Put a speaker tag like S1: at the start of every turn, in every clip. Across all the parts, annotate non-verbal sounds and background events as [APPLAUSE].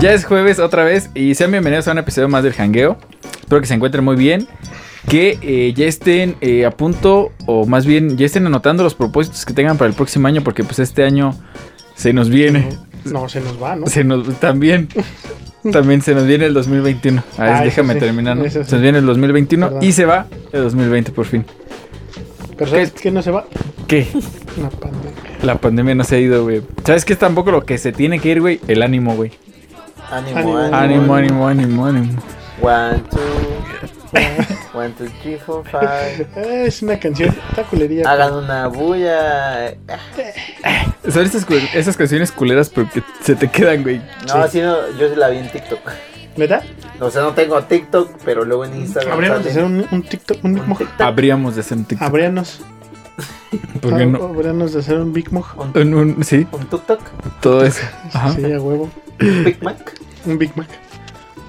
S1: Ya es jueves otra vez y sean bienvenidos a un episodio más del Hangueo. Espero que se encuentren muy bien, que eh, ya estén eh, a punto o más bien ya estén anotando los propósitos que tengan para el próximo año porque pues este año se nos viene,
S2: No, se nos va, ¿no?
S1: se nos
S2: [LAUGHS]
S1: también también se nos viene el 2021. A ver,
S2: Ah, eso
S1: déjame
S2: sí,
S1: terminar. ¿no?
S2: eso sí.
S1: Se nos viene el 2021
S2: Perdón.
S1: y se va el 2020 por fin.
S2: Pero ¿sabes qué no se va?
S1: ¿Qué?
S2: Una pandemia.
S1: La pandemia no se ha ido, güey. ¿Sabes qué es tampoco lo que se tiene que ir, güey? El ánimo, güey.
S3: Ánimo,
S2: Ánimo,
S3: ánimo.
S1: Ánimo, ánimo, ánimo, ánimo.
S3: One,
S2: [LAUGHS]
S3: two. One, two, three, four, five.
S2: Eh, Es una canción, esta culería.
S3: Hagan una bulla.
S1: Son esas, cu- esas canciones culeras porque se te quedan, güey.
S3: No, así no, yo la vi en TikTok.
S2: ¿Verdad?
S3: O sea, no tengo TikTok, pero luego en Instagram.
S2: Habríamos de
S3: sale.
S2: hacer un, un TikTok, un Big Moj.
S1: Habríamos de hacer un TikTok.
S2: Habríamos, Ah,
S1: ¿Por qué no?
S2: habríamos de hacer un Big Moj.
S3: Un,
S1: Un- un- sí,
S3: un TikTok,
S1: todo eso. Ajá,
S2: ah. Sí, a huevo.
S3: un Big Mac.
S2: Un Big Mac.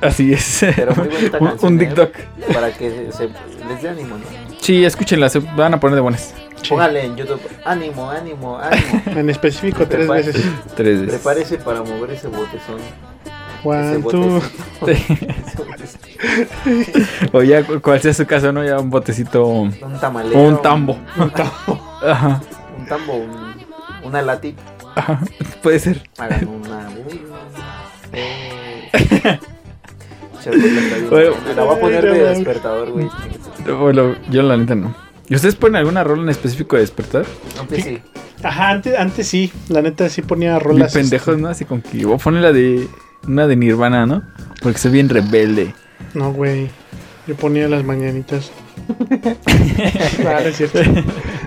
S1: así es.
S3: Pero muy bonita
S1: [LAUGHS] Un-
S3: canción.
S1: un
S3: ¿eh?
S1: TikTok.
S3: Para que se, se- les dé ánimo, ¿no?
S1: Sí, escúchenla, se van a poner de buenas.
S2: Sí.
S3: Póngale en YouTube. Ánimo,
S2: [LAUGHS]
S3: ánimo, ánimo.
S2: En específico tres
S3: Prepara-
S2: veces.
S1: Tres veces.
S3: Prepárese para mover ese botezón. Ese
S2: One, two.
S3: [LAUGHS] botecito. Ese botecito.
S1: O ya, cu- cual sea su caso, ¿no? Ya un botecito. Un
S3: Un tamalero.
S1: tambo.
S2: Un tambo.
S1: Ajá,
S3: Un tambo, un- una latita.
S1: ajá. Puede ser.
S3: Hagan una [LAUGHS] burla. Eh. Chale, la está bien
S1: Bueno.
S3: buena. la voy a poner
S2: Ay,
S3: de
S2: no mames.
S3: despertador, güey.
S1: Bueno, yo la neta no. ¿Y ustedes ponen alguna rola en específico de despertar?
S3: Aunque sí.
S2: Ajá, antes, antes sí. La neta sí ponía
S1: Muy
S2: rolas. este,
S1: pendejos, ¿no? Así con que. Voy a poner la de. Una de Nirvana, ¿no? Porque soy bien rebelde.
S2: este, No, güey. Yo ponía las mañanitas. no, no es cierto.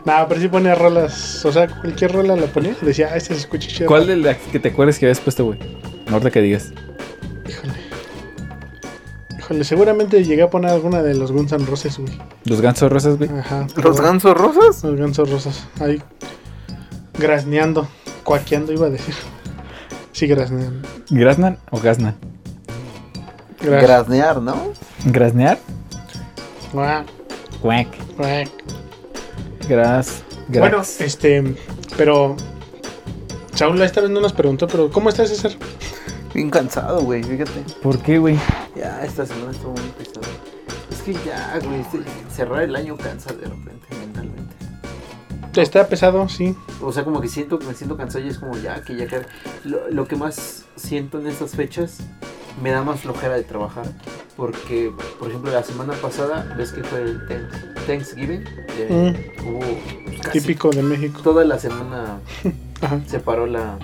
S2: No, pero sí ponía rolas. O sea, cualquier rola la ponía. Decía, ah, esta se escucha chida.
S1: ¿Cuál de las que te acuerdas que habías puesto, güey? Ahorita que digas.
S2: Híjole. Híjole, seguramente llegué a poner alguna de los Guns N' Roses, güey.
S1: Los gansos rosas, güey.
S2: Ajá.
S3: gansos rosas?
S2: Los Guns N' Roses. Ahí. Grasneando. Cuaqueando, iba a decir. Sí, grasneando.
S1: ¿Grasnan o Gasnan?
S2: Gras.
S3: Grasnear, ¿no?
S1: ¿Grasnear?
S2: Guac,
S1: Cuac.
S2: guac.
S1: Gras. gras.
S2: Bueno, este. Pero. Saúl esta vez no nos preguntó, pero ¿cómo estás, César?
S3: Bien cansado, güey, fíjate.
S1: ¿Por qué, güey?
S3: Ya, esta semana estuvo muy pesado. Es que ya, güey, este- cerrar el año cansa de repente mentalmente.
S2: Está pesado, sí.
S3: O sea, como que siento que me siento cansado y es como ya, que ya que... Lo, lo que más siento en estas fechas me da más flojera de trabajar. Porque, por ejemplo, la semana pasada, ves que fue el Thanks- Thanksgiving, eh,
S2: Mm,
S3: hubo casi
S2: típico de México.
S3: toda la semana
S2: [LAUGHS] Ajá.
S3: se paró la...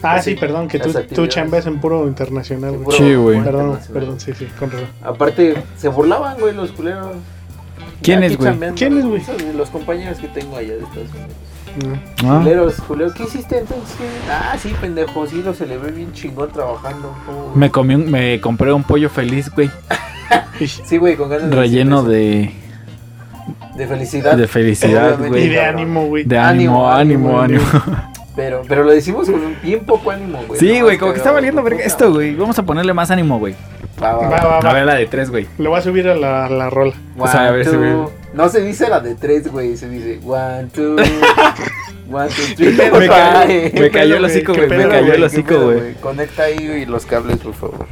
S2: Ah,
S3: Así,
S2: sí, perdón, que tú,
S3: las
S2: tú
S3: actividades.
S2: chambeas en puro internacional,
S3: el
S2: güey.
S3: puro-
S1: Sí, güey.
S2: Perdón,
S3: internacional.
S2: perdón, sí, sí, con razón.
S3: Aparte, se burlaban, güey, los culeros.
S1: ¿Quién
S3: Ya
S1: es,
S3: aquí
S1: güey?
S3: chambeando.
S2: ¿Quién es, güey?
S3: Son Los compañeros que tengo allá de Estados Unidos.
S2: Mm.
S1: Ah,
S3: Culeros, culeros, ¿qué hiciste entonces? Ah, sí, pendejo, sí, lo celebré bien chingón trabajando. Oh.
S1: me, comí un- me compré un pollo feliz, güey.
S2: Y-
S3: Sí, güey, con ganas
S1: Relleno de,
S3: decir eso. de felicidad.
S1: de felicidad,
S3: Obviamente.
S2: Y
S1: güey.
S2: de
S3: cabrón.
S2: ánimo, güey.
S1: De ánimo, ánimo,
S3: Ánimo,
S1: ánimo.
S3: Pero, pero lo decimos con bien poco ánimo, güey.
S1: [LAUGHS] Sí,
S3: No,
S1: güey, como que está
S3: cagado.
S1: valiendo verga
S3: Puta.
S1: esto, güey. Vamos a ponerle más ánimo, güey.
S3: Va,
S2: Va,
S3: va, va.
S2: Ah, va,
S1: A
S2: va.
S1: ver la de tres, güey.
S2: Lo va a subir a la, a la rola.
S1: O sea, a ver
S3: One,
S1: si
S3: two.
S1: me-
S3: No se dice la de tres, güey. Se dice one,
S1: [LAUGHS]
S3: two. one, two, three.
S1: Me
S3: four, [LAUGHS]
S1: ca-
S3: five.
S1: Me cayó el
S2: güey?
S1: hocico,
S2: ¿Qué
S1: güey. Me
S2: pedo,
S1: cayó el
S3: ¿Qué
S1: hocico,
S3: pedo,
S1: güey.
S3: Conecta ahí y los cables, por favor.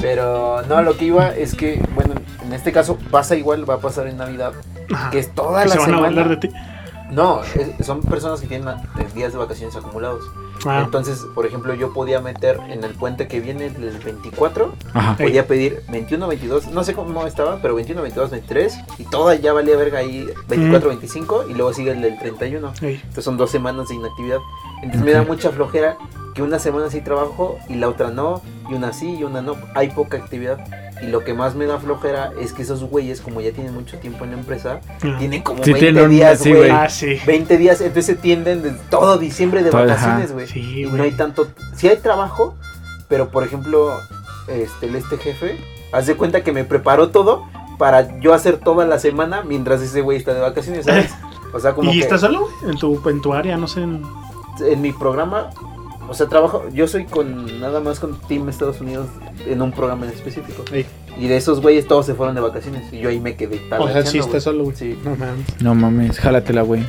S3: Pero no, lo que iba es que, bueno, en este caso pasa igual, va a pasar en Navidad.
S2: Ajá.
S3: Que es toda
S2: Ah, Que
S3: la
S2: se van a
S3: semana.
S2: burlar de ti.
S3: No, es- son personas que tienen eh, días de vacaciones acumulados.
S2: Ah,
S3: Entonces, por ejemplo, yo podía meter en el puente que viene del 24,
S1: Ajá.
S2: Ey.
S3: podía pedir 21, 22, no sé cómo estaba, pero 21, 22, 23, y toda ya valía verga ahí
S1: Mm.
S3: 24, 25, y luego sigue el del 31.
S2: ey.
S3: Entonces son dos semanas de inactividad. Entonces me da mucha flojera que una semana sí trabajo y la otra no, y una sí y una no. Hay poca actividad. Y lo que más me da flojera es que esos güeyes, como ya tienen mucho tiempo en la empresa, tienen como
S1: Ah. Sí,
S3: 20
S1: tienen un-
S3: días,
S1: sí,
S3: güey.
S1: güey.
S2: Ah, sí.
S3: 20 días, entonces se tienden de todo diciembre de
S1: Todo, ajá.
S3: vacaciones, güey.
S2: Sí,
S3: y no
S2: güey.
S3: hay tanto. Sí hay trabajo, pero por ejemplo, este, el este jefe, haz de cuenta que me preparó todo para yo hacer toda la semana mientras ese güey está de vacaciones, ¿sabes? O sea, como
S2: ¿Y
S3: que
S2: estás solo, güey? En tu, en tu área, no sé. en-
S3: en mi programa, o sea, trabajo, yo soy con nada más con Team Estados Unidos en un programa en específico.
S2: Ey.
S3: Y de esos güeyes todos se fueron de vacaciones y yo ahí me quedé
S2: O sea, sí
S3: talacheando,
S2: estás solo, güey.
S3: Sí.
S2: No mames.
S1: No mames, jálatela, güey.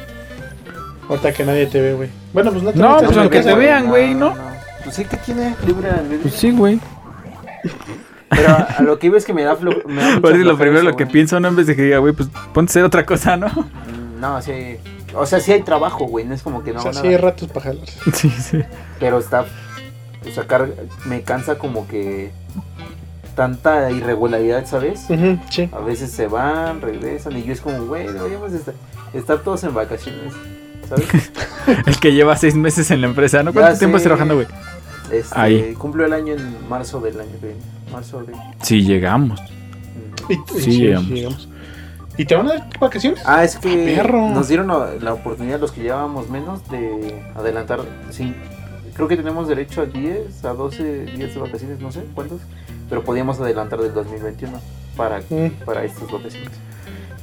S2: Ahorita que nadie te ve, güey. Bueno, pues no te
S1: No,
S2: metas,
S1: pues
S2: güey.
S1: aunque
S3: me
S1: te
S3: ven,
S1: vean, güey, ¿no?
S3: Pues sí que tiene libre albedrío.
S1: Pues sí, güey.
S3: Pero a, a lo que iba es que me da flo- me da
S1: Ahora
S3: mucha
S1: sí, lo
S3: flojera
S1: primero
S3: eso,
S1: lo que
S3: güey.
S1: piensa uno en vez de que diga, güey, pues ponte a hacer otra cosa, ¿no?
S2: [LAUGHS]
S3: Mm, No, sí. O sea, sí hay trabajo, güey. No es como que no
S2: o
S3: hago
S2: sea, sí
S3: nada.
S2: hay ratos para jalar.
S1: Sí, sí.
S3: Pero está. O sea, car- me cansa como que. Tanta irregularidad, ¿sabes?
S2: Ujú, sí.
S3: A veces se van, regresan. Y yo es como, güey, deberíamos estar, estar todos en vacaciones, ¿sabes?
S1: [LAUGHS] El que lleva seis meses en la empresa, ¿no?
S3: Ya
S1: ¿Cuánto tiempo
S3: sé.
S1: estás trabajando, güey?
S3: Este,
S1: Ahí.
S3: Cumplo el año en marzo del año que viene. Marzo de.
S1: Sí, llegamos.
S3: mm.
S2: Y,
S1: Sí, llegamos.
S2: llegamos. ¿Y te van a dar vacaciones?
S3: Ah, es que
S2: Perro.
S3: nos dieron la, la oportunidad, los que llevábamos menos, de adelantar. Sí, creo que tenemos derecho a 10, a 12 días de vacaciones, no sé cuántos, pero podíamos adelantar del 2021 para,
S2: Mm.
S3: para estas vacaciones.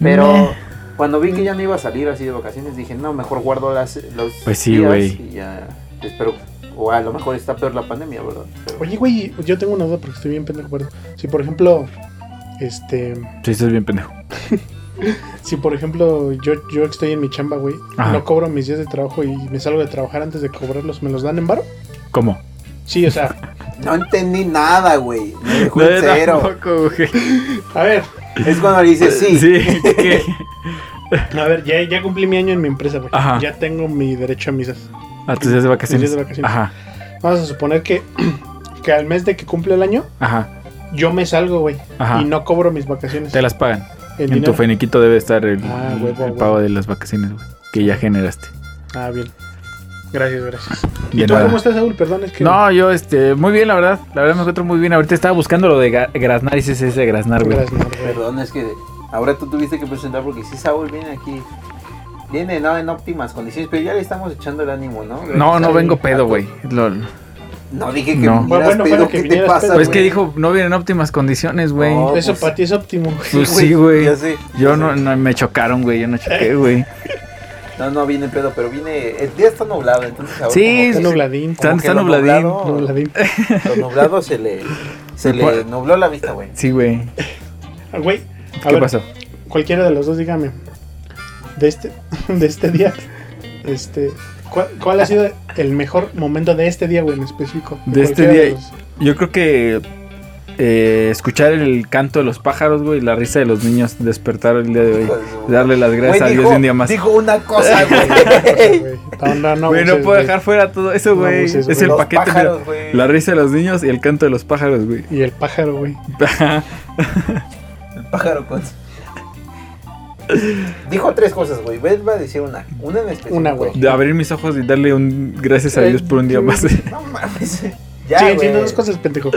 S3: Pero
S1: Meh.
S3: cuando vi que ya no iba a salir así de vacaciones, dije, no, mejor guardo las, los
S1: Pues sí,
S3: días
S1: güey.
S3: y ya espero. O a lo mejor está peor la pandemia, ¿verdad? Pero-
S2: Oye, güey, yo tengo una duda porque estoy bien pendejo. perdón. Si por ejemplo, este,
S1: Sí, estás bien pendejo.
S2: si por ejemplo yo, yo estoy en mi chamba, güey,
S1: Ajá.
S2: no cobro mis días de trabajo y me salgo de trabajar antes de cobrarlos, ¿me los dan en varo?
S1: ¿Cómo?
S2: Sí, o sea,
S3: no entendí nada, güey. Me dejó
S1: No,
S3: en cero.
S1: tampoco, güey.
S2: a ver,
S3: Es cuando le dices sí.
S1: Pues Sí,
S3: [LAUGHS]
S1: ¿qué?
S2: a ver, ya, ya cumplí mi año en mi empresa, güey.
S1: Ajá.
S2: Ya tengo mi derecho a misas.
S1: A Ah, tus días de vacaciones.
S2: Mis días de vacaciones.
S1: Ajá,
S2: Vamos a suponer que, [CLEARS THROAT] que al mes de que cumple el año,
S1: ajá,
S2: yo me salgo, güey,
S1: ajá.
S2: y no cobro mis vacaciones.
S1: Te las pagan.
S2: El
S1: En tu
S2: dinero.
S1: feniquito debe estar el,
S2: Ah,
S1: el-
S2: huevo,
S1: el
S2: huevo.
S1: pago de las vacaciones, güey. Que ya generaste.
S2: Ah, bien. Gracias, gracias.
S1: Ah, De
S2: ¿Y tú
S1: nada.
S2: cómo estás, Saúl? Perdón, es que...
S1: No, yo, este, muy bien, la verdad. La verdad me encuentro muy bien. Ahorita estaba buscando lo de Ga- Graznar y sí es ese de Graznar, güey.
S2: Gracias, no, güey.
S3: Perdón, es que ahora tú tuviste que presentar porque si Saúl viene aquí, viene no en óptimas condiciones, pero ya le estamos echando el ánimo, ¿no?
S1: No, no
S3: Gracias,
S1: vengo
S3: Saúl.
S2: Ah,
S1: pedo, güey.
S2: pues.
S1: Lol.
S3: No dije que
S1: No.
S3: vinieras
S2: Bueno, bueno,
S3: pedo,
S2: bueno, que
S3: ¿qué te
S2: vinieras
S3: pasa?
S2: pedo.
S1: Pues que
S3: güey?
S1: dijo, no viene en óptimas condiciones, güey.
S3: No,
S2: Eso
S3: pues-
S2: para ti es óptimo, güey.
S1: Pues sí, güey.
S3: ya sé,
S1: Yo
S3: ya
S1: no,
S3: sé.
S1: no- me chocaron, güey. Yo no choqué, güey.
S3: No, no viene pedo, pero viene. El día está nublado, entonces ahora.
S1: Sí,
S3: como que
S2: Está
S1: sí,
S3: se-
S2: nubladín.
S1: Está-
S3: como que
S1: está
S3: lo
S1: nubladín,
S2: está nubladín.
S3: Lo nublado se le.
S1: [LAUGHS]
S3: Se
S1: Me pone-
S3: le nubló la vista, güey.
S1: Sí, güey.
S2: Ah, Güey, a
S1: ¿Qué
S2: ver,
S1: pasó?
S2: cualquiera de los dos, dígame. De este, [LAUGHS] de este día, este, ¿cuál, cuál ha sido el mejor momento de este día, güey, en específico?
S1: De este
S2: cualquiera
S1: día.
S2: de los-
S1: Yo creo que eh, escuchar el canto de los pájaros, güey, y la risa de los niños despertar el día de hoy.
S3: Hijo de su-
S1: Darle las gracias
S3: Güey,
S1: a Dios
S3: dijo-
S1: un día más.
S3: Dijo una cosa, güey.
S2: Güey, No, no, no,
S1: Güey, no
S2: abuses,
S1: puedo
S2: güey.
S1: dejar fuera todo eso,
S2: No
S1: güey.
S2: abuses,
S1: es
S2: güey.
S1: [LAUGHS] el
S3: Los
S1: paquete, mira.
S3: pájaros, güey.
S1: La risa de los niños y el canto de los pájaros, güey. [LAUGHS]
S2: Y el pájaro, güey.
S3: El pájaro con. Dijo tres cosas, güey. Ven, va a decir una. Una en específico.
S2: Una, güey.
S1: De abrir mis ojos y darle un gracias a Dios por un día más.
S3: No mames. Ya,
S2: sí, sí,
S3: güey.
S2: no, dos cosas, pendejo.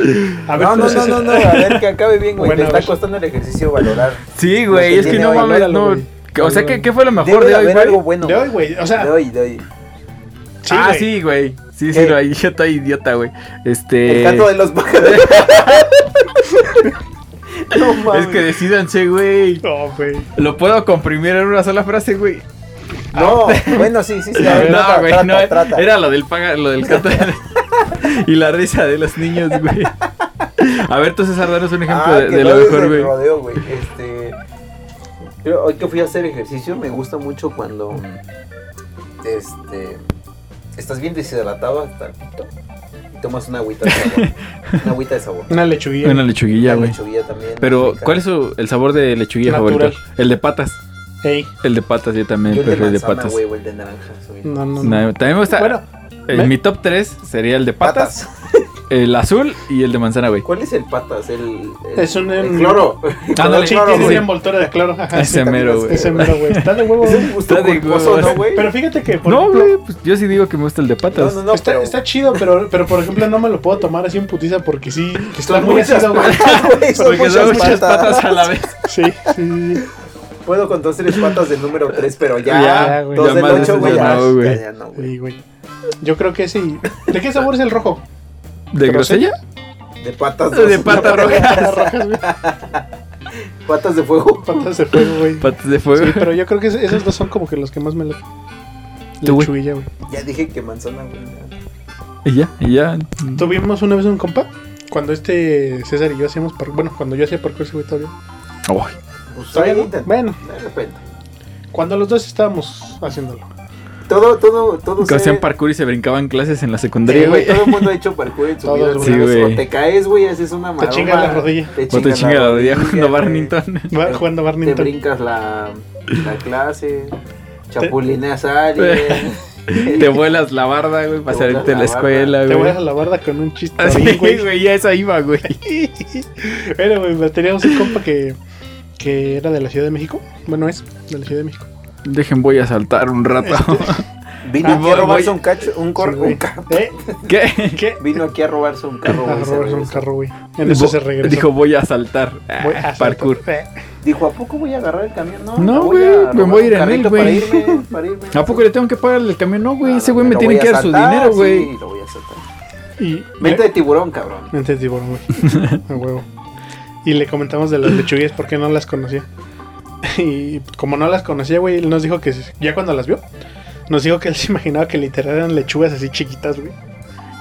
S2: A ver,
S3: no, no,
S2: pues,
S3: no,
S2: ese-
S3: no, no, a ver que acabe bien,
S2: [LAUGHS]
S3: güey.
S2: Bueno,
S3: Te
S2: a
S3: está
S2: ver.
S3: costando el ejercicio valorar.
S1: Sí, güey, [LAUGHS] es que
S3: tiene
S1: no
S3: hoy,
S1: mames,
S2: valóralo,
S1: no.
S2: güey.
S1: Que- O sea, ¿qué, qué fue lo mejor
S3: Debe de
S1: de hoy,
S3: haber
S1: güey?
S3: algo bueno.
S2: De hoy,
S3: güey.
S2: güey, o sea,
S3: De hoy, de hoy.
S2: sí,
S1: ah,
S2: güey.
S1: sí, güey. Sí,
S3: ¿Qué?
S1: sí, [LAUGHS] lo idiota, idiota, güey. Este.
S3: Eh,
S2: eh,
S3: El canto de
S2: [LAUGHS]
S3: los pájaros. no mames.
S1: Es que decidanse, güey.
S2: No, güey.
S1: Lo puedo comprimir en una sola frase, güey.
S3: No,
S2: Ah.
S3: bueno,
S2: [LAUGHS]
S3: sí, sí, sí. [LAUGHS] a ver, trata,
S1: No, güey,
S3: trata,
S1: no.
S3: trata.
S1: Era lo del paga, lo del [LAUGHS] canto de- y la risa de los niños, güey. A ver, entonces, César, danos un ejemplo
S3: Ah,
S1: de,
S3: que
S1: de lo
S3: no es
S1: mejor,
S3: el
S1: güey.
S3: rodeo, güey. Este, yo hoy que fui a hacer ejercicio, me gusta mucho cuando este, estás bien deshidratado hasta el pito y tomas una agüita
S1: [LAUGHS]
S3: de sabor. una agüita de sabor.
S2: Una lechuguilla.
S1: Una lechuguilla,
S3: Una
S1: güey.
S3: lechuguilla también.
S1: Pero,
S3: rica.
S1: ¿cuál es su- el sabor de lechuguilla
S2: Natural.
S1: favorito? El de patas.
S2: Ey,
S1: El de patas, yo también
S3: Yo el de
S1: prefiero el de
S3: manzana,
S1: patas.
S3: güey, o el de naranja. soy-
S2: no, no,
S1: No,
S2: no.
S1: también me gusta.
S2: Bueno,
S1: en
S2: me-
S1: mi top 3 sería el de patas,
S3: Patas.
S1: el azul y el de manzana, güey.
S3: ¿Cuál es el patas? El, el-
S2: Es un-
S3: el
S2: [LAUGHS]
S3: cloro.
S1: Ándale,
S2: sí,
S1: claro,
S2: tiene
S1: güey.
S2: una envoltura de cloro. Ajá,
S1: Ese
S3: también
S1: mero,
S3: es-
S1: güey.
S2: Ese mero, güey. Está de huevo.
S3: Es
S2: güey.
S3: un gusto
S1: Está de
S3: culposo,
S1: huevos.
S3: ¿no, güey?
S2: Pero fíjate que, por
S1: No,
S2: ejemplo,
S1: güey, pues yo sí digo que me gusta el de
S3: No,
S1: patas.
S3: no, no,
S2: está,
S3: pero-
S2: está chido, pero, pero por ejemplo no me lo puedo tomar así en putiza porque sí, que está
S3: Son
S2: muy
S3: muchas
S2: ácido, güey.
S3: patas, güey, son
S1: Porque son muchas
S3: patas.
S1: patas a la vez.
S2: Sí, sí.
S3: Puedo con dos, tres patas del número 3, pero ya.
S2: Ya, güey.
S3: dos
S2: Ya
S3: del
S2: más
S3: 8,
S2: de
S3: güey.
S2: eso
S3: Ya,
S2: ya
S1: no, güey.
S3: ya, ya no, güey.
S2: Sí, güey. Yo creo que sí. ¿De qué sabor es
S1: [LAUGHS]
S2: el rojo?
S1: ¿De grosella?
S3: De
S1: [LAUGHS]
S3: patas.
S1: De
S3: dos.
S1: pata roja.
S2: Patas rojas, güey.
S3: Patas de fuego.
S2: Patas de fuego, güey.
S1: Patas de
S2: Sí,
S1: fuego.
S2: pero yo creo que es- esos dos son como que los que más me lo.
S1: Tú, güey.
S2: Lechuguilla, güey.
S3: Ya dije que manzana, güey. ya.
S1: Y ya, y ya.
S2: Tuvimos una vez un compa. Cuando este César y yo hacíamos parkour. Bueno, cuando yo hacía parkour, ese güey todavía.
S1: Ay,
S3: Pues
S2: Todavía
S3: ahí
S2: no.
S3: intenta.
S2: Bueno,
S3: De repente.
S2: cuando los dos estábamos haciéndolo.
S3: Todo, todo, todo.
S1: Que hacían
S3: se-
S1: parkour y se brincaban clases en la
S3: Sí,
S1: secundaria,
S3: güey,
S1: güey.
S3: todo el mundo ha hecho parkour en su
S2: Todo
S3: vida.
S2: el
S3: alguna
S1: mundo.
S3: vez.
S1: Sí,
S3: O
S1: güey.
S3: te caes, güey, haces una maroma.
S2: Te chingas la rodilla.
S3: Te
S1: O te
S3: chingas
S1: chinga la rodilla [LAUGHS] cuando
S3: güey.
S1: Barnington.
S2: Va jugando
S3: Te
S2: Barnington.
S3: brincas la, la clase. Chapulineas a alguien.
S1: Te vuelas la barda, güey, para
S3: Te vuelas
S1: salirte de
S3: la
S1: la escuela,
S2: Te
S1: güey.
S2: vuelas a la barda con un chiste.
S1: Así, güey, ya esa iba, güey.
S2: Bueno, güey, teníamos un compa que, que era de la Ciudad de México. Bueno, es de la Ciudad de México.
S1: Dejen, voy a saltar un rato.
S3: Vino
S1: Ah,
S3: aquí
S1: voy-
S3: a robarse
S1: voy-
S3: un cacho, un cor,
S2: Sí,
S3: un
S2: güey.
S3: carro.
S2: ¿Eh?
S1: ¿Qué?
S2: ¿Qué?
S1: [LAUGHS]
S3: Vino aquí a robarse un
S2: [LAUGHS]
S3: carro,
S2: A
S3: güey. se
S2: robarse un
S3: regresó.
S2: carro, güey. En eso
S1: Bo-
S2: se regresó.
S1: Dijo, voy a saltar. Ah,
S2: Voy a hacer-
S1: parkour.
S2: Eh,
S3: Dijo, ¿a poco voy a agarrar el camión? No,
S1: No,
S3: me voy
S1: güey,
S3: a
S1: me
S3: robar
S1: voy a ir
S3: un
S1: en él,
S3: carrito
S1: güey.
S3: Para irme, para irme.
S1: [LAUGHS] ¿A poco le tengo que pagar el camión? No, güey,
S3: Ah,
S1: ese güey me
S3: lo
S1: tiene
S3: voy
S1: que
S3: a
S1: dar su
S3: saltar,
S1: dinero, güey.
S3: Sí, lo voy a saltar.
S2: Y ¿eh?
S3: Mente de tiburón, cabrón.
S2: Mente de tiburón, güey. A huevo. Y le comentamos de las lechuguillas porque no las conocía. [LAUGHS] Y como no las conocía, güey, él nos dijo que ya cuando las vio, nos dijo que él se imaginaba que literal eran lechugas así chiquitas, güey.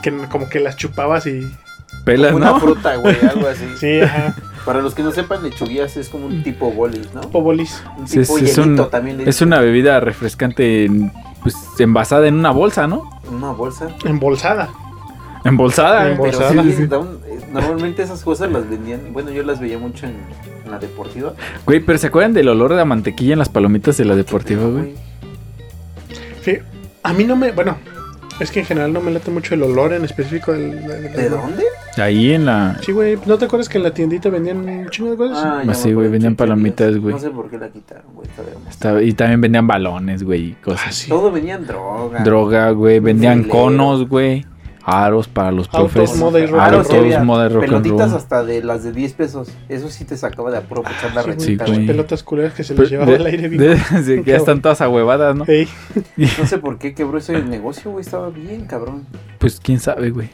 S2: Que n- como que las chupabas y.
S1: Pelas,
S3: Una
S1: ¿no? [LAUGHS]
S3: fruta, güey, algo así.
S2: Sí, ajá, [LAUGHS]
S3: Para los que no sepan, lechuguías es como un tipo bolis, ¿no?
S2: pobolis.
S3: Un
S1: Sí,
S3: tipo
S1: sí, es un-
S3: hielito también. le
S1: Es
S3: dicen.
S1: una bebida refrescante en- pues, envasada en una bolsa, ¿no?
S3: Una bolsa.
S2: Embolsada.
S1: Embolsada.
S2: En
S1: güey.
S3: Pero
S2: Bolsada,
S3: sí,
S1: sí.
S3: da un- eh, normalmente esas cosas las vendían. Bueno, yo las veía mucho en, en la deportiva.
S1: Güey, pero ¿se acuerdan del olor de la mantequilla en las palomitas de la deportiva, güey?
S2: Sí. A mí no me. Bueno, es que en general no me late mucho el olor en específico del. del-
S3: ¿De dónde?
S1: Ahí en la...
S2: Sí, güey. ¿No te acuerdas que en la tiendita vendían un chingo de cosas?
S3: Ah, ya me
S1: Pues sí, güey,
S3: acuerdo,
S1: vendían
S3: chucherías.
S1: palomitas, güey.
S3: No sé por qué la quitaron, güey. está de más.
S1: estaba- Y también vendían balones, güey, y cosas.
S2: Ah, sí.
S3: Todo vendían droga.
S1: Droga, güey, vendían
S3: Filero.
S1: conos, güey. Aros para los
S2: Autos,
S1: profes.
S2: moda y rock and
S1: aros,
S2: roll.
S1: todos, moda y rock and
S3: Pelotitas
S1: roll.
S3: hasta de las de 10 pesos. Eso sí te sacaba de aprovechar la
S2: Ah, Sí, güey,
S1: Sí,
S3: rentita,
S1: güey.
S2: las pelotas culeras que se les
S1: Pero-
S2: llevaba al
S1: [LAUGHS] de-
S2: aire bien.
S1: de- sí, que ya están todas ahuevadas, ¿no?
S2: Ey.
S3: No sé por qué quebró ese negocio, güey. Estaba bien, cabrón.
S1: Pues quién sabe, güey.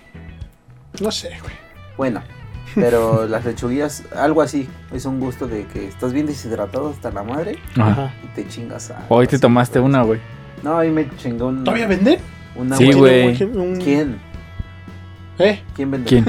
S2: No sé, güey.
S3: Bueno,
S1: [LAUGHS]
S3: pero las lechuguillas, algo así. Es un gusto de que estás bien deshidratado hasta la madre
S1: Ajá.
S2: Ajá.
S3: y te chingas a.
S1: Hoy te tomaste una, güey.
S3: No, ahí me chingó un-
S2: ¿Todavía venden?
S3: una
S1: Sí,
S3: buena-
S1: güey.
S2: ¿Quién? un-
S3: ¿Quién?
S2: ¿Eh?
S3: ¿Quién vende?
S1: ¿Quién?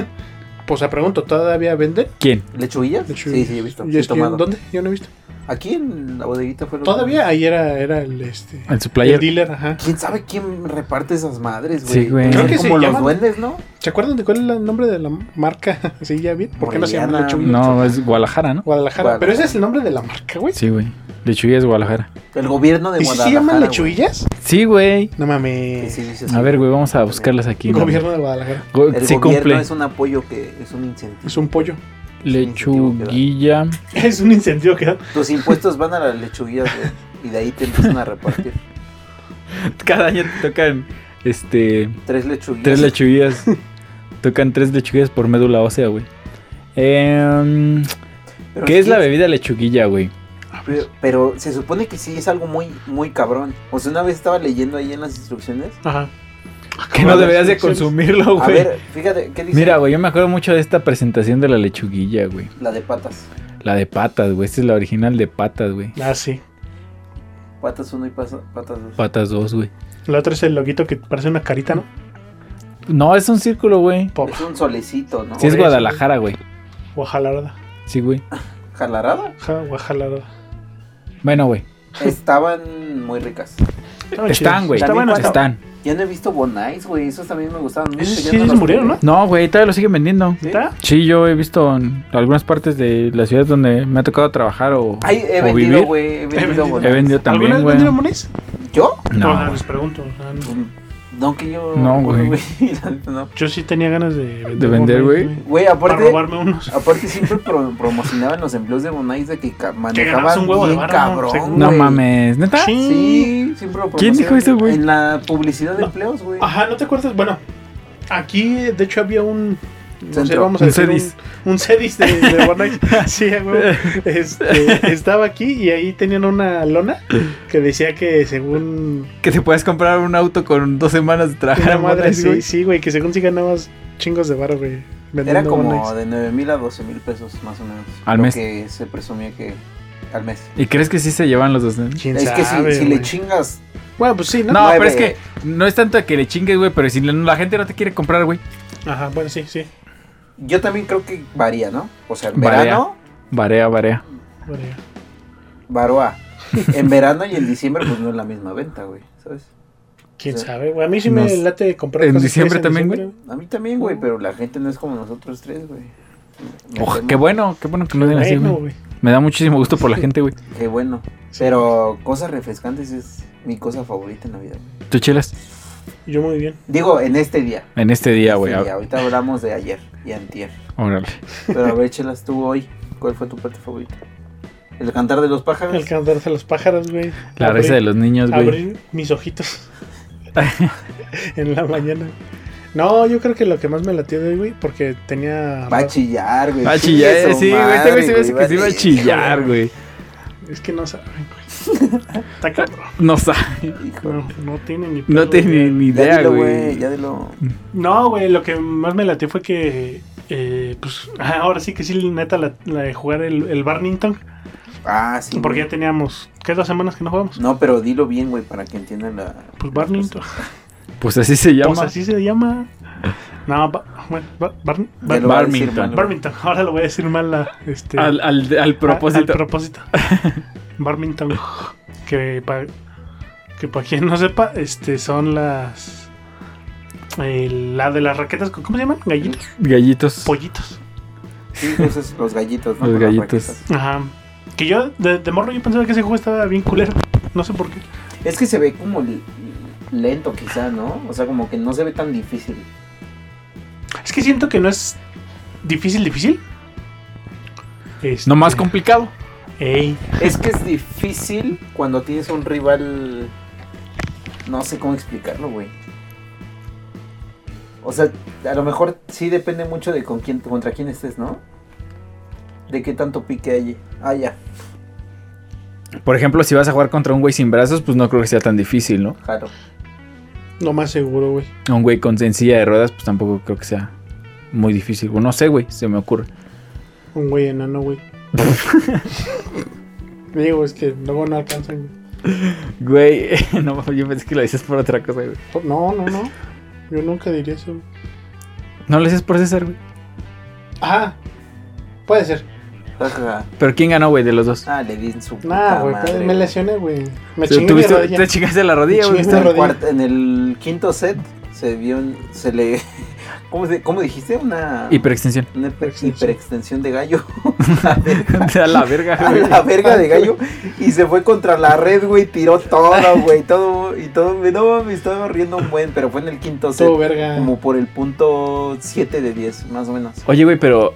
S2: Pues la pregunto, ¿todavía venden?
S1: ¿Quién?
S3: ¿Lechuguillas?
S2: De hecho,
S3: Sí, sí, he visto.
S2: ¿y
S3: Sí, he
S2: es que-
S3: tomado.
S2: ¿Dónde? Yo no he visto.
S3: Aquí en la bodeguita fue lo
S2: Todavía ahí era, era el, este,
S1: ¿El supplier?
S2: el dealer, ajá.
S3: ¿Quién sabe quién reparte esas madres, güey?
S1: Sí, güey.
S3: Son
S1: Creo
S2: que se
S3: como los
S2: llaman-
S3: duendes, ¿no?
S2: ¿Se acuerdan de cuál era el nombre de la marca? [LAUGHS] Sí, ya bien. ¿Por qué no se llama
S3: Morellana.
S2: Lechuguilla?
S1: No, es Guadalajara, ¿no?
S2: Guadalajara. Pero ese es el nombre de la marca, güey.
S1: Sí, güey. Lechuguillas Guadalajara.
S3: El gobierno de
S2: ¿Y si se
S3: Guadalajara.
S2: llaman
S3: güey.
S2: lechuguillas?
S1: Sí, güey.
S2: No
S3: Sí,
S2: mames.
S3: sí, dice así.
S1: A ver, güey, vamos a buscarlas aquí. ¿no?
S2: Gobierno de Guadalajara.
S1: Go-
S3: El
S1: sí
S3: gobierno
S1: cumple.
S3: es un apoyo que es un incentivo.
S2: Es un pollo.
S1: Lechuguilla.
S2: [LAUGHS] Es un incendio que da.
S3: Tus impuestos van a las lechuguillas, güey. Y de ahí te empiezan a repartir.
S1: [LAUGHS] Cada año te tocan, este,
S3: Tres lechuguillas.
S1: tres lechuguillas. tocan tres lechuguillas por médula ósea, güey. Em,
S3: Pero
S1: ¿Qué es la
S3: que-
S1: bebida lechuguilla, [LAUGHS] güey?
S3: Pero, pero se supone que sí es algo muy, muy cabrón. O sea, una vez estaba leyendo ahí en las instrucciones.
S2: Ajá.
S1: Que no deberías de consumirlo,
S3: A
S1: güey.
S3: ver, fíjate, ¿qué dice?
S1: Mira, güey, yo me acuerdo mucho de esta presentación de la lechuguilla, güey.
S3: La de patas.
S1: La de patas, güey. Esta es la original de patas, güey.
S2: Ah, sí.
S3: Patas uno y pasa- patas dos.
S1: Patas dos, güey.
S2: La otra es el loguito que parece una carita, ¿no?
S1: No, es un círculo, güey.
S2: Por
S3: Es un solecito,
S1: Sí,
S3: ¿no?
S1: es
S2: Por eso,
S1: Guadalajara, güey.
S2: Guajalarda.
S1: Sí, güey.
S3: ¿Jalarada?
S2: Ja, Guajalarda.
S1: Bueno, güey.
S3: Estaban muy ricas.
S1: Están, güey.
S3: También
S2: Estaban
S3: cuando-
S1: Están.
S3: Ya no he visto Bonais, güey. Esos también me gustaban mucho.
S2: Esos
S3: ya
S2: sí
S3: no
S2: se
S3: los
S2: murieron,
S3: probé.
S1: No, güey, todavía lo siguen vendiendo.
S3: Sí.
S2: ¿Está?
S1: Sí, yo he visto en algunas partes de la ciudad donde me ha tocado trabajar o,
S3: Ay, he
S1: o
S3: vendido,
S1: vivir.
S3: güey. He vendido
S2: vendido.
S1: He
S3: Bonais.
S1: vendido
S2: ¿Alguna
S1: también,
S2: vez
S1: güey.
S2: vendieron mones?
S3: ¿Yo?
S1: No,
S2: les pregunto. o sea, no.
S3: No, que yo.
S1: No,
S3: [LAUGHS]
S1: güey.
S3: la neta, no.
S2: Yo sí tenía ganas de vender,
S1: ¿De vender,
S2: mones,
S1: güey?
S3: Güey,
S2: Para
S3: aparte.
S2: robarme unos.
S3: Aparte siempre pro- promocionaban los empleos de Bonais de que ca-
S2: ganabas
S3: manejaban
S2: un huevo de
S3: bien
S2: barro,
S3: cabrón,
S2: según.
S1: no
S3: güey.
S1: mames. ¿Neta?
S2: Sí.
S3: Sí, siempre lo
S1: ¿Quién dijo
S3: promocionan.
S1: eso, güey?
S3: En la publicidad de
S2: No. Ah,
S3: empleos, güey.
S2: Ajá, ¿no te acuerdas? Bueno, aquí de hecho había un. No sé,
S3: Centro.
S2: vamos a
S1: Un
S2: decir
S1: Cedis.
S2: Un, un Cedis de, de Bonais.
S1: [LAUGHS]
S2: Sí, güey. Este, estaba aquí y ahí tenían una lona que decía que según.
S1: Que te puedes comprar un auto con dos semanas de trabajar
S2: Una
S1: en
S2: madre,
S1: Monais,
S2: sí,
S1: güey.
S2: sí, güey, que según sí ganabas chingos de barro, güey.
S3: Era
S2: vendiendo
S3: como
S2: Bonais.
S3: de 9 mil a 12 mil pesos, más o menos.
S1: Al
S3: lo
S1: mes.
S3: que se presumía que al mes.
S1: ¿Y crees que sí se llevan los dos? No,
S2: ¿Quién
S3: es que si-
S2: sabe,
S3: si,
S2: güey?
S3: le chingas.
S2: Bueno, pues sí, ¿no?
S3: No,
S1: pero es
S3: güey.
S1: que no es tanto que le chingues, güey, pero si la- la gente no te quiere comprar, güey,
S2: Ajá, bueno, sí, sí.
S3: Yo también creo que varía, ¿no? O sea, en
S1: Varía.
S3: verano,
S1: varea, varea.
S2: Bueno,
S1: [LAUGHS]
S3: varoa. En verano y en diciembre, pues no es la misma venta, güey. ¿Sabes?
S2: ¿Quién
S3: O sea,
S2: sabe, güey? A mí sí
S1: Nos-
S2: me late comprar
S1: ¿En
S2: cosas
S1: diciembre
S2: fresas
S1: también, güey?
S3: A mí también, güey, pero la gente no es como nosotros tres, güey. Me
S1: Ojo,
S3: temo.
S1: Oh, qué bueno, qué bueno que lo den así,
S2: Bueno,
S1: güey.
S2: güey.
S1: Me da muchísimo gusto por la gente, güey.
S3: Qué bueno. Pero cosas refrescantes es mi cosa favorita en la vida. güey.
S1: Tú chelas
S2: Yo muy bien.
S3: Digo, en este día.
S1: en este día, güey.
S3: Este
S1: a-
S3: día. Ahorita hablamos de ayer y antier.
S1: Órale.
S3: Pero a ver, chelas tú hoy. ¿Cuál fue tu parte favorita? ¿El cantar de los pájaros?
S2: El cantarse a los pájaros, güey.
S1: La
S2: Abrir-
S1: risa de los niños, güey.
S2: Abrir mis ojitos [LAUGHS] en la mañana. No, yo creo que lo que más me latió de hoy, güey, porque tenía...
S3: Va a chillar, güey.
S1: Va a chillar,
S3: Chingue su
S1: sí, güey. Este
S3: madre,
S1: güey se me hace que
S3: va
S1: sí va a chillar, güey.
S2: Es que no saben, güey. Está cabrón.
S1: [LAUGHS] No sabe,
S3: Hijo,
S2: No, no tienen ni...
S1: no
S2: perro idea.
S1: tiene ni
S3: Ya
S1: idea,
S3: dilo, güey.
S1: güey.
S3: Ya dilo.
S2: No, güey, lo que más me latió fue que... eh, pues ah, ahora sí que sí, neta, la, la de jugar el, el Barnington.
S3: Ah, sí.
S2: Porque
S3: güey.
S2: ya teníamos... ¿Qué dos semanas que no jugamos?
S3: No, pero dilo bien, güey, para que entiendan la.
S2: Pues Barnington.
S1: Pues así se llama.
S2: Pues así se llama. No, ba- bueno, ba- Barn-
S3: Ya
S2: Bar-
S3: lo va a decir
S1: Barmington.
S3: mal, güey.
S2: Barmington. Ahora lo voy a decir mal a, este,
S1: Al, al, al propósito.
S2: al propósito. [LAUGHS] Barmington. Que para que pa quien no sepa, este son las. el- la de las raquetas. ¿Cómo se llaman? Gallitos.
S1: Gallitos.
S2: Pollitos.
S3: Sí, esos, los gallitos, ¿no?
S1: Los
S3: Con las
S1: gallitos.
S3: raquetas.
S2: Ajá. Que yo, de, de morro, yo pensaba que ese juego estaba bien culero. No sé por qué.
S3: Es que se ve como l- lento, quizá, ¿no? O sea, como que no se ve tan difícil.
S2: Es que siento que no es difícil, difícil. Este,
S1: No más complicado.
S2: Ey,
S3: Es que es difícil cuando tienes un rival. No sé cómo explicarlo, güey. O sea, a lo mejor sí depende mucho de con quién, contra quién estés, ¿no? De qué tanto pique hay. Ah, ya,
S1: Por ejemplo, si vas a jugar contra un güey sin brazos, pues no creo que sea tan difícil, ¿no?
S3: claro.
S2: lo más seguro, güey.
S1: Un güey con sencilla de ruedas, pues tampoco creo que sea muy difícil. Bueno, no sé, güey, se me ocurre.
S2: Un güey enano, güey. Digo, es que luego no alcanzan.
S1: Güey, [LAUGHS] no, yo pensé que lo dices por otra cosa, güey.
S2: Pues, No, no, no. Yo nunca diría eso.
S1: No lo dices por César, güey.
S2: Ajá. Puede ser.
S3: Ajá.
S1: Pero ¿quién ganó, güey, de los dos?
S3: Ah, le di en su puta
S2: Nah, güey.
S3: madre,
S2: Me
S3: güey.
S2: lesioné, güey. Me
S1: Tú-
S2: chingué mi
S1: tuviste-
S2: rodilla.
S1: Te chingaste la rodilla,
S2: Me
S1: güey.
S2: chingué
S1: está-
S2: la
S3: En el,
S2: rodilla.
S3: cuarto- en el quinto set se vio, un- se le, [LAUGHS] ¿cómo, se- cómo dijiste? Una,
S1: Hiperextensión. [LAUGHS]
S3: una hiper-
S2: Hiperextensión.
S3: hiperextensión
S2: [LAUGHS]
S3: de gallo. A ver,
S1: A la verga,
S3: [LAUGHS] a
S1: güey.
S3: la verga de gallo y se fue contra la red, güey, tiró todo, güey, todo y todo, no me estaba riendo un buen, pero fue en el quinto set,
S2: Todo verga.
S3: como por el punto 7 de 10, más o menos.
S1: Oye, güey, pero.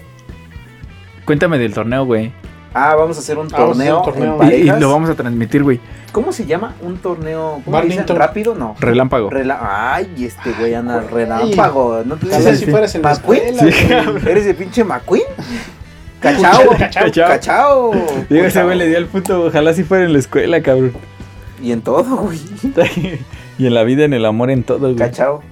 S1: Cuéntame del torneo, güey.
S3: Ah, vamos a hacer un
S2: Ah, vamos a hacer
S3: torneo,
S2: un torneo.
S3: en
S1: Y, y
S3: parejas.
S1: lo vamos a transmitir, güey.
S3: ¿Cómo se llama un torneo? ¿Cómo le dicen?
S2: Badminton.
S3: rápido? No.
S1: Relámpago.
S3: Rela- Ay, este güey anda
S2: güey.
S3: relámpago. No te
S2: Tal
S1: Sí,
S2: vez
S1: sí,
S2: si
S1: sí.
S2: fueras en la
S3: ¿McQueen?
S2: escuela.
S1: Sí.
S2: güey.
S3: ¿Eres de
S1: [LAUGHS]
S3: pinche McQueen? Cachao,
S2: Cachao.
S1: Cachao.
S3: cachao.
S1: Digo, ese güey le dio al punto. Ojalá si fuera en la escuela, cabrón. [LAUGHS]
S3: Y en todo, güey.
S1: y en la vida, en el amor, en todo, güey.
S3: Cachao.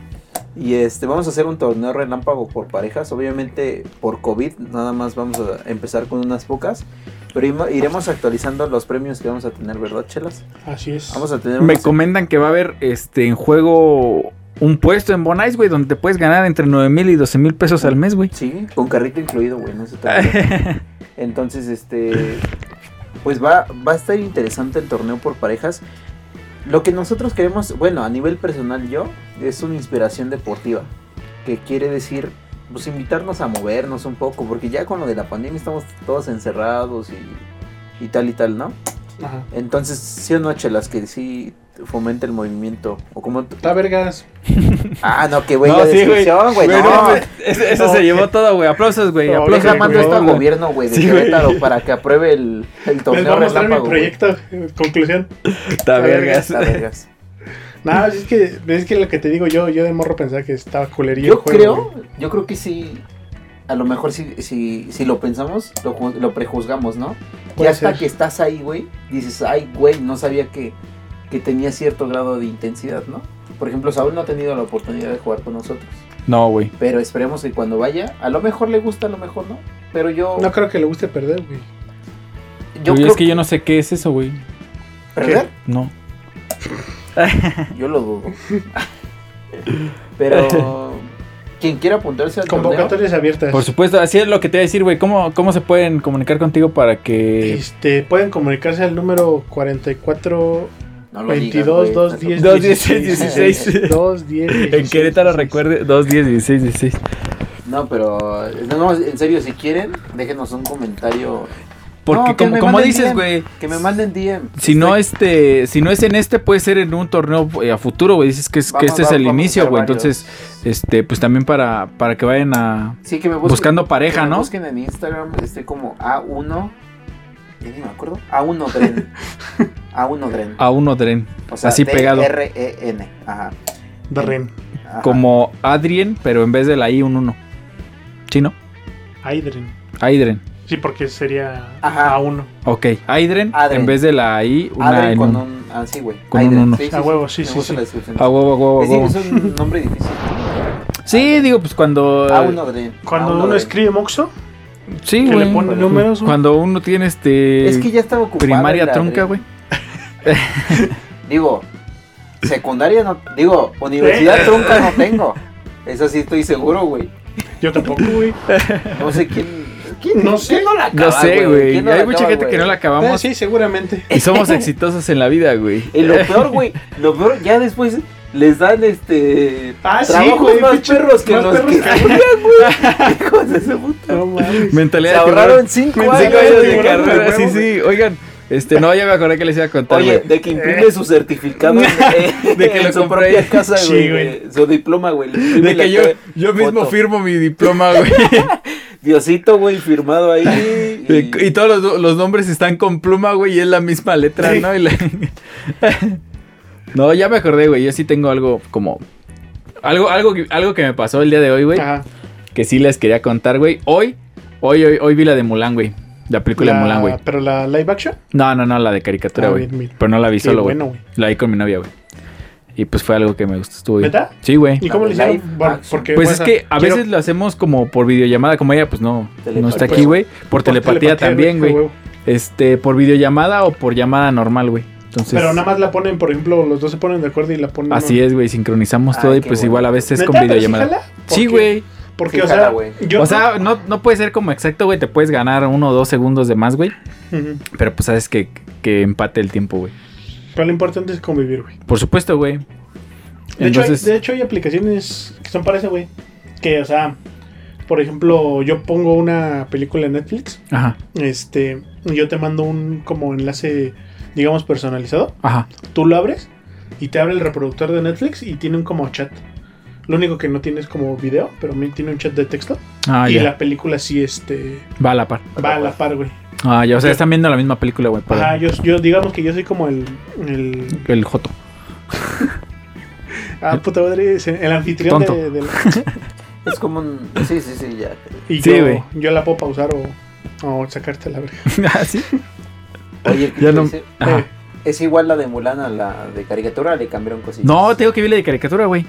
S3: Y este, vamos a hacer un torneo relámpago por parejas. Obviamente, por COVID, nada más vamos a empezar con unas pocas. Pero imo- iremos actualizando los premios que vamos a tener, ¿verdad, Chelas?
S2: Así es.
S3: Vamos a tener
S1: Me
S3: unos-
S1: comentan que va a haber este en juego un puesto en Bonais, güey, donde te puedes ganar entre 9 mil y 12 mil pesos al mes, güey.
S3: Sí, con carrito incluido, güey. No se te olvide. Entonces, este. Pues va, va a estar interesante el torneo por parejas. Lo que nosotros queremos, bueno, a nivel personal yo, es una inspiración deportiva. Que quiere decir, pues invitarnos a movernos un poco. Porque ya con lo de la pandemia estamos todos encerrados y, y tal y tal, ¿no?
S2: Ajá.
S3: Entonces, sí o no, chelas, que sí fomenta el movimiento. O como...
S2: Está vergas.
S3: Ah, no, que güey,
S1: No,
S3: la
S1: sí, güey.
S3: descripción, güey.
S1: Güey,
S3: no.
S1: no, güey, es- eso
S2: No,
S1: se
S2: güey.
S1: llevó todo, güey. Aplausos, güey.
S2: No,
S1: Aplausos.
S3: Deja
S2: déjame,
S3: mando
S1: güey.
S3: esto al
S2: güey.
S3: gobierno, güey, de
S1: Sí, güey.
S3: Querétaro para que apruebe el, el
S2: Les voy
S3: torneo
S2: a mostrar mi
S3: relámpago. güey.
S2: proyecto. eh, Conclusión.
S1: Está vergas.
S3: Está vergas.
S2: No, es que, es que lo que te digo yo, yo de morro pensaba que estaba culería. el
S3: Yo
S2: juego,
S3: creo,
S2: güey.
S3: yo creo que sí. A lo mejor si, si, si lo pensamos, lo, ju- lo prejuzgamos, ¿no? Y
S2: Puede
S3: hasta
S2: ser.
S3: que estás ahí, güey, dices, ay, güey, no sabía que, que tenía cierto grado de intensidad, ¿no? Por ejemplo, Saúl no ha tenido la oportunidad de jugar con nosotros.
S1: No, güey.
S3: Pero esperemos que cuando vaya, a lo mejor le gusta, a lo mejor no. Pero yo,
S2: No creo que le guste perder, güey.
S3: yo
S1: Güey,
S3: creo
S1: es que yo no sé qué es eso, güey.
S3: ¿Perder?
S1: No.
S3: Yo lo dudo. Pero quien quiera apuntarse al torneo,
S2: Convocatorias abiertas.
S1: Por supuesto, así es lo que te iba a decir, güey. ¿Cómo, ¿Cómo se pueden comunicar contigo para que
S2: Este, pueden comunicarse al número 44
S3: No lo
S2: 22, 2, 10,
S1: 2,
S2: 16.
S1: 16.
S2: 2, 10,
S1: En
S2: 16.
S1: Querétaro recuerde 2, 10, 16, 16.
S3: No, pero no, no, en serio, si quieren, déjenos un comentario.
S1: Porque
S3: No, que
S1: como,
S3: me
S1: como
S3: manden
S1: dices,
S3: DM,
S1: güey,
S3: Que me manden DM.
S1: si no este, si no es en este, puede ser en un torneo eh, a futuro, güey. Dices que, es, que
S3: Vamos,
S1: este es
S3: vamos,
S1: el
S3: vamos a
S1: inicio,
S3: hacer
S1: güey.
S3: varios.
S1: Entonces, este, pues también para, para que vayan a.
S3: Sí, que me busquen.
S1: Buscando pareja,
S3: que me
S1: ¿no?
S3: busquen en Instagram, estoy como A1. Ya ni me acuerdo. A1
S1: [LAUGHS]
S3: Dren. A1 Dren.
S1: A uno tren.
S3: O
S1: Ah,
S3: sea,
S1: así pegado.
S3: R-E-N. Ajá.
S2: Darren.
S3: ajá.
S1: Como Adrien, pero en vez de la I, un 1. ¿Chino?
S2: Aidren.
S1: Aidren.
S2: Sí, porque sería
S3: Ajá.
S2: a uno.
S1: Ok. Aidren,
S3: Adren.
S1: en vez de la I, una
S3: Adren
S1: en
S3: con
S1: uno.
S3: un. Ah, sí, güey.
S1: Con un
S3: Adren,
S1: uno.
S2: A huevo, sí,
S3: me
S2: sí,
S3: gusta
S2: sí.
S3: la descripción.
S1: A huevo, a huevo, a
S3: Es,
S1: huevo.
S3: es un
S1: [LAUGHS]
S3: nombre difícil. Ah,
S1: Sí, digo, pues cuando.
S3: A1 Dren.
S2: Cuando
S3: A1
S2: uno
S3: Dren.
S2: escribe Moxo,
S1: Sí,
S2: que
S1: güey.
S2: le pone
S3: Bueno.
S2: números. güey.
S1: Cuando uno tiene este.
S3: Es que ya estaba ocupada.
S1: primaria
S3: la
S1: trunca,
S3: Dren.
S1: güey.
S3: Digo, secundaria no. Digo, universidad
S2: ¿Eh?
S3: trunca no tengo. Eso sí estoy seguro, güey.
S2: Yo tampoco,
S1: [LAUGHS]
S2: güey.
S1: Eh,
S3: No sé quién. ¿Quién
S2: No sé.
S3: quién no la acaba,
S1: No sé, güey.
S3: ¿Quién no la
S1: Hay mucha
S3: acaba,
S1: gente que
S3: güey?
S1: no la
S2: Ah,
S1: acabamos.
S2: sí, seguramente.
S1: Y
S3: [LAUGHS]
S1: somos exitosos en la vida, güey.
S3: Y lo
S1: [LAUGHS]
S3: peor, güey. Lo peor, ya después les dan este.
S2: Ah, sí,
S3: trabajos
S2: güey,
S3: más
S2: pinche-
S3: perros que
S2: más
S3: los
S2: perros
S3: que
S2: que-
S3: estudian, güey. [LAUGHS] Hijos de su
S1: [LAUGHS]
S3: puta.
S2: No mames.
S1: Mentalidad
S3: Se
S1: de tiburón.
S3: ahorraron cinco
S2: Pensé
S1: [LAUGHS] Cinco
S3: años
S1: años
S2: de
S1: de
S2: tiburón,
S1: carrera,
S2: güey,
S1: sí, sí. Oigan, este, no, ya me acordé que les iba a contar,
S3: Oye,
S1: güey.
S3: de que imprime su
S1: [LAUGHS]
S3: certificado en,
S1: de que
S3: en
S1: lo
S3: su
S1: compré.
S3: propia casa,
S2: Sí,
S3: güey.
S2: güey.
S3: de- Su diploma, güey. le imprime
S1: De
S3: la
S1: que yo,
S3: cara.
S1: yo mismo
S3: Foto.
S1: firmo mi diploma,
S3: [LAUGHS]
S1: güey.
S3: Diosito, güey, firmado ahí.
S1: [LAUGHS] De- Y todos los, los nombres están con pluma, güey, y es la misma letra,
S2: Sí.
S1: ¿no? Y la- [LAUGHS] no, ya me acordé, güey. Yo sí tengo algo como. Algo, algo, que- algo que me pasó el día de hoy, güey.
S2: Ajá.
S1: Que sí les quería contar, güey. Hoy, hoy, hoy, hoy vi la de Mulan, güey. La película de Mulan, güey.
S2: La- Pero la live action.
S1: No, no, no, la de caricatura,
S2: Ah,
S1: güey.
S2: bien, bien.
S1: Pero no la vi
S2: Qué
S1: solo, güey.
S2: bueno, güey.
S1: La vi con mi novia, güey. Y pues fue algo que me gustó. Estuvo bien.
S2: ¿Verdad?
S1: Sí, güey.
S2: ¿Y
S3: La
S2: cómo
S3: de
S2: le hicieron?
S3: live
S2: Bueno,
S3: action.
S2: porque,
S1: Pues
S2: bueno,
S1: es
S2: o sea,
S1: que a
S2: quiero-
S1: veces lo hacemos como por videollamada, como ella, pues no, no está
S3: Telepatía.
S1: aquí, güey. Por,
S2: por
S1: telepatía, también,
S2: qué
S1: güey.
S2: huevo.
S1: Este, por videollamada o por llamada normal, güey. Entonces,
S2: Pero nada más la ponen, por ejemplo, los dos se ponen de acuerdo y la ponen.
S1: así es, güey. Sincronizamos
S3: Ay,
S1: todo y
S3: qué
S1: pues
S3: bueno.
S1: igual a veces
S2: ¿Neta?
S1: con
S2: ¿Pero sí
S1: videollamada.
S2: jala? ¿Por
S1: Sí,
S2: qué?
S1: güey.
S2: Porque,
S3: Sí
S2: o
S3: jala,
S2: sea,
S3: güey.
S2: yo.
S1: O sea, no, no puede ser como exacto, güey. Te puedes ganar uno o dos segundos de más, güey.
S2: Ujú.
S1: Pero pues sabes que, que empate el tiempo, güey.
S2: Pero lo importante es convivir, güey.
S1: Por supuesto, güey.
S2: De,
S1: Entonces,
S2: hecho, hay, de hecho, hay aplicaciones que son para eso, güey. Que, o sea, por ejemplo, yo pongo una película en Netflix,
S1: ajá,
S2: este, y yo te mando un como enlace, digamos, personalizado.
S1: ajá.
S2: Tú lo abres y te abre el reproductor de Netflix y tiene un como chat. Lo único que no tiene es como video, pero mi- tiene un chat de texto.
S1: Ah,
S2: y
S1: ya.
S2: la película sí, este,
S1: Va a la par.
S2: va a la par, güey.
S1: Ah, ya. O sea,
S2: Yo-
S1: están viendo la misma película, güey. para-
S2: Ajá, yo, yo digamos que yo soy como el, el
S1: El
S2: [LAUGHS]
S1: Joto.
S2: ah, puta madre, el anfitrión
S1: Tonto.
S2: de, de la-
S3: Es como un. Sí, sí, sí, ya.
S2: Y
S1: Sí, güey.
S2: yo, yo la puedo pausar o, o sacarte la verga.
S1: ah, sí.
S3: Oye, ¿qué
S1: Ya
S3: te
S1: no-
S3: dice?
S1: Ajá.
S2: Eh,
S3: Es igual la de Mulan a la de caricatura, le cambiaron cositas.
S1: No, tengo que vi la de caricatura, güey.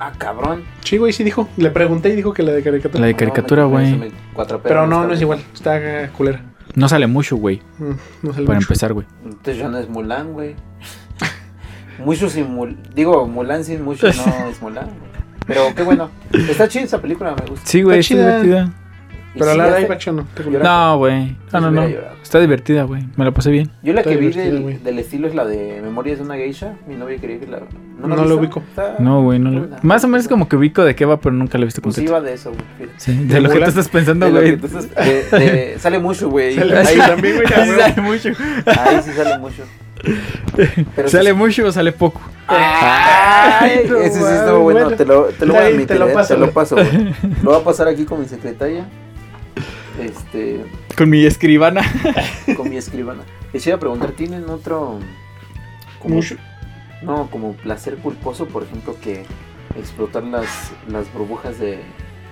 S3: Ah, cabrón.
S2: sí, güey, sí dijo. Le pregunté y dijo que la de caricatura.
S1: La de caricatura,
S3: No, me-
S1: güey.
S3: se me cuatrapearon
S2: Pero no,
S3: esta
S2: no es
S3: vez.
S2: igual. Está eh, culera.
S1: No sale mucho, güey.
S2: Mm, No sale
S1: Para
S2: mucho.
S1: empezar, güey.
S3: Entonces ya no es Mulan, güey. Mucho sin Mulan. Digo, Mulan sin
S1: [LAUGHS]
S3: mucho no es Mulan. güey. Pero qué bueno. Está chida esa película, me gusta.
S1: Sí, güey, está
S2: Está chida.
S1: divertida.
S3: Y
S2: Pero
S3: sí,
S2: la
S3: hace-
S2: live action no. te culera.
S1: No, güey. Ah, No, no,
S3: hubiera
S1: no.
S3: llorado.
S1: Está divertida, güey. Me la pasé bien.
S3: Yo la
S2: Está
S3: que vi
S2: divertida,
S3: del,
S2: güey.
S3: del estilo es la de Memorias de una Geisha. Mi novia quería que la. No,
S2: No
S3: la
S2: lo
S3: viste?
S2: ubico.
S3: Está-
S1: No, güey, no.
S3: Buena.
S1: la- Más o menos como que ubico de qué va, pero nunca la he visto
S3: Pues
S1: completa.
S3: iba de eso, güey. fíjate.
S1: Sí, de lo que tú
S2: Mulan.
S1: estás pensando,
S3: De lo
S1: güey.
S3: que tú estás-
S1: [LAUGHS]
S3: de- de- sale mucho, güey.
S2: Sale
S3: Ahí,
S1: Sí,
S2: mucho. también, güey, ya,
S1: sí
S2: güey.
S1: [LAUGHS] sale mucho.
S3: [LAUGHS] ahí sí sale mucho. Pero
S1: ¿Sale
S3: sí-
S1: mucho o sale poco?
S3: Ay,
S2: [LAUGHS] no
S3: ese sí
S2: mames,
S3: estuvo bueno.
S2: bueno.
S3: Te lo, te lo voy a
S2: Ahí te
S3: admitir. eh,
S2: lo
S3: Te lo,
S2: paso, güey.
S3: paso, güey.
S2: [LAUGHS]
S3: Lo voy a pasar aquí con mi secretaria. Este.
S1: Con mi escribana.
S3: Con mi escribana. Les iba a preguntar, ¿tienen otro. como-
S2: Mucho.
S3: No, como placer culposo, por ejemplo, que explotar las, las burbujas de,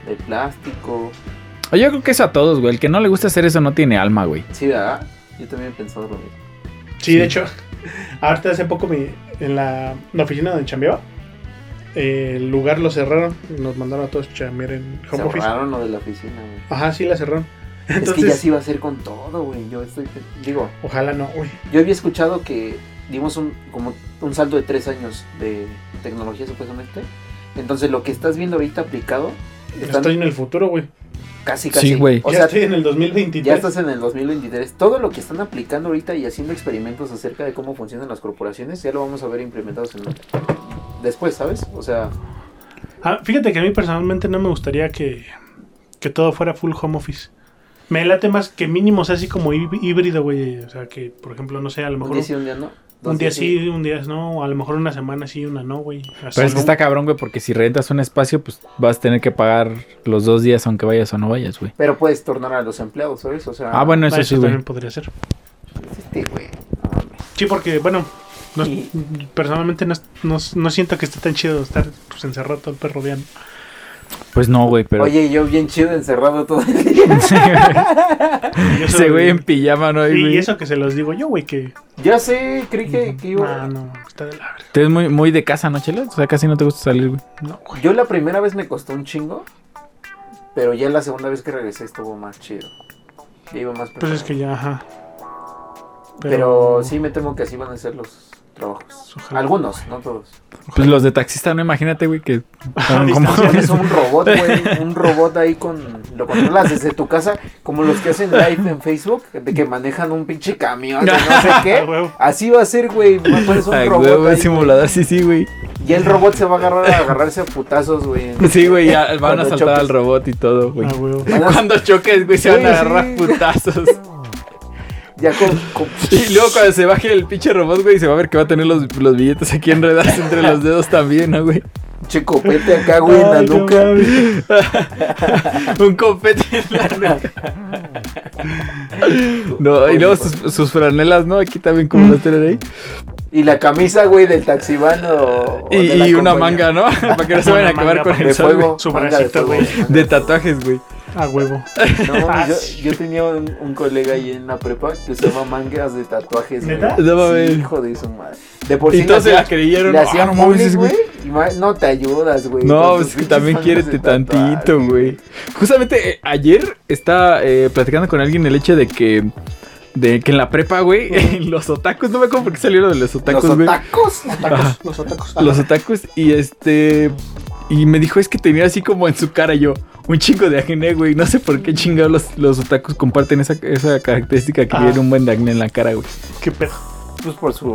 S3: de plástico.
S1: [LAUGHS] Yo creo que eso a todos, güey. El que no le gusta hacer eso no tiene alma, güey.
S3: Sí, ¿verdad? Yo también he pensado lo mismo.
S2: Sí, de hecho, ahorita hace poco mi, en la, la oficina donde chambeaba, eh, el lugar lo cerraron. y Nos mandaron a todos chambear en home office.
S3: Cerraron lo de la oficina, güey.
S2: Ajá, sí, la cerraron.
S3: Es que ya
S2: Entonces,
S3: se iba a hacer con todo, güey. Yo estoy. pe- Digo,
S2: ojalá no, güey.
S3: yo había escuchado que dimos un, como un salto de tres años de tecnología, supuestamente. Entonces, lo que estás viendo ahorita aplicado. están-
S2: Estoy en el futuro, güey.
S3: Casi, casi.
S1: Sí, güey.
S3: O
S2: ya
S3: sea,
S2: estoy en el 2023.
S3: ya estás en el 2023. Todo lo que están aplicando ahorita y haciendo experimentos acerca de cómo funcionan las corporaciones, ya lo vamos a ver implementados en después, ¿sabes? O sea,
S2: Ah, fíjate que a mí personalmente no me gustaría que, que todo fuera full home office. Me late más que mínimo sea así como hí- híbrido, güey. O sea, que por ejemplo, no sé, a lo
S3: un
S2: mejor
S3: día
S2: un,
S3: sí, un día no.
S2: un día sí, un día no. o A lo mejor una semana sí, una no, güey. O sea,
S1: Pero es que
S2: Pues no-
S1: está cabrón, güey, porque si rentas un espacio, pues vas a tener que pagar los dos días aunque vayas o no vayas, güey.
S3: Pero puedes tornar a los empleados, ¿sabes? O sea,
S1: Ah, bueno, eso
S2: Ah,
S1: sí,
S2: también
S1: güey.
S2: podría ser.
S3: este, güey, no mames.
S2: Sí, porque, bueno, no-
S3: Y-
S2: personalmente no, no, no siento que esté tan chido estar pues, encerrado todo el perro bien.
S1: Pues no, güey, pero... [LAUGHS]
S3: Oye, yo bien chido encerrado todo el día. [LAUGHS]
S1: Sí, güey.
S2: Y
S1: [LAUGHS]
S2: eso-
S1: Ese güey en pijama, ¿no?
S2: Sí,
S1: Ay,
S2: y
S1: güey.
S2: eso que se los digo yo, güey, que...
S3: ya sé, creí que, que iba.
S2: Ah, no, está de la verga.
S1: Tú eres muy, muy de casa, ¿no, Chela? O sea, casi no te gusta salir, güey.
S2: No, güey.
S3: Yo la primera vez me costó un chingo, pero ya la segunda vez que regresé estuvo más chido. Ya iba más
S2: Pues es que
S3: preparado.
S2: ya, ajá.
S3: pero... sí me temo que así van a ser los trabajos.
S2: Ojalá.
S3: [LAUGHS] Algunos, no todos.
S1: Pues los de taxista, no imagínate, güey, que...
S2: A
S1: como-
S2: distancia.
S3: Pones
S2: [LAUGHS]
S3: un robot, güey, un robot ahí con lo controlas desde tu casa, como los que hacen live en Facebook, de que manejan un pinche camión, de
S2: [LAUGHS]
S3: no sé
S2: Ah,
S3: qué.
S2: huevo.
S3: Así va a ser, güey. Pones un
S1: Ay,
S3: robot
S1: güey,
S3: ahí,
S1: güey, simulador, sí, sí, güey.
S3: güey, Y el robot se va a agarrar a agarrarse a putazos, güey.
S1: Sí, güey, ya
S3: [LAUGHS]
S1: van
S3: Cuando
S1: a saltar
S3: choques.
S1: al robot y todo, güey. [LAUGHS]
S2: Ah, huevo.
S3: Van a-
S1: Cuando choques, güey, se van a
S3: Sí,
S1: agarrar
S3: sí. [LAUGHS]
S1: putazos.
S3: Ya con, con-
S1: Y luego cuando se baje el pinche robot, güey, se va a ver que va a tener los, los billetes aquí enredados entre los dedos también, ¿no, güey?
S3: Che copete acá, güey, en la
S2: Ay, no
S3: nuca.
S2: mames.
S1: Un copete en
S3: [LAUGHS]
S1: la nuca. No, y luego sus, sus franelas, ¿no? Aquí también como las tienen ahí.
S3: Y la camisa, güey, del taxibano.
S1: Y, y una manga, ¿no?
S3: [LAUGHS]
S1: Para que no se vayan a
S2: Una
S1: acabar
S2: manga
S1: con
S2: para
S1: el
S3: De
S1: sol,
S3: fuego.
S2: Su
S3: manga
S2: bracito,
S3: fuego,
S2: güey.
S1: güey.
S3: manga
S1: De tatuajes, güey.
S2: Ah, huevo. [LAUGHS]
S3: No,
S2: Ah,
S3: mames,
S2: sí.
S3: yo, yo tenía un, un colega ahí en la prepa que usaba mangas de tatuajes. güey.
S2: ¿Neta?
S1: No mames.
S3: Sí, hijo de su madre. De por sí.
S1: Y todos se
S3: le
S1: la
S3: hacía-
S1: creyeron.
S3: Le
S1: Ah,
S3: hacían
S1: no
S3: bullying,
S1: mames,
S3: güey. y ma- No te ayudas, güey.
S1: No,
S3: con
S1: es
S3: tus
S1: que
S3: pinches
S1: también
S3: mangas
S1: quiérete
S3: de tatuaje,
S1: tantito, güey. Justamente eh, ayer estaba eh, platicando con alguien el hecho de que. De que en la prepa, güey, [LAUGHS] los otakus, no me acuerdo por qué salieron de los
S3: Los
S1: otakus, güey.
S3: otacos.
S1: Ajá.
S2: Los otacos.
S1: Los otakus, y este. Y me dijo, es que tenía así como en su cara yo, un chingo de acné, güey. No sé por qué chingados los, los otakus comparten esa, esa característica que
S2: Ah.
S1: tienen un buen de acné en la cara, güey.
S2: Qué pedo.
S3: Pues por su.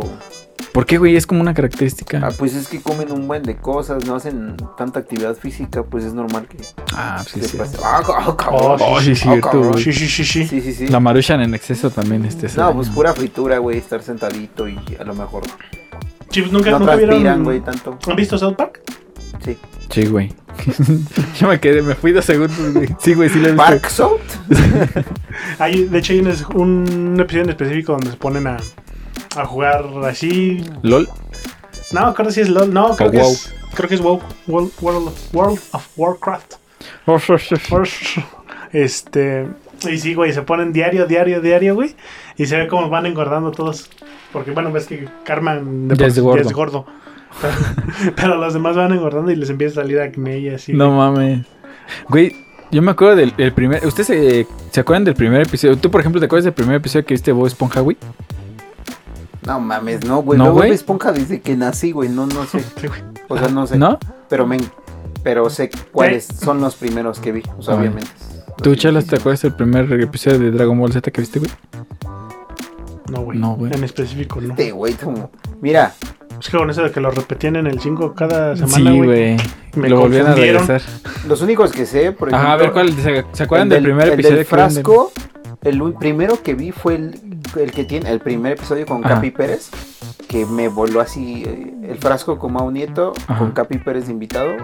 S1: ¿Por qué, güey? Es como una característica.
S3: Ah, pues es que comen un buen de cosas, no hacen tanta actividad física, pues es normal que.
S1: Ah, sí,
S3: que
S1: sí.
S3: pase. Ah, ca- ah,
S2: Oh,
S3: cabrón.
S1: sí, sí, cierto,
S3: cabrón.
S1: güey.
S2: Sí, sí, sí, sí.
S3: Sí, sí, sí.
S1: La maruchan en exceso también, este. es
S3: No,
S1: daño.
S3: pues pura fritura, güey, estar sentadito y a lo mejor
S2: Chips, nunca,
S3: no
S2: nunca
S3: transpiran,
S2: vieron.
S3: güey, tanto.
S2: ¿Han visto South Park?
S3: Sí.
S1: Sí, güey. [LAUGHS] Yo me quedé, me fui dos segundos, güey. Sí, güey, sí le he visto.
S3: Park Salt.
S2: Hay, de hecho, hay un, es- un episodio en específico donde se ponen a, a jugar así.
S1: LOL.
S2: No, creo que sí es LOL. No, creo
S1: O
S2: que
S1: WoW.
S2: es. Creo que es WoW. World, World of- World of Warcraft. [LAUGHS] Este. Y sí, güey, se ponen diario, diario, diario, güey. Y se ve cómo van engordando todos. Porque, bueno, ves que Carmen de
S1: Ya es
S2: por-
S1: gordo.
S2: gordo. Pero, [LAUGHS] pero los demás van engordando y les empieza a salir acné y así.
S1: [LAUGHS] No mames. Güey, yo me acuerdo del, del primer. ¿Ustedes se, se acuerdan del primer episodio? ¿Tú, por ejemplo, te acuerdas del primer episodio que viste Bob Esponja, güey?
S3: No mames, no, güey.
S1: No,
S3: No,
S1: güey.
S3: güey. Esponja desde que nací, güey. No, no sé.
S2: Sí, güey.
S3: O sea, no sé.
S1: ¿No?
S3: Pero men, pero sé cuáles son los primeros que vi, o sea,
S1: Ah.
S3: obviamente.
S1: ¿Tú, Chalas, te acuerdas del primer episodio de Dragon Ball Z que viste, güey?
S2: No, güey.
S1: No, güey.
S2: En específico, no.
S3: Este, güey, como- Mira,
S2: Es que con eso de que lo repetían en el 5 cada semana,
S1: Sí,
S2: güey.
S1: güey.
S2: Me
S1: Lo volvieron a
S2: confundieron.
S1: regresar.
S3: los únicos que sé, por ejemplo.
S1: Ajá, a ver, ¿cuál? ¿Se, se acuerdan
S3: el
S1: del, primer
S3: el
S1: episodio
S3: del
S1: que vieron de-
S3: frasco? El u- primero que vi fue el, el que tiene, el primer episodio con
S1: Ajá.
S3: Capi Pérez, que me voló así, eh, el frasco con Mau Nieto,
S1: Ajá.
S3: con Capi Pérez de invitado.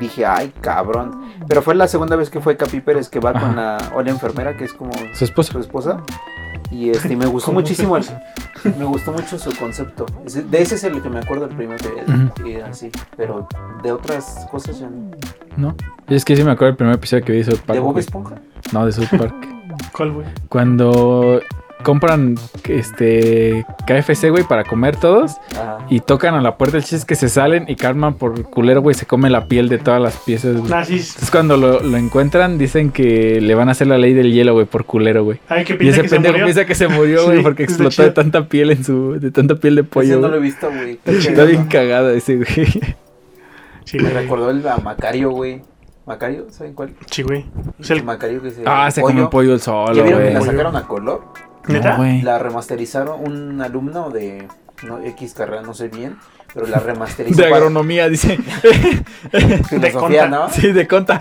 S3: Dije, ay, cabrón. Pero fue la segunda vez que fue Capi Pérez que va con la, o la enfermera, que es como
S1: Su
S3: su
S1: esposo.
S3: esposa. Y este, me gustó
S2: ¿Cómo
S3: muchísimo,
S2: se
S3: el- me gustó mucho su concepto. Ese- de ese es el que me acuerdo el primero, que-
S1: Ujú.
S3: y así. Pero de otras cosas ya no.
S1: ¿No? Y es que sí me acuerdo del primer episodio que vi de South Park.
S3: ¿De Bob
S1: güey.
S3: Esponja?
S1: No, de South
S3: [LAUGHS]
S1: Park.
S2: ¿Cuál, güey?
S1: Cuando compran este KFC, güey, para comer todos
S3: Ajá.
S1: y tocan a la puerta, el chiste es que se salen y Carmen por culero, güey, se come la piel de todas las piezas, güey.
S2: Nah, sí, sí.
S1: Entonces cuando lo, lo encuentran dicen que le van a hacer la ley del hielo, güey, por culero, güey.
S2: Ay, que
S1: Y
S2: piensa
S1: ese
S2: que se
S1: pendejo
S2: murió.
S1: piensa que se murió, güey,
S2: Sí,
S1: porque
S2: está
S1: explotó
S2: chido.
S1: de tanta piel en su, de tanta piel Pues de pollo.
S3: Ese no lo he
S1: güey.
S3: visto, güey. [LAUGHS]
S1: Está bien cagada ese, güey.
S2: Sí,
S3: Me
S2: güey.
S3: recordó el a Macario, güey. Macario, ¿saben cuál?
S2: Sí, güey. Es el-
S3: Macario que se.
S1: Ah, se come un pollo el
S3: ¿Ya
S1: solo,
S3: vieron que
S1: güey.
S3: la
S2: Pollo.
S3: sacaron a color?
S2: ¿Neta?
S1: No, güey.
S3: La remasterizaron un alumno de no, X carrera, no sé bien, pero la
S1: [LAUGHS]
S3: remasterizó.
S1: De
S3: para-
S1: agronomía, dice. [LAUGHS]
S3: filosofía,
S2: conta.
S3: ¿no?
S1: Sí, de conta.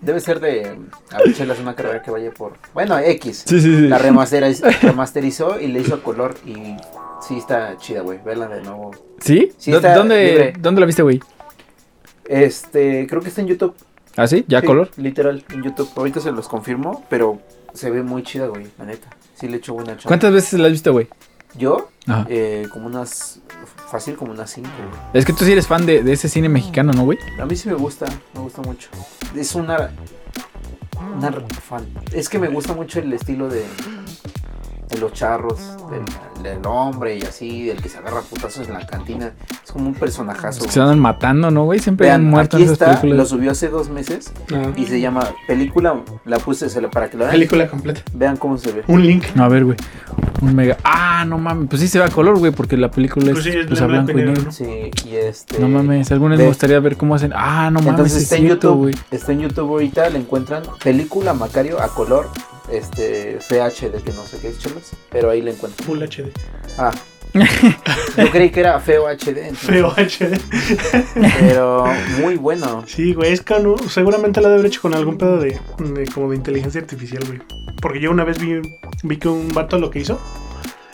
S3: Debe ser de Abuchelas, una carrera que vaya por. Bueno, X.
S1: Sí, sí, sí.
S3: La remasteriz- remasterizó y le hizo a color. Y sí, está chida, güey. Vela de nuevo.
S1: ¿Sí?
S3: Sí,
S1: ¿Dó-
S3: está
S1: ¿Dónde,
S3: libre.
S1: ¿Dónde la viste, güey?
S3: Este, creo que está en YouTube.
S1: ¿Ah, sí? ¿Ya
S3: Sí,
S1: color?
S3: Literal, en YouTube. Ahorita se los confirmo, pero se ve muy chida, güey, la neta. Sí le echo una chance.
S1: ¿Cuántas veces la has visto, güey?
S3: Yo,
S1: Ajá.
S3: eh, como unas. Fácil, como unas cinco, güey.
S1: Es que tú sí eres fan de, de ese cine mexicano, ¿no, güey?
S3: A mí sí me gusta, me gusta mucho. Es una. Una r- fan. Es que me gusta mucho el estilo de. De los charros, del, del hombre y así, del que se agarra a putazos en la cantina. Es como un personajazo.
S1: Los que
S3: güey.
S1: se andan matando, ¿no, güey? Siempre han
S3: Vean,
S1: muerto
S3: aquí
S1: en esas
S3: está, lo
S1: películas.
S3: subió hace dos meses
S2: Ah,
S3: y se llama película. La puse se la- para que lo vean.
S2: Película completa.
S3: Vean cómo se ve.
S2: Un link.
S1: A ver, güey. Un mega. Ah, no mames. Pues sí se ve a color, güey, porque la película
S2: Pues
S1: es,
S2: sí, es
S1: pues,
S2: en
S1: a
S2: blanco
S1: blanco
S2: y
S1: y
S2: negro,
S1: negro.
S3: Sí, y este.
S1: No mames. Alguna vez
S3: Ve.
S1: me gustaría ver cómo hacen. Ah, no mames.
S3: Entonces
S1: sí
S3: está
S1: es
S3: en
S1: cierto,
S3: YouTube,
S1: güey.
S3: está en YouTube ahorita, le encuentran película Macario a color, este, FHD, que no sé qué es, cholos, pero ahí le encuentran.
S2: Full HD.
S1: [LAUGHS]
S3: Ah. Yo creí que era feo HD, entonces,
S2: Feo HD.
S3: pero muy bueno.
S2: Sí, güey, es que no- seguramente la debe haber hecho con algún pedo de, de- como de inteligencia artificial, güey. Porque yo una vez vi, vi que un vato lo que hizo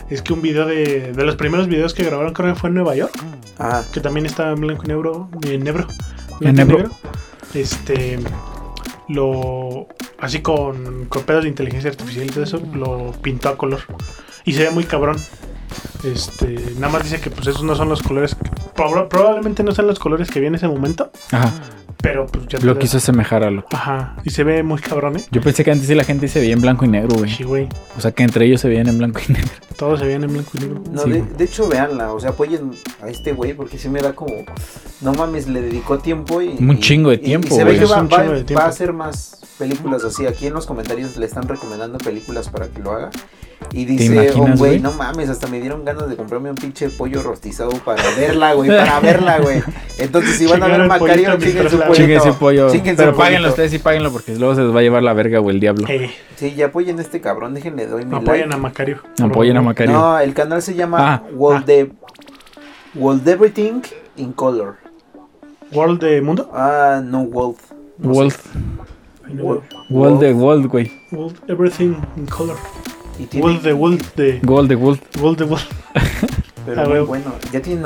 S2: es que un video de, de los primeros videos que grabaron, creo que fue en Nueva York,
S3: Ajá.
S2: que también está en blanco y negro, en negro.
S1: En
S2: blanco y
S1: negro.
S2: Este, lo, así con, con pedos de inteligencia artificial y todo eso, lo pintó a color. Y se ve muy cabrón. Este, nada más dice que pues esos no son los colores, que- proba- probablemente no sean los colores que vi en ese momento,
S1: Ajá.
S2: pero pues ya te
S1: Lo
S2: das-
S1: quiso asemejar a lo.
S2: Ajá, y se ve muy cabrón, ¿eh?
S1: Yo pensé que antes sí la gente se veía en blanco y negro, güey.
S2: Sí, güey.
S1: O sea, que entre ellos se veían en blanco y negro.
S2: Todos se veían en blanco y negro.
S3: No,
S1: Sí,
S3: de,
S1: güey.
S3: de hecho, veanla, o sea, apoyen a este güey porque sí me da como, no mames, le dedicó tiempo y...
S1: Un
S3: y-
S1: chingo de
S3: y-
S1: tiempo,
S3: Y, se ve
S1: güey.
S3: que
S2: Es
S3: va,
S2: un
S3: va-
S2: chingo de tiempo.
S3: va a hacer más películas así. Aquí en los comentarios le están recomendando películas para que lo haga. Y dice,
S1: imaginas,
S3: oh, güey,
S1: güey?
S3: no mames, hasta me dieron ganas de comprarme un pinche pollo rostizado para verla,
S1: [LAUGHS]
S3: güey, para verla, güey. Entonces, si van a
S2: Chingar
S3: ver
S2: el
S3: Macario,
S2: pollito
S3: chinguen su
S2: mientras la-
S3: pollito.
S1: Chinguen ese pollo.
S3: Chinguen su
S1: Pero
S3: pollito.
S1: páguenlo ustedes y páguenlo porque luego se les va a llevar la verga o el diablo.
S2: Eh,
S3: Sí, ya apoyen a este cabrón, déjenle doy mi like.
S2: apoyan a Macario.
S1: No Apoyen a Macario.
S3: No, el canal se llama
S1: Ah,
S3: World, de- World Everything in Color.
S2: ¿World de Mundo?
S3: Ah, no, World. no sé.
S1: Wolf.
S2: Ay, no,
S3: World.
S1: Wolf de Wolf, güey.
S2: World Everything in Color.
S3: Y tiene-
S2: World de World de...
S1: Gold de Wolf.
S2: World de World.
S3: pero
S2: Ah,
S3: muy
S2: huevo.
S3: bueno, ya tiene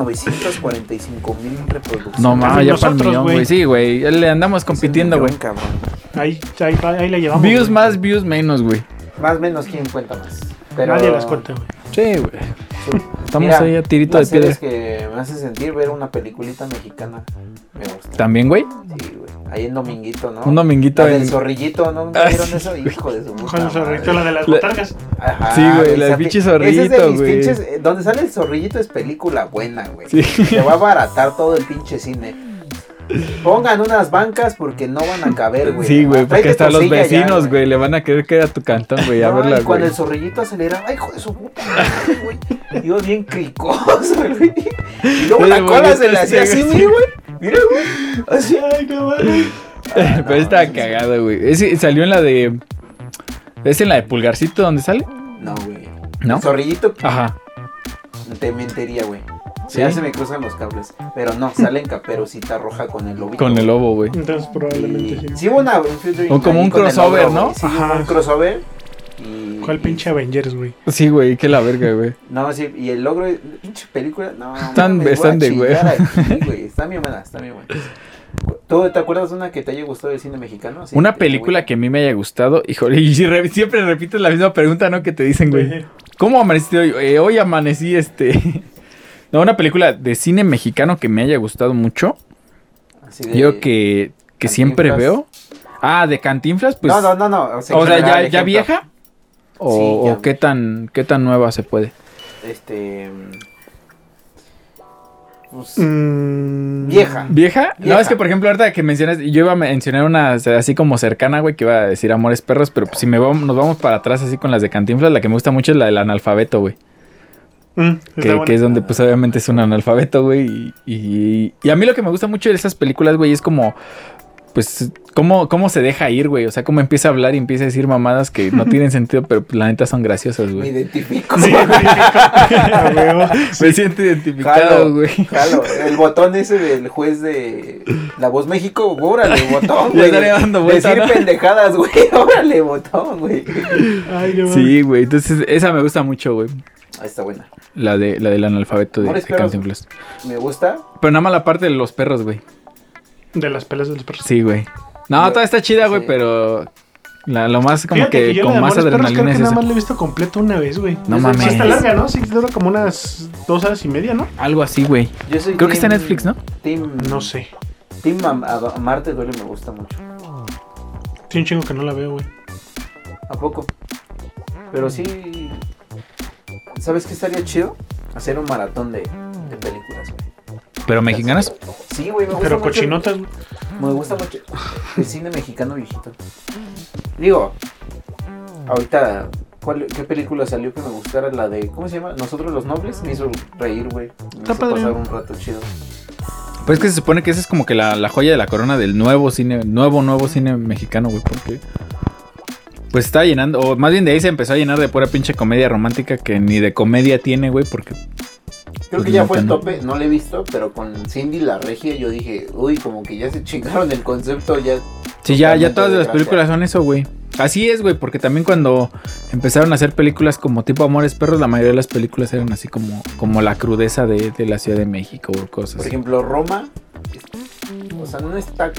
S3: 945 mil reproducciones.
S1: No
S2: más,
S1: mames, ya para el
S2: nosotros,
S1: millón,
S2: güey.
S1: güey. Sí, güey. ya Le andamos
S3: Es un
S1: compitiendo,
S3: millón,
S1: güey.
S3: cabrón.
S2: Ahí, ahí, va- ahí la llevamos.
S1: Views
S2: güey.
S1: más, views menos, güey.
S3: Más o menos quién cuenta más. Pero
S2: Nadie las cuenta, güey.
S1: Sí, güey.
S3: Sí.
S1: Estamos
S3: Mira,
S1: ahí a tirito
S3: la
S1: de
S3: serie
S1: piedra.
S3: es que me hace sentir ver una peliculita mexicana. Me gusta.
S1: También, güey.
S3: Sí, güey. Ahí en Dominguito, ¿no?
S1: Un dominguito
S3: La del
S1: en-
S3: zorrillito, ¿no?
S1: [LAUGHS] Ah,
S3: ¿Vieron
S1: sí,
S3: eso? Hijo de su puta
S2: Con el zorrito,
S3: madre.
S2: la de las
S1: La-
S2: botargas.
S3: Ajá,
S1: Sí, güey,
S3: esa
S1: las
S3: pi-
S1: pinches
S3: esa es de
S1: zorrillito,
S3: mis
S1: güey.
S3: pinches- eh, Donde sale el zorrillito es película buena, güey.
S1: Sí.
S3: Se va a abaratar todo el pinche cine. Pongan unas bancas porque no van a caber, güey.
S1: Sí, güey,
S3: Tráete
S1: porque hasta
S3: tu
S1: los
S3: silla ya,
S1: vecinos, güey, le van a querer quedar a tu cantón, güey, a
S3: No,
S1: verla,
S3: y cuando
S1: güey.
S3: el zorrillito acelera, ¡ay, hijo de su puta madre, güey! Iba bien cricoso, [LAUGHS] güey. Y luego
S1: Oye,
S3: la
S1: güey,
S3: cola
S1: este
S3: se le hacía
S1: sí,
S3: así,
S1: güey.
S3: mira, güey. Mira, güey. Así.
S2: Ay, no mames.
S1: [LAUGHS] Pero está cagado, güey. Ese salió en la de. ¿Es en la de Pulgarcito donde sale?
S3: No, güey.
S1: ¿No?
S3: El zorrillito
S1: Ajá.
S3: te mentiría, güey.
S1: Sí.
S3: Ya se me cruzan los cables. Pero no, sale en caperucita roja con el lobito.
S1: Con el lobo, güey.
S2: Entonces probablemente
S3: Y-
S2: sí.
S3: Sí, hubo una, un featuring
S1: O como
S3: ahí
S1: un
S3: con el
S1: crossover,
S3: ogro,
S1: ¿no?
S3: güey. Sí, hubo
S2: Ajá.
S3: un crossover. Y,
S2: ¿Cuál pinche Avengers, güey?
S1: Sí, güey, que la verga,
S3: [LAUGHS]
S1: güey.
S3: No, sí, y el logro, pinche película, no.
S1: Están-
S3: mames, voy a
S1: están de
S3: chingar
S1: hueva. [LAUGHS]
S3: aquí, güey. Está bien buena, está bien buena. ¿Tú te acuerdas de una que te haya gustado del cine mexicano? Así
S1: Una
S3: que-
S1: película que a mí me haya gustado, híjole, y si re- siempre repites la misma pregunta, ¿no? Que te dicen, güey. ¿Cómo amaneciste hoy? Eh, hoy amanecí este. [LAUGHS] No, una película de cine mexicano que me haya gustado mucho.
S3: así de-
S1: Yo que, que siempre
S3: Cantinflas.
S1: veo. Ah, de Cantinflas, pues.
S3: no, no, no, no. O sea,
S1: o sea,
S3: en
S1: ¿ya,
S3: general,
S1: ya
S3: ejemplo,
S1: vieja? ¿O,
S3: Sí, ya,
S1: o qué,
S3: güey.
S1: tan, qué tan nueva se puede?
S3: Este. mm, pues,
S2: Mm.
S3: Vieja.
S1: ¿Vieja? No,
S3: Vieja.
S1: es que por ejemplo, ahorita que mencionas, yo iba a mencionar una así como cercana, güey, que iba a decir Amores Perros, pero pues, si me vamos, nos vamos para atrás así con las de Cantinflas, la que me gusta mucho es la del analfabeto, güey.
S2: Mm, está
S1: Que,
S2: buena. [LAUGHS]
S1: que es donde pues obviamente es un analfabeto, güey. Y, y- y a mí lo que me gusta mucho de esas películas, güey, es como... pues, ¿cómo, cómo se deja ir, güey? O sea, cómo empieza a hablar y empieza a decir mamadas que
S2: [LAUGHS]
S1: no tienen sentido, pero pues, la neta son graciosas,
S3: Me
S1: güey.
S3: identifico.
S2: Sí, [LAUGHS] a huevo.
S1: Me siento identificado,
S2: [LAUGHS]
S3: Jalo,
S1: güey. [LAUGHS]
S3: jalo. El botón ese del juez de La Voz México,
S1: [LAUGHS]
S3: órale,
S1: Ya
S3: botón, güey.
S1: estaría dando vuelta,
S3: Decir
S1: ¿no?
S3: pendejadas, güey, [LAUGHS] órale, botón, güey.
S2: Ay, no mames.
S1: Sí, güey. Entonces, esa me gusta mucho, güey.
S3: Ahí está buena.
S1: La, de, la del analfabeto de,
S3: Ahora
S1: de
S3: espera.
S1: Cantinflas.
S3: Me gusta.
S1: Pero nada más la parte de los perros, güey.
S2: De las pelas de los perros.
S1: Sí, güey. No,
S3: Güey,
S1: toda está chida, güey,
S3: sí.
S1: pero la- lo más como
S2: Fíjate
S1: que,
S2: yo la
S1: con
S2: de
S1: más
S2: Amores Perros
S1: adrenalina
S2: creo
S1: es
S2: que nada
S1: esa.
S2: más la he visto completa una vez, güey.
S1: No
S3: Yo soy-
S1: mames.
S2: Sí está larga, ¿no? Sí dura como unas dos horas y media, ¿no?
S1: Algo así, güey.
S3: Yo soy
S1: Creo que está en
S3: team-
S1: Netflix, ¿no?
S3: Team,
S2: No sé.
S3: Team Am- Ad- Amarte duele me gusta mucho.
S2: Tiene un chingo que no la veo, güey.
S3: ¿A poco? Pero sí. ¿Sabes qué estaría chido? Hacer un maratón de, de películas, güey.
S1: Pero mexicanas.
S3: Sí, güey, me gusta
S2: Pero
S3: mucho-
S2: cochinotas, güey.
S3: Me gusta mucho el cine mexicano viejito. Digo, ahorita, ¿cuál- ¿qué película salió que me gustara? La de, ¿cómo se llama? Nosotros los Nobles. Me hizo reír, güey. Me
S2: Está
S3: hizo
S2: padre.
S3: pasar un rato chido.
S1: Pues es que se supone que esa es como que la, la joya de la corona del nuevo cine, nuevo, nuevo cine mexicano, güey, porque pues está llenando, o más bien de ahí se empezó a llenar de pura pinche comedia romántica que ni de comedia tiene, güey, porque
S3: Creo que
S1: Pues
S3: ya
S1: no
S3: fue el
S1: tan-
S3: tope, no lo he visto, pero con Cindy la regia yo dije, uy, como que ya se chingaron el concepto, ya.
S1: sí, ya, ya
S3: Totalmente
S1: todas las
S3: desgraciado.
S1: películas son eso, güey. Así es, güey, porque también cuando empezaron a hacer películas como tipo Amores Perros, la mayoría de las películas eran así como, como la crudeza de, de la Ciudad de México o cosas.
S3: Por
S1: así.
S3: ejemplo, Roma, o sea, no está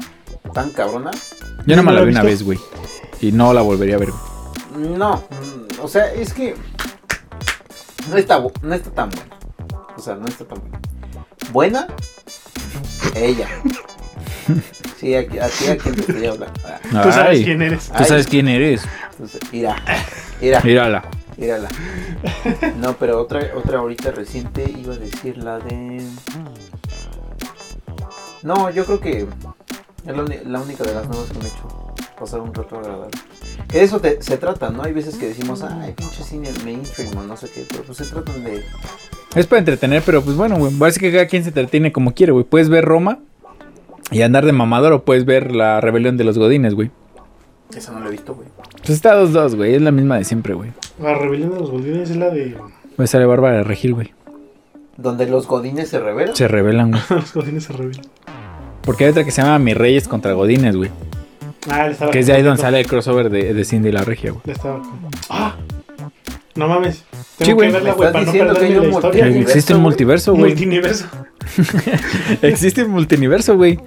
S3: tan cabrona.
S1: Yo
S2: ¿No
S1: no me
S2: la
S1: la vi
S2: he
S1: una vez,
S2: visto?
S1: güey, y no la volvería a ver. güey.
S3: No, mm, o sea, es que no está, bu- no está tan buena. O sea, no está tan buena. Buena, ella. Sí, aquí, a ti a quien te estoy hablando. Ah,
S2: Tú sabes
S1: Ay,
S2: quién eres.
S1: tú sabes quién eres.
S3: entonces, mira, mira.
S1: Mírala.
S3: Mírala. No, pero otra, otra ahorita reciente iba a decir la de. hmm. No, yo creo que es la, uni- la única de las nuevas que me he hecho pasar un rato agradable. Que de eso te- se trata, ¿no? Hay veces que decimos, ay, pinche cine mainstream o no sé qué, pero pues se tratan de.
S1: Es para entretener, pero pues bueno, güey. Parece que cada quien se entretiene como quiere, güey. Puedes ver Roma y andar de mamador o puedes ver la rebelión de los godines, güey.
S3: Esa no la he visto, güey.
S1: Pues está dos, dos, güey. Es la misma de siempre, güey.
S2: La rebelión de los godines es la de [LAUGHS]
S1: Pues sale Bárbara de Regil, güey.
S3: Donde los godines se revelan.
S1: Se rebelan, güey.
S2: los godines se rebelan.
S1: Porque hay otra que se llama Mis Reyes contra Godines, güey.
S2: Ah, le estaba
S1: Que es de ahí donde
S2: contando.
S1: sale el crossover de, de Cindy y la Regia, güey.
S2: Le estaba contando. ¡Ah! No mames.
S1: Sí,
S2: Tengo
S1: güey.
S2: que verla, güey,
S3: ¿Estás
S2: para no
S3: diciendo que
S2: perderme
S3: hay
S2: la
S3: un
S2: historia.
S3: multiverso?
S2: güey.
S1: Existe un
S3: güey.
S1: multiverso, güey.
S2: Multiverso.
S1: Existe un multiverso, güey.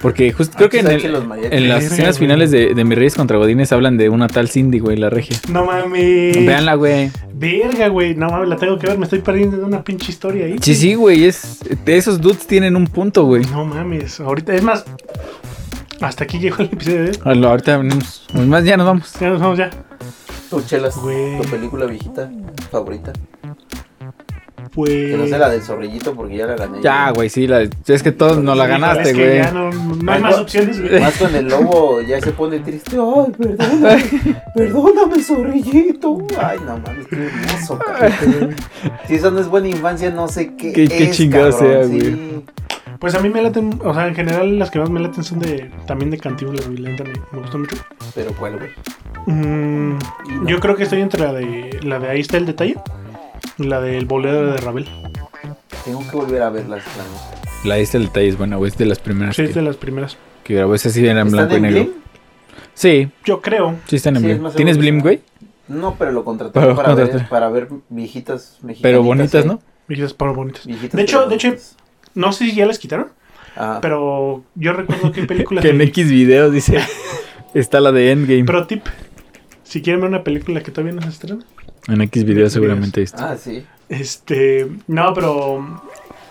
S1: Porque justo creo que en,
S3: Aquí
S1: el-
S3: saque los mariachis.
S1: en las
S2: Verga,
S1: escenas
S2: güey.
S1: finales de, de Mis Reyes contra Godines hablan de una tal Cindy, güey, la Regia.
S2: No mames.
S1: Veanla, güey.
S2: Verga, güey. No mames, la tengo que ver. Me estoy perdiendo de una pinche historia ahí.
S1: Sí, sí, güey. Es, esos dudes tienen un punto, güey.
S2: No mames. Ahorita, es más, hasta aquí llegó el episodio de hoy.
S1: Hola, ahorita venimos. Pues más ya nos vamos.
S2: Ya nos vamos ya.
S3: Tu chelas,
S2: Güey.
S3: tu película viejita favorita. Que no
S2: Pues.
S3: sea la del zorrillito porque ya la gané.
S1: Ya, güey, sí, la, es que todos no la
S2: Híjole,
S1: ganaste,
S2: es que
S1: güey.
S2: ya no, no hay más
S1: [LAUGHS]
S2: opciones, güey.
S3: Más con el lobo ya se pone triste. Ay,
S1: [LAUGHS]
S3: perdóname, perdóname, zorrillito. Ay, no mames, qué hermoso, cabrón. Si eso no es buena infancia, no sé qué.
S1: Qué- qué
S3: es,
S1: chingado
S3: cabrón,
S1: sea, güey.
S3: sí.
S2: Pues a mí me laten, o sea, en general las que más me laten son de también de Cantinflas, güey, la neta me, me gustó mucho.
S3: Pero cuál, güey.
S2: Mm,
S3: Y no.
S2: Yo creo que estoy entre la de la de ahí está el detalle, y la del bolero de Rabel.
S3: Tengo que volver a ver las planas.
S1: La diste el detalle, es buena, güey, es de las primeras
S2: Sí,
S1: que,
S2: es de las primeras.
S1: que grabó. Esa sí era en blanco y negro. Sí,
S2: Yo creo.
S1: sí están en
S3: Sí, es
S1: Blim.
S3: más
S1: ¿Tienes
S3: seguro.
S1: Blim, güey?
S3: No, pero lo contraté
S1: Pero
S3: para, ver,
S1: contraté.
S3: para ver viejitas ¿eh? mexicanas.
S1: Pero bonitas, ¿no?
S2: Viejitas para bonitas. De hecho, de hecho, no sé si ya las quitaron,
S3: Ah,
S2: pero yo recuerdo
S1: [LAUGHS]
S2: que hay películas.
S1: Ah. Que en
S2: de-
S1: X videos dice. [LAUGHS] Está la de Endgame.
S2: Pro tip. Si quieren ver una película que todavía no se estrena.
S1: en X videos seguramente está.
S3: Ah, sí.
S2: Este. No, pero.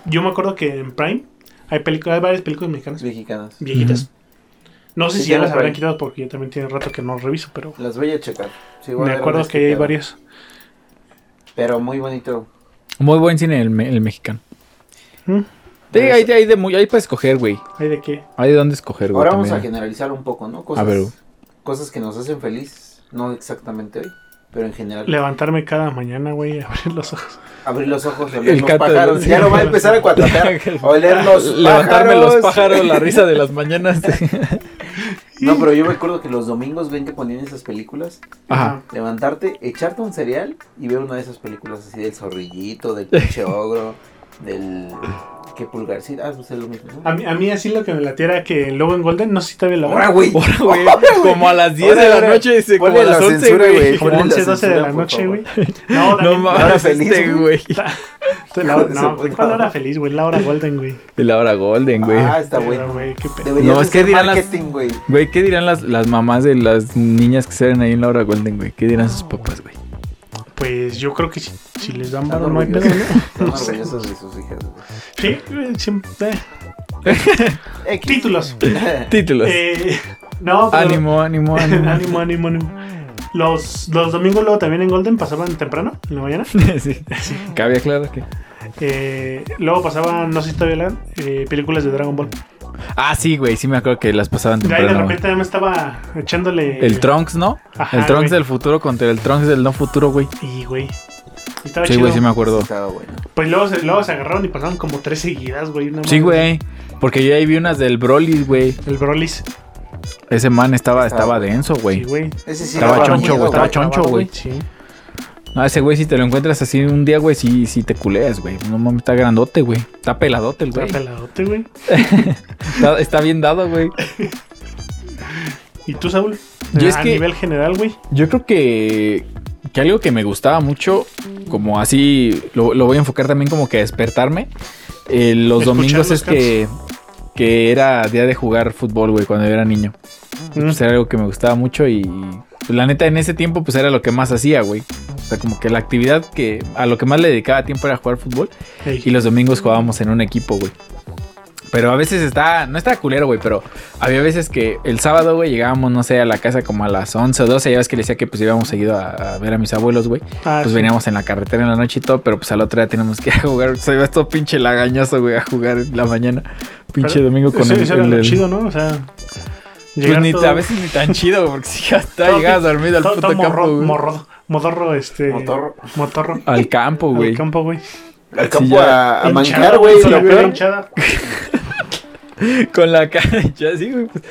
S2: Yo me acuerdo que en Prime hay películas, hay varias películas mexicanas.
S3: Mexicanas.
S2: Viejitas. No sé
S3: Sí,
S2: si ya
S3: tengo
S2: las habrán
S3: Prime.
S2: quitado porque ya también tiene rato que no reviso, pero.
S3: Las voy a checar. Sí, voy a
S2: Me
S3: ver
S2: acuerdo
S3: unas
S2: que hay
S3: quedaron.
S2: varias.
S3: Pero muy bonito.
S1: Muy buen cine el, me- el mexicano. Pues,
S2: ¿Mm?
S1: Sí, hay, hay de muy, hay para escoger, güey.
S2: ¿Hay de qué?
S1: Hay de dónde escoger, güey.
S3: Ahora vamos a
S1: también.
S3: generalizar un poco, ¿no? Cosas,
S1: A ver, güey.
S3: cosas que nos hacen feliz, no exactamente hoy, pero en general.
S2: Levantarme cada mañana, güey, abrir los ojos.
S3: Abrir los ojos y oler
S1: El
S3: los
S1: gato de-
S3: pájaros. Ya lo va a empezar a cuatrapear. Oler
S1: [LAUGHS]
S3: los
S1: Levantarme los
S3: pájaros. [LAUGHS]
S1: pájaros, la risa de las mañanas. [LAUGHS]
S3: No, pero yo me acuerdo que los domingos ven que ponían esas películas.
S1: Ajá.
S3: Levantarte, echarte un cereal y ver una de esas películas así del zorrillito, del pinche ogro, del. ¿Qué pulgarcita? Ah, pues es lo mismo. ¿no?
S2: A mí, a mí así lo que me latía era que luego en Golden, no sé si todavía la
S3: Ahora,
S2: hora.
S3: güey.
S1: Ahora, güey,
S3: Ahora, güey.
S1: como a las 10 de
S3: Ahora,
S1: la
S3: ahora.
S1: noche, este, como a
S3: Ponle
S1: las
S3: la
S1: 11,
S3: censura,
S1: güey.
S2: Como
S3: Ponle la
S2: 11, 12 de
S3: censura,
S2: la
S3: por
S2: noche,
S3: favor.
S2: güey.
S3: [LAUGHS]
S2: No,
S1: No
S2: también-
S3: Ahora
S1: mames,
S3: feliz,
S1: este, güey.
S2: la
S3: [LAUGHS]
S2: hora-
S3: Hijo de
S2: no,
S3: su
S2: güey,
S3: puta
S2: ¿cuál hora
S3: madre.
S2: feliz, güey? La hora Golden, güey.
S1: Y la hora golden, güey.
S3: Ah, está
S2: Pero,
S3: bueno.
S2: güey, qué pedo.
S3: Deberías
S1: No, es
S3: de
S1: que
S3: hacer
S1: dirán las-
S3: marketing, güey.
S1: Güey, ¿qué dirán las, las mamás de las niñas que salen ahí en la hora golden, güey? ¿Qué dirán sus papás, güey?
S2: Pues yo creo que si, si les dan
S3: Están
S2: valor no hay pedo,
S3: orgullosos,
S2: ¿no?
S3: están
S2: sé.
S3: orgullosos de sus hijas. güey.
S2: Sí, güey, siempre. eh,
S3: X.
S2: Títulos.
S1: Títulos.
S2: Eh, [LAUGHS] no, pero-
S1: ánimo, ánimo,
S3: [LAUGHS]
S1: ánimo.
S2: ánimo, ánimo, ánimo. Los, los domingos luego también en Golden pasaban temprano, en la mañana.
S1: [LAUGHS] sí. Cabía claro que.
S2: Eh, luego pasaban, no sé si todavía la, eh, películas de Dragon Ball.
S1: Ah, sí, güey, sí me acuerdo que las pasaban
S2: De ahí de
S1: temprano. güey.
S2: repente ya me estaba echándole.
S1: El Trunks, ¿no?
S2: Ajá,
S1: el Trunks
S2: güey.
S1: del futuro contra el Trunks del no futuro, güey.
S2: Y güey. Estaba
S1: Sí,
S2: chido.
S1: güey, sí me acuerdo.
S3: Estaba bueno.
S2: Pues luego se, luego se agarraron y pasaron como tres seguidas, güey. una
S1: Sí,
S2: madre.
S1: güey. Porque yo ahí vi unas del Broly, güey.
S2: El Brolis.
S1: Ese man estaba,
S3: Estaba-
S1: estaba denso,
S2: Sí,
S1: güey.
S2: güey.
S3: Ese sí
S1: Estaba
S3: daba
S1: choncho,
S3: miedo,
S1: güey, estaba
S3: güey.
S1: choncho, güey.
S2: Sí.
S1: No, ese güey, si te lo encuentras así un día, güey, sí, sí te culeas, güey. No mames, está grandote, güey. Está peladote el
S2: Está
S1: güey.
S2: peladote, güey.
S1: Está, está bien dado, güey.
S2: ¿Y tú, Saúl? Eh,
S1: Yo es
S2: a
S1: que-
S2: nivel general, güey.
S1: Yo creo que, que algo que me gustaba mucho, como así, lo, lo voy a enfocar también como que a despertarme. eh, los
S2: Escuchar
S1: domingos
S2: los
S1: es que, que era día de jugar fútbol, güey, cuando yo era niño.
S2: Mm.
S1: Pues era algo que me gustaba mucho y pues, la neta en ese tiempo pues era lo que más hacía, güey. O sea, como que la actividad que a lo que más le dedicaba tiempo era jugar fútbol
S2: Ey.
S1: y los domingos jugábamos en un equipo, güey. Pero a veces está, no está culero, güey, pero había veces que el sábado, güey, llegábamos, no sé, a la casa como a las 11 o 12, ya ves que le decía que pues íbamos seguido a, a ver a mis abuelos, güey.
S2: Ah,
S1: Pues
S2: sí.
S1: veníamos en la carretera en la noche y todo, pero pues al otro día teníamos que [LAUGHS] ir a jugar. O sea, iba todo pinche lagañoso, güey, a jugar en la mañana. Pinche
S2: Pero
S1: domingo con
S2: eso,
S1: el,
S2: eso era
S1: el-
S2: lo
S1: el-
S2: chido, ¿no? O sea.
S1: pues
S2: llegar
S1: ni,
S2: todo-
S1: a veces ni tan chido, güey, porque si ya está,
S2: Todo-
S1: llegabas dormido al
S2: todo-
S1: puto
S2: todo
S1: campo,
S2: morro,
S1: güey.
S2: morro- modorro, este.
S3: Motor.
S2: Motorro.
S1: Al campo,
S2: Al
S1: güey.
S2: campo, güey.
S3: Al
S1: Sí,
S3: campo
S1: ya.
S3: a, a
S2: Hinchado,
S3: mancar, güey.
S2: con
S3: lo
S2: la pera
S3: peor.
S2: hinchada.
S1: Con la cara hecha así, güey. pues,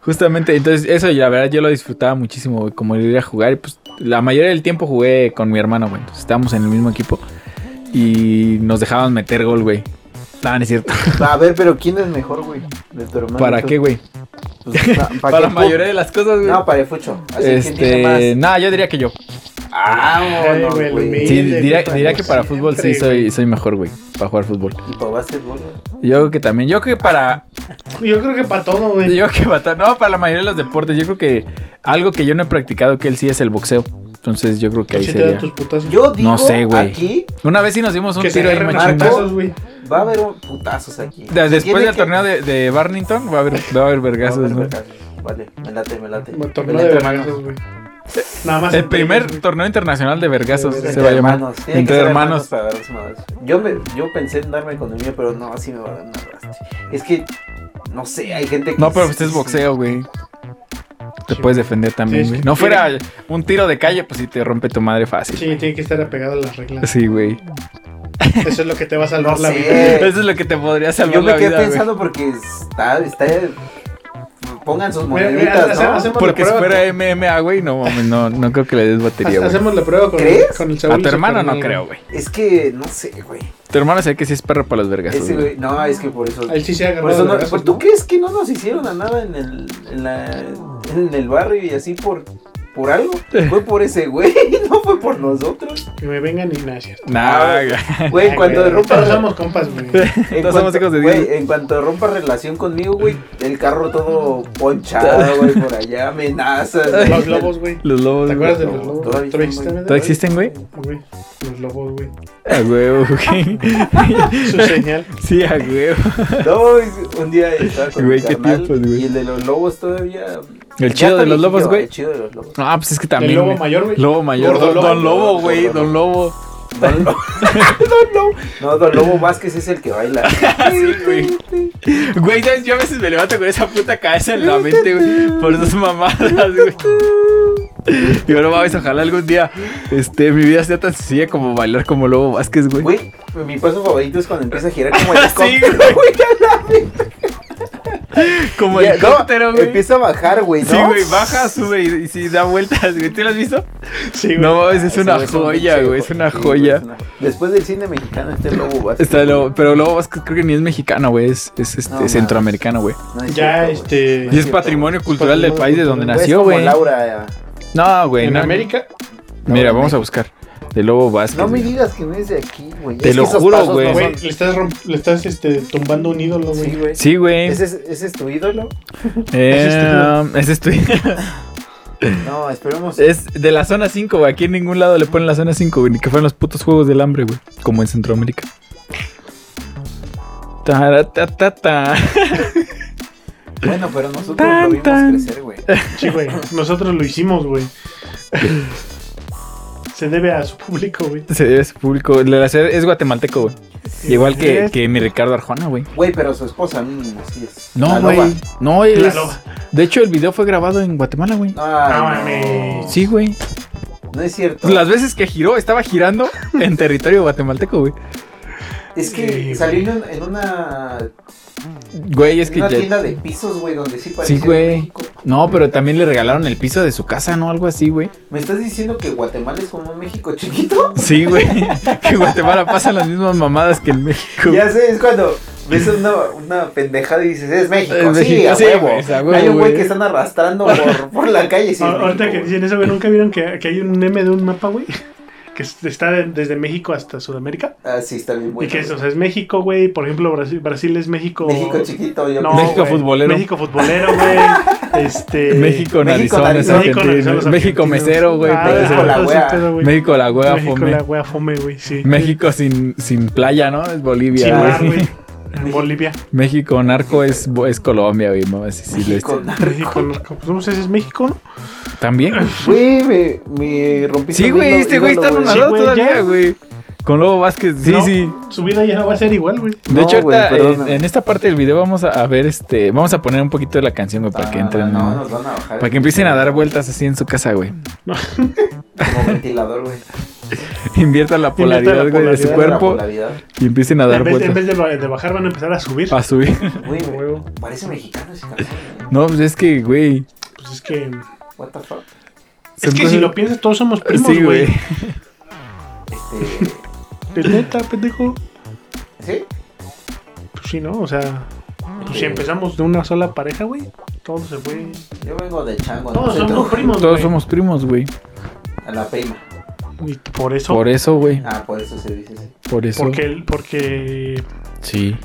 S1: justamente, entonces eso, y la verdad, yo lo disfrutaba muchísimo, güey, como el ir a jugar. Y pues la mayoría del tiempo jugué con mi hermano, güey. Entonces estábamos en el mismo equipo y nos dejaban meter gol, güey. No, no es cierto.
S3: A ver, pero ¿quién es mejor, güey? De tu hermano.
S1: ¿Para
S3: Tú.
S1: qué, güey?
S3: Pues, na-
S1: Para la
S3: qué?
S1: mayoría de las cosas, güey.
S3: No, para el fucho. Así que
S1: este,
S3: tiene más.
S1: nada, yo diría que yo.
S2: Ay,
S3: Ah,
S2: güey, lo
S3: güey.
S2: mismo.
S1: Sí,
S2: de
S1: diría,
S2: que
S1: diría
S2: para
S1: que para
S2: siempre,
S1: fútbol sí
S2: güey.
S1: soy, soy mejor, güey. Para jugar fútbol.
S3: Y para básquetbol, güey.
S1: Yo creo que también. Yo creo que para
S2: Yo creo que para todo, güey.
S1: Yo que bata- No, para la mayoría de los deportes. Yo creo que algo que yo no he practicado que él sí es el boxeo. Entonces yo creo que ahí
S2: Sí Pues, te
S1: sería.
S2: dan tus putazos.
S3: Yo digo,
S1: No sé, güey.
S3: aquí
S1: Una vez sí nos dimos un
S2: que se
S1: tiro ahí
S2: agarren a
S1: machín.
S3: Marco.
S2: putazos, güey.
S3: va a haber un- putazos aquí.
S1: De- Después
S3: Tiene
S1: del
S3: que-
S1: torneo de, de Barnington va a haber, va a haber
S3: Va a haber
S1: vergazos, ¿no?
S3: vergazos. Vale, me late, me late.
S2: Bueno,
S3: Me
S2: Torneo
S3: late,
S2: de
S3: hermano.
S2: vergazos, güey. Nada más.
S1: El
S2: entre
S1: primer
S2: ellos,
S1: torneo internacional de vergazos
S2: De
S1: se va a llamar.
S3: hermanos, tiene que
S1: Entre
S3: ser
S1: hermanos.
S3: para agarrarse madrazos. Yo, me, yo pensé en darme con el mío, pero no, así me va a dar un arrastre. Es que, no sé, hay gente que.
S1: No, pero pues
S3: sí,
S1: es
S3: sí.
S1: boxeo, güey. Te
S2: Sí.
S1: puedes defender también,
S2: Sí, es
S1: güey.
S2: que
S1: No
S2: tiene-
S1: fuera un tiro de calle, pues sí te rompe tu madre
S2: güey.
S1: fácil.
S2: Sí, tiene que estar apegado a las reglas.
S1: Sí, güey.
S2: Eso es lo que te va a salvar
S3: No
S2: la
S3: sé.
S2: vida.
S1: Eso es lo que te podría salvar
S3: Eh, Yo me
S1: la
S3: quedé
S1: vida, güey.
S3: pensando porque está, está. Pongan sus
S2: Mira, mira,
S3: moneditas,
S2: hace-
S3: ¿no?
S2: hacemos
S1: Porque
S2: la
S1: si
S2: prueba.
S1: fuera MMA, güey, no, mames, no, no creo que le des batería,
S2: Ha-
S1: güey.
S2: Hacemos la prueba con,
S3: ¿Crees?
S2: con el Saúl.
S1: A tu
S2: y su
S1: hermano no
S2: carnal,
S1: creo, güey.
S3: Es que, no sé, güey.
S1: Tu hermano sé que sí es perro para los vergas.
S3: Ese
S1: güey.
S3: güey, no, es que por eso.
S2: Él sí se ha
S3: Por eso
S2: agarrado.
S3: no-
S2: vergazos,
S3: pues, ¿Tú
S2: ¿no?
S3: crees que no nos hicieron a nada en el, en la- en el barrio y así por,
S1: [LAUGHS]
S3: por algo? Fue por ese güey, [LAUGHS] no fue por nosotros.
S2: Que me vengan y nada, ¿cierto?
S1: Nah, güey.
S3: Güey,
S2: Ay,
S3: cuando
S2: güey,
S3: rompa,
S2: Todos somos compas,
S3: [LAUGHS]
S2: güey.
S3: en
S1: todos somos
S3: cuanto,
S1: hijos de
S3: güey,
S1: Dios.
S3: en cuanto rompa relación conmigo, güey, el
S1: [LAUGHS]
S3: carro todo ponchado, güey, por allá, amenazas. güey.
S2: Los lobos, güey.
S1: Los lobos.
S2: ¿Te acuerdas de
S1: güey.
S2: los lobos?
S3: Todavía
S2: ¿Todavía
S3: están,
S2: existen,
S1: ¿Todavía existen, güey?
S2: Güey, Los lobos, güey.
S1: A huevo, güey. [LAUGHS]
S2: [LAUGHS] Su señal.
S1: Sí, a huevo.
S3: [LAUGHS] No, güey, un día estaba con
S1: Güey,
S3: mi
S1: qué
S3: carnal
S1: tiempos, güey.
S3: y el de los lobos todavía...
S1: El
S3: ya
S1: chido
S3: está
S1: de los lobos,
S3: viejillo,
S1: güey.
S3: El chido de los lobos.
S1: [LAUGHS] Ah, pues es que
S2: El
S1: también.
S2: lobo
S1: güey.
S2: mayor, güey.
S1: Lobo mayor.
S2: Gordo
S1: Don,
S2: lobo.
S1: don Lobo, güey. [LAUGHS]
S3: Gordo
S1: Don Lobo.
S3: Don Lobo. [LAUGHS] Don Lobo. No, Don Lobo Vázquez es el que
S1: [LAUGHS]
S3: baila.
S1: Sí, güey. Güey, ¿sabes? yo a veces me levanto con esa puta cabeza en la mente, güey. Por esas mamadas, güey. Y ahora mames, ojalá algún día este, mi vida sea tan sencilla como bailar como Lobo Vázquez, güey. [LAUGHS]
S3: Güey, mi paso favorito es cuando empieza a girar como el
S1: Sí,
S3: helicóptero, güey. a la vez.
S1: Como
S3: Ya, no,
S1: helicóptero, güey.
S3: Empieza a bajar, güey, ¿no?
S1: Sí, güey, baja, sube y, y sí, da vueltas, güey. ¿Tú lo has visto?
S2: Sí, güey.
S1: No, es, es
S3: Ese
S1: una
S3: güey Ah, un
S1: joya,
S3: pinche
S1: güey, es una
S3: sí, güey,
S1: joya.
S3: es una- Después del cine mexicano, este lobo Vázquez.
S1: Está Lobo- pero Lobo Vázquez creo que ni es mexicano, güey, es, es, este,
S3: No, mames.
S1: centroamericano, güey.
S3: No es
S2: Ya,
S3: cierto, güey.
S2: este,
S1: Y
S3: No
S1: es
S3: cierto,
S1: patrimonio
S2: güey.
S1: cultural del
S2: Patrimonio
S1: país de donde
S2: cultural.
S3: güey.
S1: nació,
S3: Es como
S1: güey.
S3: Laura. eh.
S1: No, güey.
S2: en
S1: no,
S2: América.
S1: Mira,
S3: en
S1: vamos a buscar. De Lobo Vázquez.
S3: No me
S1: güey.
S3: digas que no es de aquí, güey.
S1: Te
S3: Es que
S1: lo
S3: esos
S1: juro,
S3: pasos no
S1: güey.
S2: Güey,
S3: son-
S2: le estás, romp- le estás este, tumbando un ídolo, güey.
S3: Sí, güey.
S1: Sí, güey.
S3: ¿Ese, es, ese es tu ídolo?
S1: Eh, Ese
S3: este
S1: es tu...
S3: No,
S1: [LAUGHS]
S3: esperemos.
S1: Es de la zona 5, güey. Aquí en ningún lado le ponen la zona 5, güey. Ni que fueran los putos juegos del hambre, güey. Como en Centroamérica. [LAUGHS] Taratatata.
S3: Bueno, pero nosotros
S1: Tan,
S3: lo vimos
S1: tan.
S3: crecer, güey.
S2: Sí, güey. Nosotros lo
S1: [LAUGHS]
S2: hicimos, güey. Se debe a su público, güey.
S1: Se debe a su público. El de la ciudad es guatemalteco, güey. Igual que,
S2: Es-
S1: que mi Ricardo Arjona, güey.
S3: Güey, pero su esposa mínimo, sí es.
S1: No,
S3: La
S1: güey.
S3: loba.
S1: No, él
S2: La
S1: es-
S2: loba.
S1: De hecho, el video fue grabado en Guatemala, güey.
S3: Ay,
S2: No
S3: no,
S2: mames.
S1: Sí, güey.
S3: No es cierto.
S1: Las veces que giró, estaba girando en territorio guatemalteco, güey.
S3: Es que
S2: Sí,
S3: salió en, en una,
S1: Güey, es
S3: en
S1: que
S3: una
S1: ya-
S3: tienda de pisos, güey, donde sí parecía
S1: güey.
S3: de México.
S1: No, pero también le regalaron el piso de su casa, ¿no? Algo así, güey.
S3: ¿Me estás diciendo que Guatemala es como un México chiquito?
S1: Sí, güey. [LAUGHS] Que en Guatemala pasan las mismas mamadas que en México.
S3: Ya sé, es cuando ves una, una pendejada y dices, es México,
S1: Es
S3: sí,
S1: México,
S3: a
S1: sí,
S3: huevo.
S1: güey, es a huevo,
S3: Hay un güey
S1: güey.
S3: que están arrastrando por, por la calle. sí, es
S2: A- Ahorita
S3: México,
S2: que
S3: güey.
S2: dicen eso, güey, ¿nunca vieron que, que hay un meme de un mapa, güey? [LAUGHS] Que es- está de- desde México hasta Sudamérica.
S3: Ah, sí, está bien
S2: y
S3: bueno.
S2: que es, o sea, es México, güey. Por ejemplo, Brasil, Brasil es México.
S3: México chiquito, yo
S2: No,
S3: creo.
S1: México
S2: güey.
S1: futbolero.
S2: México futbolero,
S3: [LAUGHS]
S2: güey. Este.
S1: México
S3: eh, México,
S1: narizón es
S3: narizón.
S2: México,
S1: argentino.
S2: narizón,
S1: México
S2: argentino.
S1: mesero, güey.
S2: Ah,
S1: puede
S3: México
S1: ser.
S3: la
S2: todo ese
S3: wea.
S2: pedo, güey.
S1: México la hueva
S2: México
S1: fome.
S2: la wea fome, güey, sí.
S1: México sin, sin playa, ¿no? Es Bolivia.
S2: Sin mar,
S1: güey.
S2: güey.
S3: [LAUGHS]
S2: En Bolivia.
S1: [LAUGHS] México narco es, bo- es Colombia, güey. mamá, sí, sí, lo es.
S3: México, narco.
S2: México, no, pues, no sé si es México, ¿no?
S1: este, También.
S3: Güey, me, me rompí.
S1: Sí, güey. Este güey está
S2: Sí,
S1: ronaldo
S2: güey,
S1: todavía,
S2: ya.
S1: güey. Con Lobo Vázquez. Sí,
S2: No,
S1: sí.
S2: Su vida ya no va a ser igual, güey.
S1: De
S3: No,
S1: hecho,
S3: güey,
S1: ahorita, en,
S3: perdóname.
S1: en esta parte del video vamos a, a ver, este, vamos a poner un poquito de la canción, güey, para que
S2: Ah,
S1: entren,
S3: Ah, No,
S1: ¿no?
S3: nos van a bajar.
S1: para que empiecen a dar vueltas así en su casa, güey. [LAUGHS]
S3: Como ventilador, güey.
S1: Invierta la
S2: Invierta la
S1: polaridad, güey, de su
S2: polaridad,
S1: cuerpo
S3: La polaridad.
S1: y empiecen a dar
S2: En vez, en
S1: vueltas. Ah.
S2: vez de, ba- de bajar van a empezar a subir.
S1: A subir.
S3: Güey,
S2: A huevo.
S3: parece mexicano ese cabrón.
S1: [LAUGHS] No, pues es que, güey.
S2: Pues es que.
S3: What the fuck.
S2: Es que
S1: entonces-
S2: si lo piensas, todos somos primos,
S1: Sí,
S2: güey.
S1: güey.
S3: Este.
S2: Pues neta, pendejo.
S3: ¿Sí?
S2: Pues sí, ¿no? O sea. Pues si
S1: Eh.
S3: Sí.
S2: empezamos de una sola pareja, güey. Todo se fue.
S3: Yo vengo de chango.
S2: Todos
S3: sé
S2: somos
S3: tú.
S2: primos,
S1: Todos
S2: güey.
S1: somos primos, güey.
S3: A la peima.
S2: Y por eso.
S1: Por eso, güey.
S3: Ah, por eso se dice así.
S1: Por eso.
S2: porque. el- porque
S1: Sí.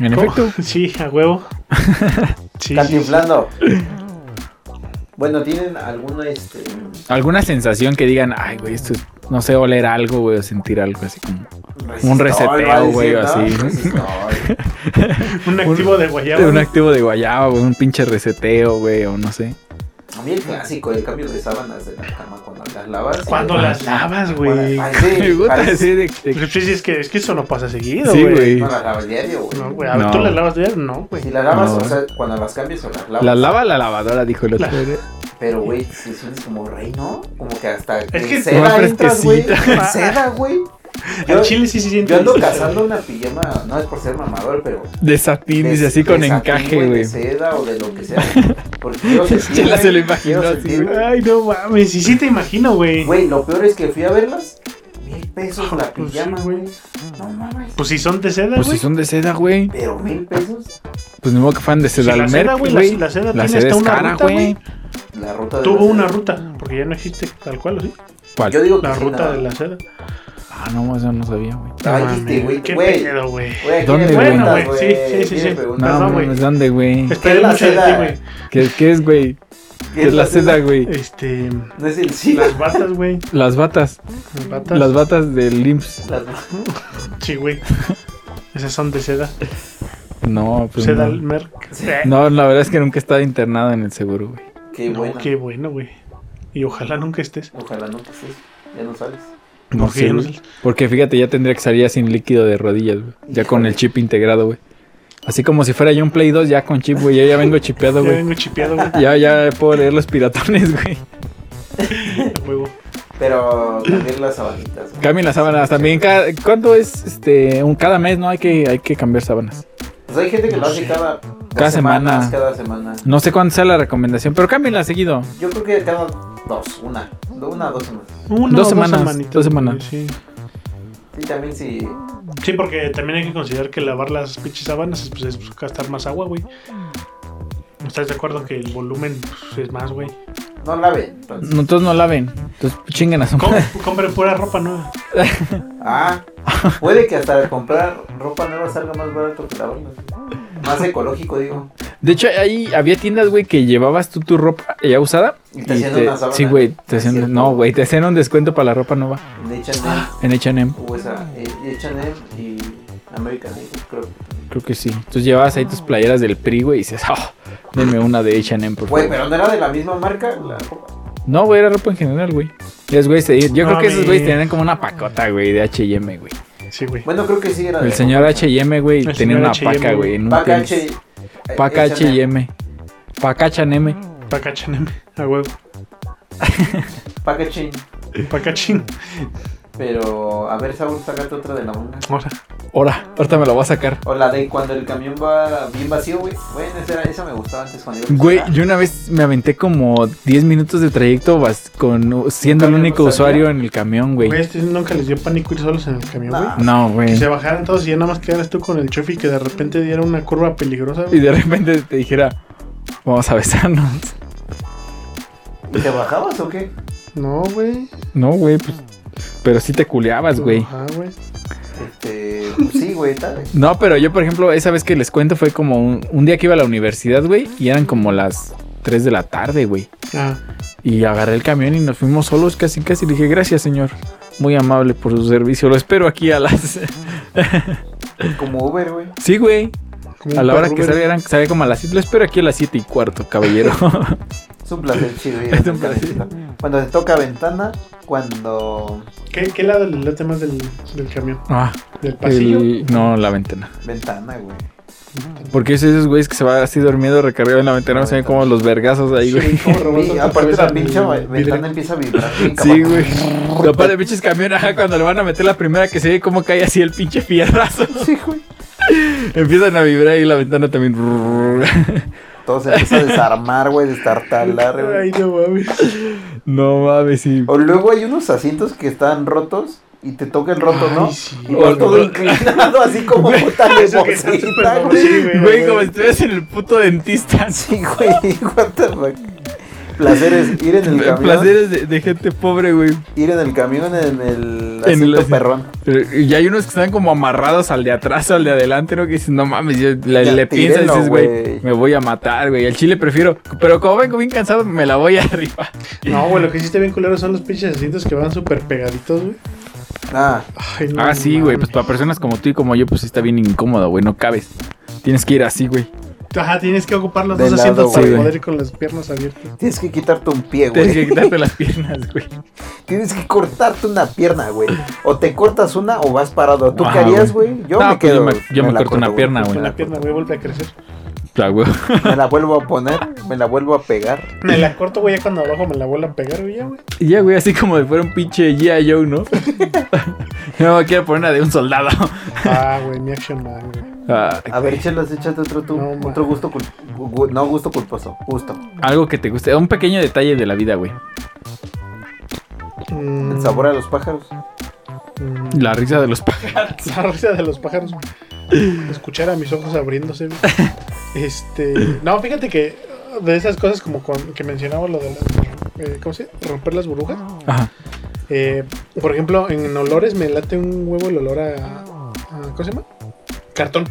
S1: En
S2: ¿cómo?
S1: efecto.
S2: [LAUGHS] Sí,
S1: [LAUGHS]
S2: a huevo. Sí.
S3: Cantinflando. Bueno, ¿tienen alguna este.
S1: Alguna sensación que digan, ay, güey, esto es, no sé, oler algo, güey, o sentir algo así como.
S3: resistor,
S1: reseteo,
S3: va a decir,
S1: güey,
S3: ¿no?
S1: así.
S3: Resistor.
S2: Un activo de guayaba.
S1: Un activo de guayaba, güey, un pinche reseteo, güey, o no sé.
S3: A mí el clásico, el cambio de sábanas de la cama cuando las lavas.
S2: Cuando las lavas, güey.
S3: Ay, sí,
S1: [LAUGHS] Me gusta
S3: parece-
S1: decir de- de-
S2: Pues sí, es que, es que eso no pasa seguido,
S1: Sí,
S2: güey.
S1: güey.
S3: No las lavas diario, güey.
S2: No, güey. A ver,
S1: No.
S2: ¿tú las lavas diario? No, güey.
S3: Si las lavas,
S1: No.
S3: o sea, cuando las cambias o las lavas.
S1: La lava la lavadora, dijo el otro.
S3: Pero, güey, si sientes como rey, ¿no? Como que hasta en
S2: que-
S1: Más
S3: seda entras, güey.
S1: fresquecita.
S3: En seda, güey.
S2: [LAUGHS] Al
S3: Yo,
S2: chile sí se siente.
S3: yo ando cazando una pijama, no es por ser mamador, pero...
S1: De satín,
S3: de-
S1: dice así
S3: de
S1: con
S3: satín,
S1: encaje, güey.
S3: De seda o de lo que sea.
S1: [LAUGHS]
S3: Porque quiero sentir,
S1: Ya la
S3: güey,
S1: se lo imaginó
S3: quiero
S1: así,
S3: sentir, güey.
S2: Ay, no mames. Sí, sí te imagino, güey.
S3: Güey, lo peor es que fui a verlas. Mil pesos la
S2: Pues sí,
S3: pijama,
S2: güey.
S3: güey. No mames.
S2: Pues si son de seda,
S1: Pues si
S2: güey.
S1: son de seda, güey.
S3: Pero mil pesos,
S1: Pues ni modo que fan de
S2: Si
S1: seda
S2: la
S1: al
S2: seda,
S1: merc,
S2: güey,
S1: güey.
S2: la, la seda
S1: La
S2: tiene
S1: seda
S2: hasta
S1: es
S2: una
S1: cara,
S2: ruta,
S1: güey.
S2: güey.
S3: la ruta de
S2: Tuvo
S3: la
S2: una
S3: seda.
S2: ruta, porque ya no existe tal cual, ¿o ¿sí?
S1: ¿Cuál?
S3: Yo digo que
S2: La
S3: sí,
S2: ruta
S3: nada.
S2: de la seda.
S1: Ah, no, eso no sabía, güey.
S3: Ay,
S2: No
S3: este, güey,
S2: qué
S3: güey.
S2: pedo, güey.
S3: Güey,
S1: ¿Dónde,
S3: ¿quién
S1: güey?
S3: preguntas,
S1: Bueno,
S2: güey, sí, sí, sí,
S3: ¿Quién
S2: sí.
S3: le preguntas?
S1: No,
S2: no,
S1: mames,
S2: güey.
S1: ¿dónde,
S2: [LAUGHS]
S1: güey?
S2: Esperé
S3: la
S2: mucho de ti,
S3: seda?
S2: güey.
S1: ¿Qué, qué es, güey? ¿Qué es la seda, güey?
S2: Este.
S3: No es el
S1: [LAUGHS]
S3: sí.
S2: Las batas, güey.
S1: Las batas.
S2: Las batas.
S1: Las batas del IMSS.
S3: Las-
S2: Sí, güey. Esas son de seda.
S1: No, pues
S2: seda
S1: no.
S2: al Merck.
S1: No, la verdad es que nunca he estado internado en el seguro, güey.
S3: Qué
S2: No,
S3: bueno.
S2: qué bueno, güey. Y ojalá nunca estés.
S3: Ojalá no pases. Ya no sabes.
S1: No
S2: Porque
S1: sé,
S2: ya no
S1: güey.
S2: sé.
S1: Porque fíjate, ya tendría que salir ya sin líquido de rodillas, güey. Ya con el chip integrado, güey. Así como si fuera yo un Play 2 ya con chip, güey. Yo ya vengo chipeado,
S2: Ya
S1: güey.
S2: vengo chipeado, güey.
S1: Ya, ya puedo leer los piratones, [LAUGHS] güey.
S2: a huevo.
S3: Pero cambiar las sabanitas. güey.
S1: Cambien las sábanas también. Cada, ¿Cuánto es este un cada mes? No hay que hay que cambiar sábanas.
S3: Pues hay gente que lo
S2: No
S3: hace
S2: sé.
S3: cada
S1: Cada semana.
S3: Cada semana.
S1: No sé cuándo sea la recomendación, pero cámbienla seguido.
S3: Yo creo que cada dos, una, do- una o dos semanas.
S2: Una
S1: Dos
S2: o
S1: semanas,
S2: semanitas,
S1: dos semanas.
S2: güey, Sí.
S3: Sí, también sí.
S2: Sí, porque también hay que considerar que lavar las pinches sábanas pues, es pues, gastar más agua, güey. ¿Estás de acuerdo que el volumen pues, es más, güey?
S3: No lave. Entonces.
S1: No, entonces no laven. Entonces chinguen a su [LAUGHS]
S2: Com- Compren pura ropa nueva.
S3: Ah, puede que hasta comprar ropa nueva salga más barato que lavarla. Más ecológico, digo.
S1: De hecho, ahí había tiendas, güey, que llevabas tú tu ropa ya usada.
S3: Y te hacían una sábana.
S1: Sí, güey,
S3: No
S1: te
S3: es
S1: hacían.
S3: cierto.
S1: No, güey, te hacían un descuento para la ropa nueva
S3: De H&M
S1: en HM.
S3: hubo esa. eh, H&M y American Eagle, creo.
S1: Creo que sí. Entonces llevabas ahí tus playeras del PRI, güey, y dices, oh, denme una de HM, por
S3: Güey,
S1: favor.
S3: pero no era de la misma marca la ropa.
S1: No, güey, era ropa en general, güey. Y los güeyes, te- yo creo que esos
S2: Mami.
S1: güeyes tenían como una pacota, güey, de HM, güey.
S2: Sí, güey.
S3: Bueno, creo que sí era de
S1: El señor HM, güey,
S2: El
S1: tenía
S2: señor
S1: una
S2: H&M,
S1: paca, güey. en un
S3: Eh, Paca
S1: tenis.
S3: H.
S1: Paca
S3: H&M.
S1: HM. Paca HM.
S2: Pacachaneme. A huevo.
S3: Paca H&M.
S2: Pacachín.
S3: Pero, a ver, Saúl, sacate otra de la manga.
S2: Ahora.
S1: Ahora, ahorita me lo voy a sacar.
S3: O la de cuando el camión va bien vacío, güey. Bueno, esa, era- esa me gustaba antes cuando iba a
S1: Güey,
S3: estudiar.
S1: yo una vez me aventé como 10 minutos de trayecto vas- con, uh, siendo el
S3: Camión,
S1: único
S3: o sea,
S1: usuario en el camión, güey.
S2: Güey, este nunca les dio pánico ir solos en el camión, güey.
S3: Nah.
S1: No,
S2: Que
S1: güey.
S2: se bajaran todos y ya nada más quedaras tú con el chofi que de repente diera una curva peligrosa,
S1: Y
S2: güey.
S1: de repente te dijera, vamos a besarnos.
S3: ¿Te bajabas o qué?
S2: No, güey.
S1: No, güey, pues. Pero sí te culeabas, Pues, güey.
S2: Ajá, güey.
S3: Este, pues sí, güey, tal vez.
S1: No, pero yo, por ejemplo, esa vez que les cuento fue como un, un día que iba a la universidad, güey, y eran como las 3 de la tarde, güey.
S2: Ah,
S1: Y agarré el camión y nos fuimos solos casi, casi. Le dije, gracias, señor. Muy amable por su servicio. Lo espero aquí a las... [LAUGHS]
S3: Como Uber, güey.
S1: Sí, güey.
S2: como
S1: A
S2: un
S1: la hora
S2: perro,
S1: que
S2: güey.
S1: salieran, salía como a las 7. Lo espero aquí a las 7 y cuarto, caballero.
S3: Es un placer chido.
S1: [LAUGHS]
S3: ir
S1: Es un
S3: en camioneta. Cuando se toca ventana, cuando
S2: ¿Qué, ¿Qué lado le late más del, del camión?
S1: [LAUGHS] ah,
S2: ¿Del pasillo?
S1: el- no, la ventana.
S3: ventana, güey.
S1: Porque esos, esos güeyes que se van así durmiendo recargado en la ventana,
S3: La
S1: se ven
S3: ventana.
S1: como los vergazos ahí, güey.
S2: Sí, como
S3: Y
S2: rebota tu
S3: aparte
S2: cabeza
S3: la
S2: en el
S3: pinche va-
S2: vidrio.
S3: ventana empieza a vibrar. bien
S1: Sí,
S3: cabrón.
S1: güey.
S3: [LAUGHS]
S1: Lo padre, pinches camión, ajá, cuando le van a meter la primera que se ve cómo cae así el pinche fierrazo.
S3: Sí, güey.
S1: [LAUGHS] Empiezan a vibrar y la ventana también. [LAUGHS]
S3: Todo se empieza a desarmar, güey, destartalar,
S2: Ay,
S3: güey.
S2: no mames.
S1: No mames, sí.
S3: O luego hay unos asientos que están rotos y te toca el roto, ¿no?
S2: Ay, sí.
S3: Y vas todo
S1: Güey.
S3: inclinado, así
S1: [LAUGHS]
S3: como puta de
S2: Eso que está súper
S3: bolsita,
S2: babosito.
S3: güey.
S2: Sí, güey,
S1: Güey,
S2: güey.
S1: como si estuvieras en el puto dentista. [LAUGHS]
S3: Sí, güey, what the fuck. Placer es ir en el camión.
S1: Placeres de, de gente pobre, güey.
S3: Ir en el camión en el
S1: En el
S3: asiento
S1: asiento.
S3: perrón.
S1: Pero- Y hay unos que están como amarrados al de atrás o al de adelante, ¿no? Que dices, no mames, yo le,
S3: Ya
S1: le piensas y
S3: tírenlo,
S1: dices,
S3: güey.
S1: güey, me voy a matar, güey. Al chile prefiero, pero como vengo bien cansado, me la voy [LAUGHS] arriba.
S2: No, güey, lo que hiciste bien culero son los pinches asientos que van súper pegaditos, güey.
S3: Ah,
S2: Ay, no
S1: Ah, sí, güey, pues
S2: mames.
S1: para personas como tú y como yo, pues sí está bien incómodo, güey, no cabes. Tienes que ir así, güey.
S2: Ajá, tienes que ocupar los
S3: De
S2: dos
S3: lado, Ah,
S2: asientos para
S1: güey.
S2: poder ir con las piernas abiertas.
S3: tienes que quitarte un pie,
S1: Tienes
S3: güey.
S1: que quitarte las piernas, güey.
S3: Tienes que cortarte una pierna, güey. O te cortas una o vas parado. ¿Tú
S1: Ajá,
S3: qué harías, güey? Yo
S1: No,
S3: me
S1: pues yo
S3: quedo.
S1: me- yo me
S3: la
S1: corto una pierna, güey.
S3: Me
S2: La
S3: la,
S2: pierna, güey, vuelve a crecer.
S1: O sea, güey.
S3: me la vuelvo a poner, me la vuelvo a pegar.
S2: Me la corto, güey, ya cuando abajo me la vuelvan a pegar, güey, ya, güey.
S1: Y ya, güey, así como si fuera un pinche G.I. Joe,
S3: [LAUGHS]
S1: ¿no? Yo me quiero poner una de un soldado.
S2: Ah, güey, mi action man, güey.
S1: Ah,
S3: A ver, chelas, échate otro tú.
S2: No,
S3: otro
S2: ma.
S3: gusto cul- gu- No, gusto culposo. Gusto.
S1: algo que te guste, un pequeño detalle de la vida, güey.
S2: Mm,
S3: El sabor a los pájaros.
S2: mm,
S1: La risa de los pájaros.
S3: [LAUGHS]
S2: La risa de los pájaros. Escuchar a mis ojos abriéndose. güey. Este. No, fíjate que uh, de esas cosas como con- que mencionaba lo de las, eh, ¿cómo se dice? romper las burbujas.
S1: Ajá.
S2: Eh, por ejemplo, en olores me late un huevo el olor a, a- ¿Cómo se llama? Cartón.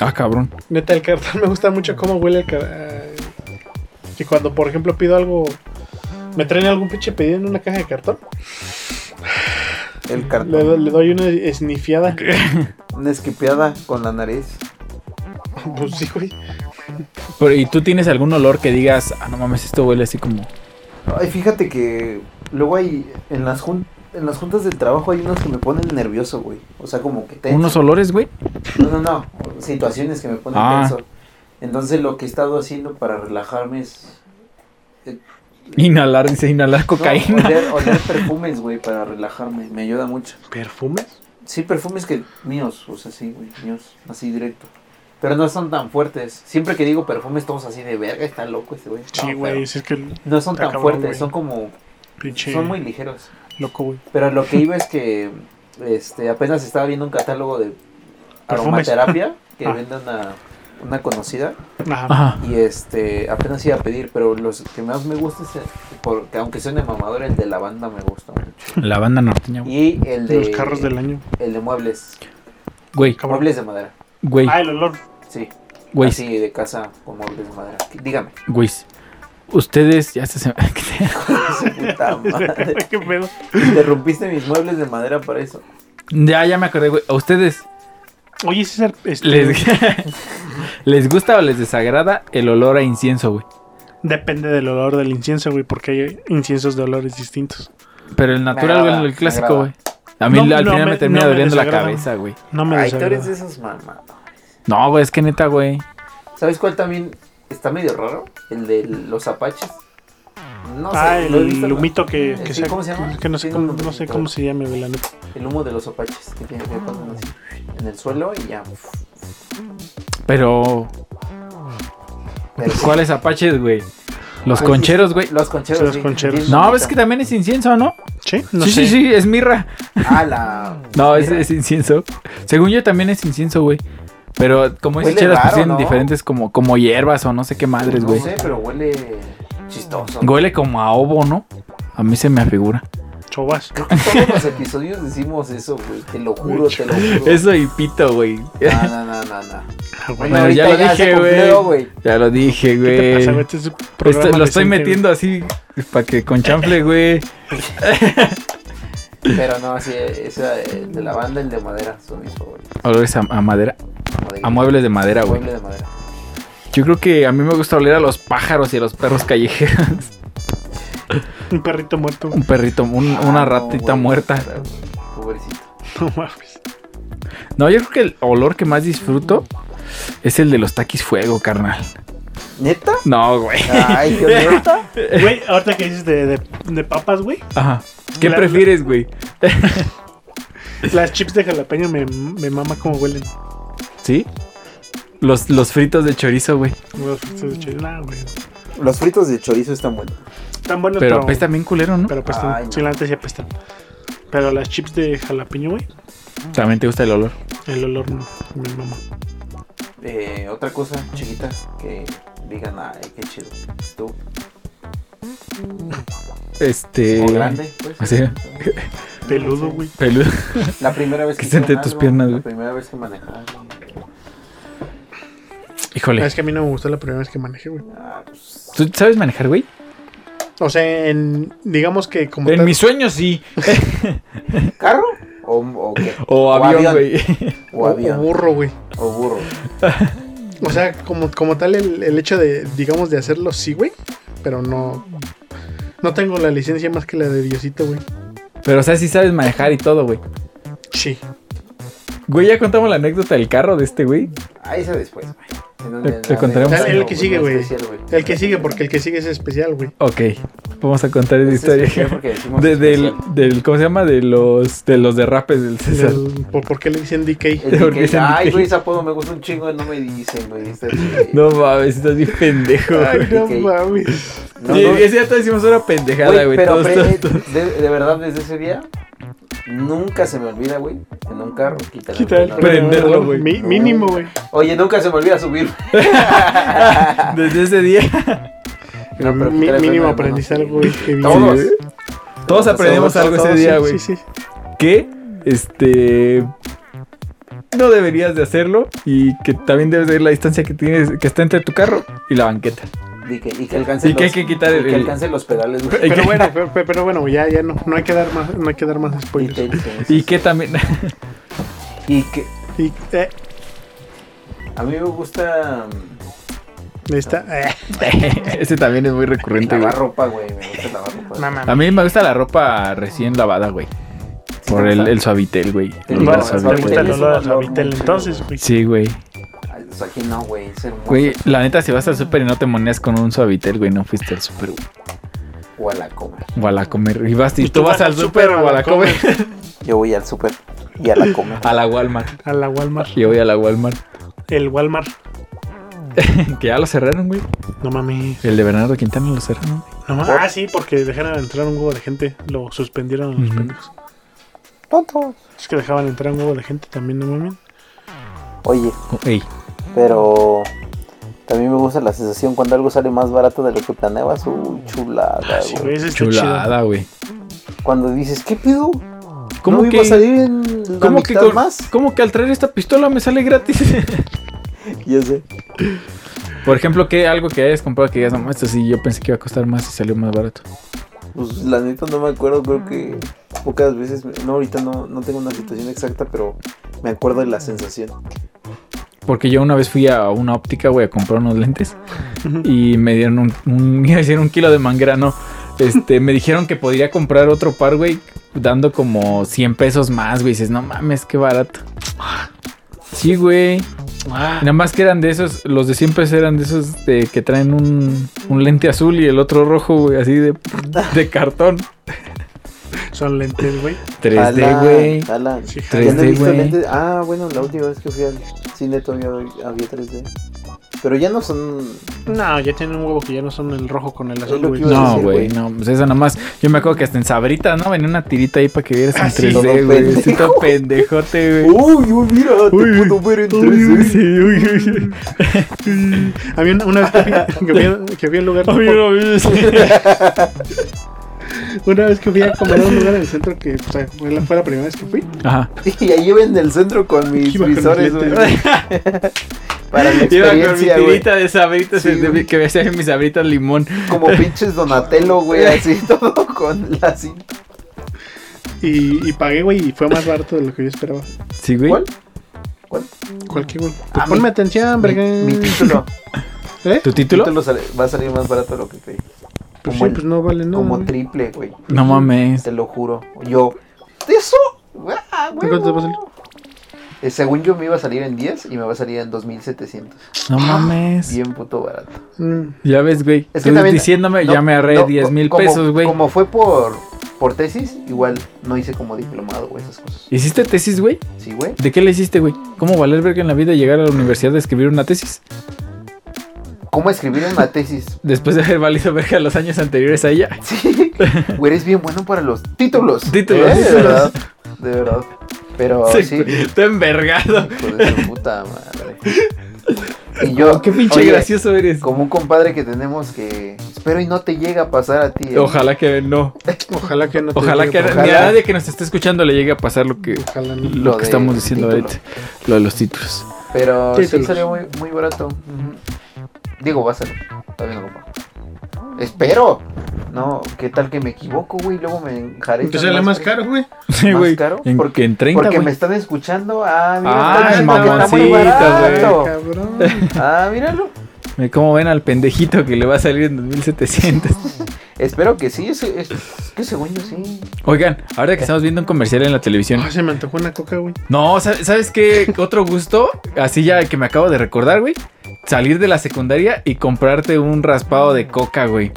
S1: Ah, cabrón.
S2: Neta, el cartón me gusta mucho cómo huele el cartón. Que cuando, por ejemplo, pido algo. Me traen algún pinche pedido en una caja de cartón.
S3: El
S2: Le, do-
S3: cartón.
S2: le doy una esnifiada.
S3: Una esquipeada con la nariz.
S2: [LAUGHS] Pues sí, güey.
S1: Pero, ¿y tú tienes algún olor que digas, ah, no mames, esto huele así como.
S3: Ay, fíjate que luego hay en las jun- en las juntas de trabajo hay unos que me ponen nervioso, güey. O sea, como que tenso.
S1: Unos olores, güey?
S3: No, no, no. Situaciones que me ponen
S1: Ah.
S3: tenso. Entonces lo que he estado haciendo para relajarme es
S1: Inhalar, dice, inhalar
S3: no,
S1: cocaína.
S3: oler, oler perfumes, güey, para relajarme. Me ayuda mucho.
S2: ¿Perfumes?
S3: Sí, perfumes que míos, o sea, sí, güey, míos, así directo. Pero no son tan fuertes. Siempre que digo perfumes, todos así de verga, está loco este güey.
S2: Sí,
S3: No,
S2: güey,
S3: pero
S2: si es que el
S3: No son
S2: Está
S3: tan
S2: cabrón,
S3: fuertes,
S2: güey.
S3: son como.
S2: pinche
S3: Son muy ligeros.
S2: loco, güey.
S3: Pero lo que iba es que este, apenas estaba viendo un catálogo de
S2: Perfumes.
S3: aromaterapia que
S2: Ah.
S3: vende una, una conocida.
S2: Ajá.
S1: Ajá.
S3: Y este, apenas iba a pedir, pero los que más me gusta es, el- porque aunque suene mamador, el de la banda me gusta mucho.
S1: La banda norteña, güey.
S3: Y el de.
S2: Los carros del año.
S3: El de muebles.
S1: Güey,
S2: Cabrón.
S3: Muebles de madera.
S1: güey,
S2: Ah, el olor. [LAUGHS]
S3: Sí.
S1: güey,
S3: Así de casa con muebles de madera.
S2: [LAUGHS]
S3: Dígame.
S1: güey. Ustedes ya se- se.
S3: Puta madre.
S2: ¿Qué pedo?
S3: Interrumpiste mis muebles de madera para eso.
S1: [LAUGHS] ya, ya me acordé, güey. A ustedes
S2: Oye, César, este,
S1: les, [LAUGHS] les gusta o les desagrada el olor a incienso, güey.
S2: depende del olor del incienso, güey, porque hay inciensos de olores distintos.
S1: Pero el natural,
S3: agrada,
S1: güey, el
S3: me
S1: clásico,
S3: agrada.
S1: güey. A mí
S2: No,
S1: al
S2: no
S1: final me,
S2: me-
S1: termina
S2: no me
S1: doliendo la
S2: desagrada.
S1: cabeza, güey.
S2: No me
S3: Ay, tú
S2: desagrada.
S3: eres de esos mamados.
S1: No, güey, es que neta, güey.
S3: ¿Sabes cuál también está medio raro? El de los apaches. No sé,
S2: Ah,
S3: lo he visto,
S2: el
S3: ¿no? Eh,
S2: lumito que, que,
S3: Sí,
S2: se-
S3: ¿cómo se llama?
S2: que no sé
S3: Tiene un
S2: cómo, no sé
S3: nombre.
S2: cómo se llame, güey, la neta.
S3: El humo de los apaches que tiene que ponen así en el suelo y ya.
S1: Pero,
S3: Pero sí.
S1: ¿cuáles apaches, güey? Los
S3: Ah,
S1: concheros, güey.
S3: Los concheros.
S2: Pues, Los
S3: sí,
S2: concheros.
S3: tienen
S1: No,
S3: una
S1: ves que también es incienso, ¿no?
S2: ¿Sí? No
S1: sí,
S2: sé.
S1: sí, sí, es mirra.
S3: Ah, la.
S1: No, es,
S3: Mira,
S1: es incienso. Según yo también es incienso, güey. Pero como dice
S3: Huele
S1: cheras, pues
S3: raro,
S1: tienen
S3: ¿no?
S1: diferentes como, como hierbas o no sé qué madres,
S3: No
S1: güey.
S3: sé, pero huele chistoso.
S1: Huele como a ovo, ¿no? A mí se me afigura.
S2: Chobas.
S3: Creo que todos los episodios decimos eso, güey. Te lo juro, te lo juro.
S1: Eso y pito, güey.
S3: No, no, no, no, no.
S2: Ah, güey.
S1: Bueno,
S3: ahorita
S1: ya lo
S3: se
S1: dije,
S3: cumplió,
S1: Ya lo dije,
S2: ¿Qué te
S1: güey.
S2: pasa, güey? Este es un
S1: Esto-
S2: programa
S1: lo estoy
S2: decente,
S1: metiendo así para que con chanfle, güey.
S3: Pero no, sí, esa eh, de la banda, el de madera, son mis favoritos.
S1: Olores a, a madera.
S3: Madera.
S1: A muebles de madera, güey.
S3: Mueble de madera.
S1: Yo creo que a mí me gusta oler a los pájaros y a los perros callejeros. [LAUGHS]
S2: güey. Un perrito muerto. [LAUGHS]
S1: Un perrito, un- una
S3: Ah, no,
S1: ratita
S3: güey,
S1: muerta.
S3: claro, güey, Pobrecito.
S2: No mames.
S1: No, yo creo que el olor que más disfruto es el de los taquis fuego, carnal.
S3: ¿Neta?
S1: No, güey.
S3: Ay, qué neta.
S2: Güey, ahorita que dices de, de, de papas, güey.
S1: Ajá. ¿Qué
S2: La-
S1: prefieres, güey?
S2: Las chips de jalapeño me, me mama como huelen.
S1: ¿Sí? Los, los fritos de chorizo, güey.
S2: Los fritos de chile. Nah, güey.
S3: Los fritos de chorizo están buenos.
S2: Están buenos,
S1: Pero
S2: pero.
S1: apesta bien culero, ¿no?
S2: Pero apestan.
S3: Ay, no.
S2: Sí, la neta sí apestan. Pero las chips de jalapeño, güey.
S1: También te gusta el olor.
S2: El olor no. Me mama.
S3: Eh, otra cosa chiquita que digan, ay, qué chido. Tú,
S1: Este.
S3: o grande, pues.
S1: así.
S2: Peludo, güey.
S1: Peludo.
S3: La primera vez
S1: Que
S3: que
S1: esté entre
S3: hicieron
S1: tus
S3: algo,
S1: piernas, güey.
S3: La primera vez que manejaba.
S1: Híjole.
S2: Es que a mí no me gustó la primera vez que manejé, güey.
S3: Ah, pues,
S1: ¿Tú sabes manejar, güey?
S2: O sea, en, digamos que como.
S1: En
S2: tal-
S1: mis sueños sí.
S3: ¿Carro? ¿O, o qué?
S1: O avión, güey. [LAUGHS]
S3: O
S2: o
S3: avión.
S2: burro, güey.
S3: O burro.
S2: O sea, como, como tal el, el hecho de, digamos, de hacerlo sí, güey. Pero no. No tengo la licencia más que la de Diosito, güey.
S1: Pero o sea, sí sabes manejar y todo, güey.
S2: Sí.
S1: Güey, ya contamos la anécdota del carro de este, güey.
S3: Ahí se después, güey. En un-
S1: Te-
S3: en
S1: te
S3: la-
S1: contaremos.
S3: en la-
S2: Dale, el que
S3: en
S2: sigue,
S3: la
S2: güey.
S3: especial, güey.
S2: El que sigue, porque el que sigue es especial, güey.
S1: Ok. Vamos a contar esa
S3: Este es especial
S1: historia. [LAUGHS]
S3: porque decimos
S1: De- del,
S3: especial.
S1: del, ¿cómo se llama? De los, de los derrapes del César.
S2: El- ¿por, por qué le dicen DK?
S3: El
S1: porque
S3: que-
S1: es el-
S3: Ay, güey, ese apodo me gusta un chingo, no me dicen, güey.
S1: [LAUGHS]
S3: este-
S1: No mames, estás bien pendejo. güey.
S2: Ay, no
S3: DK.
S2: mames.
S3: No,
S1: Sí,
S3: no,
S1: ese día te decimos una pendejada, güey.
S3: pero
S1: todos
S3: pre-
S1: tontos.
S3: De, de verdad, desde ese día, nunca se me olvida, güey, en un carro, quitar el
S2: Quita el
S3: frenado.
S1: Prenderlo, güey.
S2: Mi- mínimo, güey.
S3: Oye, nunca se me olvida subir.
S1: Desde ese día.
S3: No, pero
S2: Mi-
S3: quítale
S2: mínimo
S3: freno,
S2: aprendiste
S3: hermano.
S2: algo, güey. que bien.
S3: Todos.
S1: Sí, Todos aprendemos algo ese
S2: Todos,
S1: día,
S2: sí,
S1: güey.
S2: Sí, sí.
S1: Que, este. No deberías de hacerlo y que también debes de ver la distancia que tienes que está entre tu carro y la banqueta.
S3: Y que, y que alcance
S1: Y que hay que quitar
S3: y
S1: el-
S3: que alcance los pedales, güey.
S2: Pero bueno, pero, [LAUGHS] pero bueno, ya, ya no. No hay que dar más, no hay que dar más
S3: Y
S2: spoilers.
S3: te- te-
S1: Y que también [LAUGHS]
S3: y que
S2: Y, eh,
S3: a mí me gusta mm,
S2: está. Eh,
S1: ese también es muy recurrente, güey.
S3: lavar ropa, güey. Me gusta lavar ropa.
S2: no
S1: A
S2: mames.
S1: mí me gusta la ropa recién lavada, güey. Por el, el suavitel, güey.
S3: Te
S1: El
S3: digo,
S2: Bueno,
S1: olor
S3: suavitel.
S2: te gusta el
S1: suavitel.
S2: olor a
S3: Es un olor
S2: Suavitel,
S3: muy
S2: entonces,
S3: chido,
S2: güey.
S1: Sí, güey.
S3: Ay, pues aquí no, güey. Es hermoso.
S1: Güey, la neta, si vas al súper y no te moneas con un suavitel, güey, no fuiste al súper, güey.
S3: O a la comer.
S1: O a la comer. Y vas, y tú vas al súper o a la comer. [LAUGHS]
S3: Yo voy al súper y a la comer.
S1: A la Walmart.
S2: A la Walmart.
S1: Yo voy a la Walmart. [LAUGHS]
S2: El Walmart.
S1: que ya lo cerraron, güey.
S2: No mames.
S1: El de Bernardo Quintana lo cerraron.
S2: No mames. Ah, sí, porque dejaron entrar un huevo de gente. Lo suspendieron a los
S1: Ujú.
S2: pendejos.
S3: Tonto.
S2: Es que dejaban entrar un huevo de gente también, no mames.
S3: Oye,
S1: Oh, ey.
S3: pero también me gusta la sensación cuando algo sale más barato de lo que planeabas. Uy, chulada,
S1: Ah,
S2: Sí,
S3: güey.
S2: güey, ese es chido.
S1: Chulada, güey.
S3: Cuando dices, ¿qué pido?
S1: ¿Cómo
S3: ¿No iba a
S1: que,
S3: salir en la
S1: cómo, que
S3: mitad
S1: con- [LAUGHS]
S3: más?
S1: cómo que al traer esta pistola me sale gratis? [LAUGHS]
S3: Ya sé.
S1: Por ejemplo, ¿qué algo que hayas comprado que digas, no, esto sí, yo pensé que iba a costar más y salió más barato?
S3: Pues la neta no me acuerdo, creo que pocas veces, me- no ahorita no, no tengo una situación exacta, pero me acuerdo de la sensación.
S1: Porque yo una vez fui a una óptica, güey, a comprar unos lentes y me dieron un, un, [LAUGHS] iba a decir un kilo de mangrano. Este, me dijeron que podría comprar otro par, güey, dando como 100 pesos más, güey. Y Dices, no mames, qué barato. Sí, güey.
S2: Ah,
S1: Nada más que eran de esos, los de 100 pesos eran de esos de que traen un, un lente azul y el otro rojo, güey, así de, de cartón.
S2: son lentes, güey.
S3: Alan,
S1: 3D, güey.
S3: Alan,
S2: Sí,
S1: Tres.
S3: ya no he
S1: 3D,
S3: visto
S1: güey.
S3: lentes. Ah, bueno, la última vez que fui al cine todavía había 3D. Pero ya no son.
S2: No, ya tienen un huevo que ya no son el rojo con el
S3: Es
S2: azul,
S3: lo
S2: güey.
S3: que iba a
S1: No,
S3: decir,
S1: güey,
S3: güey.
S1: no, pues esa nada más. Yo me acuerdo que hasta en Sabrita, ¿no? Venía una tirita ahí para que vieras en
S2: Ah, sí.
S1: 3D,
S3: Todo
S1: güey. Sí, todo
S3: pendejo.
S1: pendejote, güey.
S3: Uy, uy, mira, te
S1: Uy,
S3: puedo ver en
S1: Uy, uy,
S3: 3D.
S1: sí, uy, uy, uy.
S2: A mí una, una vez que
S3: [LAUGHS]
S2: fui, que fui- que fui a un lugar.
S1: A mí no, a mí no, sí.
S2: Una vez que fui
S3: [LAUGHS]
S2: a comer a un lugar en el centro que o sea, fue, la, fue la primera vez que fui.
S1: Ajá.
S3: [LAUGHS] Y ahí iba en el centro con mis
S2: Iba con mis
S3: visores, güey.
S2: lentes,
S3: [LAUGHS] Para la
S1: Iba con mi
S3: experiencia, güey.
S1: tirita de sabritas,
S3: Sí,
S1: de-
S3: güey.
S1: que me hacían mis sabritas limón.
S3: Como pinches Donatello, güey, así [LAUGHS] todo con la cinta.
S2: Y, y pagué, güey, y fue más barato de lo que yo esperaba.
S1: Sí, güey.
S3: ¿Cuál?
S2: Cualquier, güey. Pues
S3: Ah,
S2: ponme
S3: mi-
S2: atención,
S3: Mi,
S2: verga. [LAUGHS]
S3: mi título.
S2: ¿Eh?
S1: ¿Tu título?
S3: título sale- va a salir más barato de lo que creí.
S2: Pues
S3: como
S2: sí,
S3: el-
S2: pues no vale, no.
S3: Como
S2: güey.
S3: triple, güey.
S1: No mames.
S3: Te lo juro. Yo, eso. Ah,
S2: ¿De cuánto te va a salir?
S3: Eh, según yo me iba a salir en 10 y me va a salir en 2700.
S1: No mames.
S3: Bien puto barato.
S2: Mm,
S1: Ya ves, güey.
S3: Es que
S1: Tú
S3: también-
S1: diciéndome,
S3: No,
S1: ya me ahorré
S3: no,
S1: 10 mil
S3: como-
S1: pesos, güey.
S3: Como fue por, por tesis, igual no hice como diplomado o esas cosas.
S1: ¿Hiciste tesis, güey?
S3: Sí, güey.
S1: ¿De qué le hiciste, güey? ¿Cómo valer verga en la vida y llegar a la universidad a escribir una tesis?
S3: ¿Cómo escribir una tesis? [LAUGHS]
S1: Después de haber valido verga los años anteriores a ella.
S3: Sí. Güey, eres bien bueno para los títulos. ¿Eh?
S1: Títulos,
S3: De
S1: títulos.
S3: verdad. De verdad. Pero
S1: [LAUGHS]
S3: Oh, sí.
S1: Sí, Está envergado.
S3: hijo de su puta madre. Y yo.
S1: qué pinche
S3: oye,
S1: gracioso eres.
S3: Como un compadre que tenemos que. Espero y no te llega a pasar a ti. ¿eh?
S1: Ojalá que no.
S2: ojalá que no te
S1: Ojalá que
S2: llegue,
S1: a
S3: ojalá.
S1: nadie que nos esté escuchando le llegue a pasar lo que,
S2: Ojalá no.
S1: lo
S3: Lo
S1: que
S3: del
S1: estamos diciendo
S3: título.
S1: ahorita. Lo de los títulos.
S3: Pero sí
S2: Títulos.
S3: salió muy, muy barato. Ujú. Digo, va a salir. Todavía no lo pago. Espero. No, ¿qué tal que me equivoco, güey? Luego me enjaré.
S2: Que sale más caro, güey.
S1: Sí,
S3: ¿Más
S1: güey.
S3: caro?
S1: En,
S3: Porque-
S1: en 30,
S3: Porque
S1: güey.
S3: me están escuchando. Ah,
S1: Ah,
S3: mira, están
S1: el
S3: diciendo que está muy
S1: mamoncito, güey.
S3: barato.
S2: Cabrón.
S3: Ah, míralo.
S1: Ve ¿Cómo ven al pendejito que le va a salir en
S3: [LAUGHS]
S1: 2700?
S3: Espero que sí. Es, es que según yo sí.
S1: Oigan, ahora que estamos viendo un comercial en la televisión.
S2: Ah, se me antojó una coca, güey.
S1: No, ¿sabes sabes qué? Otro gusto, así ya que me acabo de recordar, güey. Salir de la secundaria y comprarte un raspado de coca, güey.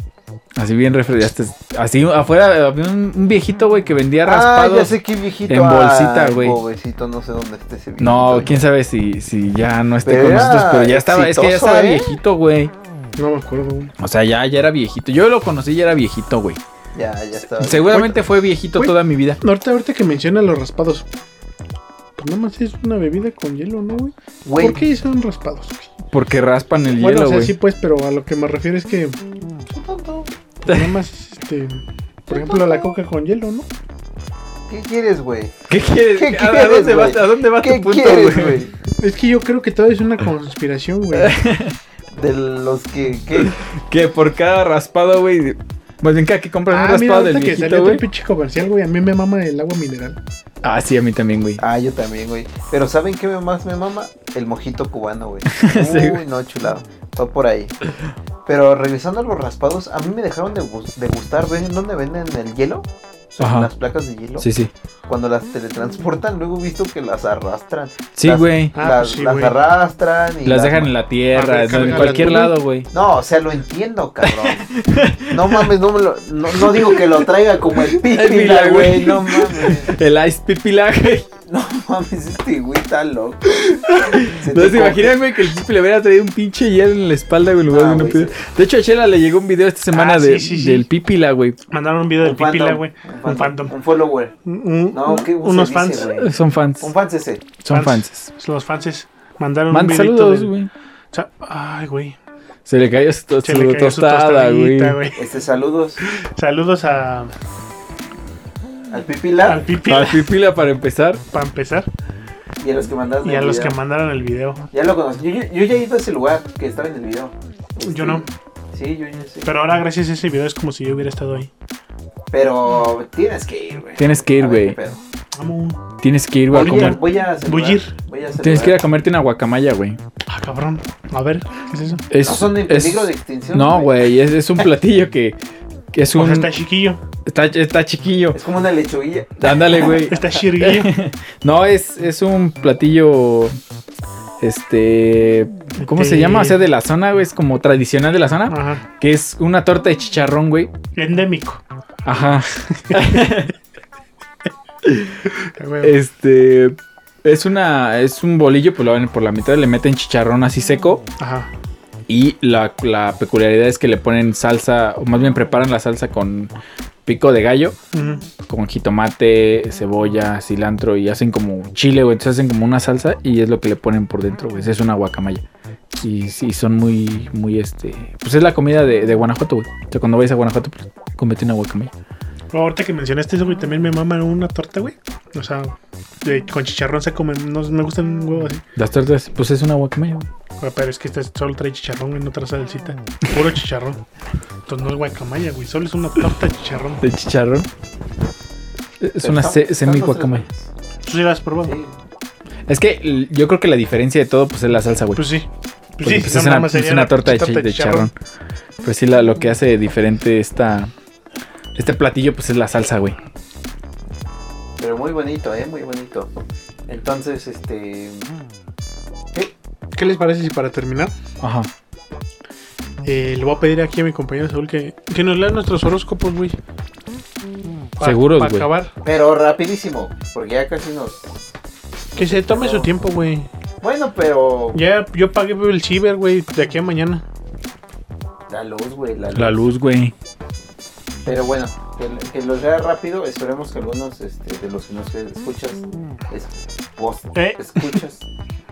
S1: Así bien refrescante. Así afuera había un, un viejito, güey, que vendía
S3: Ah,
S1: raspados.
S3: ya sé qué viejito.
S1: en bolsita,
S3: Ay,
S1: güey.
S3: Pobrecito, no sé dónde está ese viejito.
S1: No,
S3: güey.
S1: quién sabe si, si ya no esté
S3: Pero
S1: con
S3: era
S1: nosotros, pero ya estaba, es que ya
S3: exitoso,
S1: estaba
S3: ¿eh?
S1: viejito, güey.
S2: No me acuerdo, güey.
S1: O sea, ya, ya era viejito. Yo lo conocí, ya era viejito, güey.
S3: Ya, ya estaba.
S1: Seguramente fue viejito
S2: Güey.
S1: toda mi vida.
S2: Ahorita, ahorita que menciona los raspados. Pues nada más es una bebida con hielo, ¿no, güey?
S3: Güey,
S2: ¿Por qué hicieron raspados? güey?
S1: Porque raspan el
S2: bueno,
S1: hielo,
S2: o sea,
S1: güey.
S2: sí, pues, pero a lo que me refiero es que pues, nada más es, este. Por ejemplo, la coca con hielo, ¿no?
S3: ¿qué quieres, güey?
S1: ¿Qué quieres?
S3: ¿Qué
S1: ¿A,
S3: quieres,
S1: dónde va,
S3: güey?
S1: ¿A dónde va
S3: ¿Qué
S1: tu punto,
S3: quieres,
S1: güey?
S3: güey?
S2: Es que yo creo que todo es una conspiración, güey.
S3: De los que. que
S1: Que por cada raspado, güey. Más bien cada que compran un
S2: Ah, mira,
S1: raspado
S2: ahorita
S1: del
S2: que
S1: viejito,
S2: salió otro
S1: güey.
S2: pinche comercial, güey. A mí me mama el agua mineral.
S1: Ah, sí, a mí también, güey.
S3: Ah, yo también, güey. Pero ¿saben qué me- más me mama? El mojito cubano, güey.
S1: [LAUGHS] Sí,
S3: Uy, no, chulado. Va por ahí. Pero regresando a los raspados, a mí me dejaron de, gus- de gustar. ¿Ven dónde venden el hielo? O sea,
S1: Ajá.
S3: las placas de hielo.
S1: Sí, sí.
S3: Cuando las teletransportan, luego he visto que las arrastran.
S1: Sí,
S3: Las-
S1: güey.
S2: Ah,
S3: las
S2: pues sí,
S3: las
S2: güey.
S3: arrastran y
S1: Las dejan en la
S2: Ah,
S1: tierra,
S2: güey,
S1: en
S2: cargan
S1: cualquier
S2: las-
S1: lado, güey.
S3: No, o sea, lo
S1: [LAUGHS]
S3: entiendo, cabrón. No mames, no, me lo, no, no digo que lo traiga como el pipila,
S1: pila, güey.
S3: güey. No
S2: [LAUGHS]
S3: mames.
S1: El ice pipila, güey.
S3: No mames, este güey está loco. Se
S1: No,
S3: te
S1: se imaginan, güey, que el Pipi le hubiera traído un pinche hielo en la espalda, güey, en lugar
S3: Ah,
S1: de una
S3: güey,
S1: piedra. De hecho, a Shela le llegó un video esta semana
S2: Ah, sí,
S1: de-
S2: sí, sí.
S1: del Pipila, güey.
S2: Mandaron un video
S3: confunde.
S2: del Pipila, güey.
S3: Un
S2: Un phantom.
S3: Un follower.
S2: Un-
S3: No, ¿qué se
S2: unos
S3: dice,
S2: fans.
S3: güey?
S1: Son fans.
S3: Un fan ese.
S1: Son
S2: fans.
S1: fans.
S2: Los fans mandaron
S1: Manda
S2: un video.
S1: saludos, güey.
S2: Ay, güey.
S1: Se le cayó su, to-
S2: Se
S1: su
S2: le cayó su
S1: tostada, güey.
S2: tostadita, güey.
S3: Este, saludos
S2: Saludos a,
S3: al
S2: al
S3: Pipila
S1: Al
S2: Pipila,
S1: Pipila para empezar.
S2: para empezar,
S3: y a los que mandaron
S2: y a
S3: el
S2: los que
S3: video.
S2: mandaron el video.
S3: Ya lo conocí. Yo, yo- yo ya he ido a ese lugar que estaba en el video. Este,
S2: Yo no.
S3: Sí, yo ya sé.
S2: Pero ahora, gracias a ese video, es como si yo hubiera estado ahí.
S3: Pero tienes que ir, güey.
S1: Tienes que ir,
S3: A ver qué
S1: güey.
S3: pedo.
S2: Vamos.
S1: Tienes que ir, güey, a
S3: Voy, a-
S1: comer.
S3: voy a. saludar.
S2: Bullir.
S3: Voy a
S1: Tienes que ir a
S3: saludar.
S1: comerte una guacamaya, güey.
S2: Ah, cabrón. A ver, ¿qué es eso?
S1: Es,
S3: No son en
S1: es-
S3: peligro de extinción.
S1: No, güey, es, es un platillo que, que es
S2: O sea,
S1: un...
S2: está chiquillo.
S1: está, está chiquillo.
S3: Es como una lechuguilla.
S1: Ándale, güey. [LAUGHS]
S2: Está chirguillo.
S1: no, es, es un platillo. Este. ¿Cómo se
S2: Este-
S1: llama? O sea, de la zona, güey. Es como tradicional de la zona.
S2: Ajá.
S1: Que es una torta de chicharrón, güey.
S2: Endémico. [LAUGHS]
S1: Ajá.
S2: Ah, güey.
S1: Este. Es una. Es un bolillo, pues lo abren por la mitad, le meten chicharrón así seco.
S2: Ajá.
S1: Y la, la peculiaridad es que le ponen salsa. O más bien preparan la salsa con pico de gallo.
S2: Ujú.
S1: con jitomate, cebolla, cilantro y hacen como chile, güey. Entonces hacen como una salsa y es lo que le ponen por dentro, güey. Es una guacamaya. Y sí, son muy, muy este. Pues es la comida de, de Guanajuato, güey. O sea, cuando vayas a Guanajuato, pues comete una guacamaya.
S2: Ahorita que mencionaste eso, güey, también me maman una torta, güey. O sea, de- con chicharrón se comen. No, me gustan un huevo así.
S1: Las tortas, pues es una guacamaya, güey.
S2: Güey, Pero es que este solo trae chicharrón, güey, no trae salsita. Puro chicharrón. Entonces no es guacamaya, güey. Solo es una torta de chicharrón.
S1: De chicharrón. Es
S3: Pero
S1: una
S3: estamos-
S1: se- semi
S3: estamos
S1: guacamaya.
S2: ¿Tú sí la has probado?
S1: Pues
S3: Sí.
S1: Es que l- yo creo que la diferencia de todo, pues es la salsa, güey.
S2: Pues sí. Pues
S1: Porque,
S2: sí,
S1: pues,
S2: si no,
S1: es,
S2: nada
S1: una,
S2: más
S1: es
S2: sería
S1: una
S2: la
S1: torta de,
S2: pinche
S1: chi- de charrón. Pues sí, la- lo que hace diferente esta, este platillo, pues es la salsa, güey.
S3: Pero muy bonito, eh, muy bonito. Entonces, este.
S2: ¿Qué les parece si para terminar
S1: Ajá.
S2: eh, le voy a pedir aquí a mi compañero Saúl que, que nos lea nuestros horóscopos, güey? Pa-
S1: Seguros,
S2: pa'
S1: güey.
S2: acabar.
S3: Pero rapidísimo, porque ya casi nos.
S2: Que se tome su tiempo, güey.
S3: Bueno, pero.
S2: Ya yo pagué el ciber, güey, de aquí a mañana.
S3: La luz, güey. La luz.
S1: La luz, güey.
S3: Pero bueno, que, que los lea rápido. Esperemos que algunos este, de los que nos escuchas. Es, post,
S2: ¿Eh?
S3: Escuchas.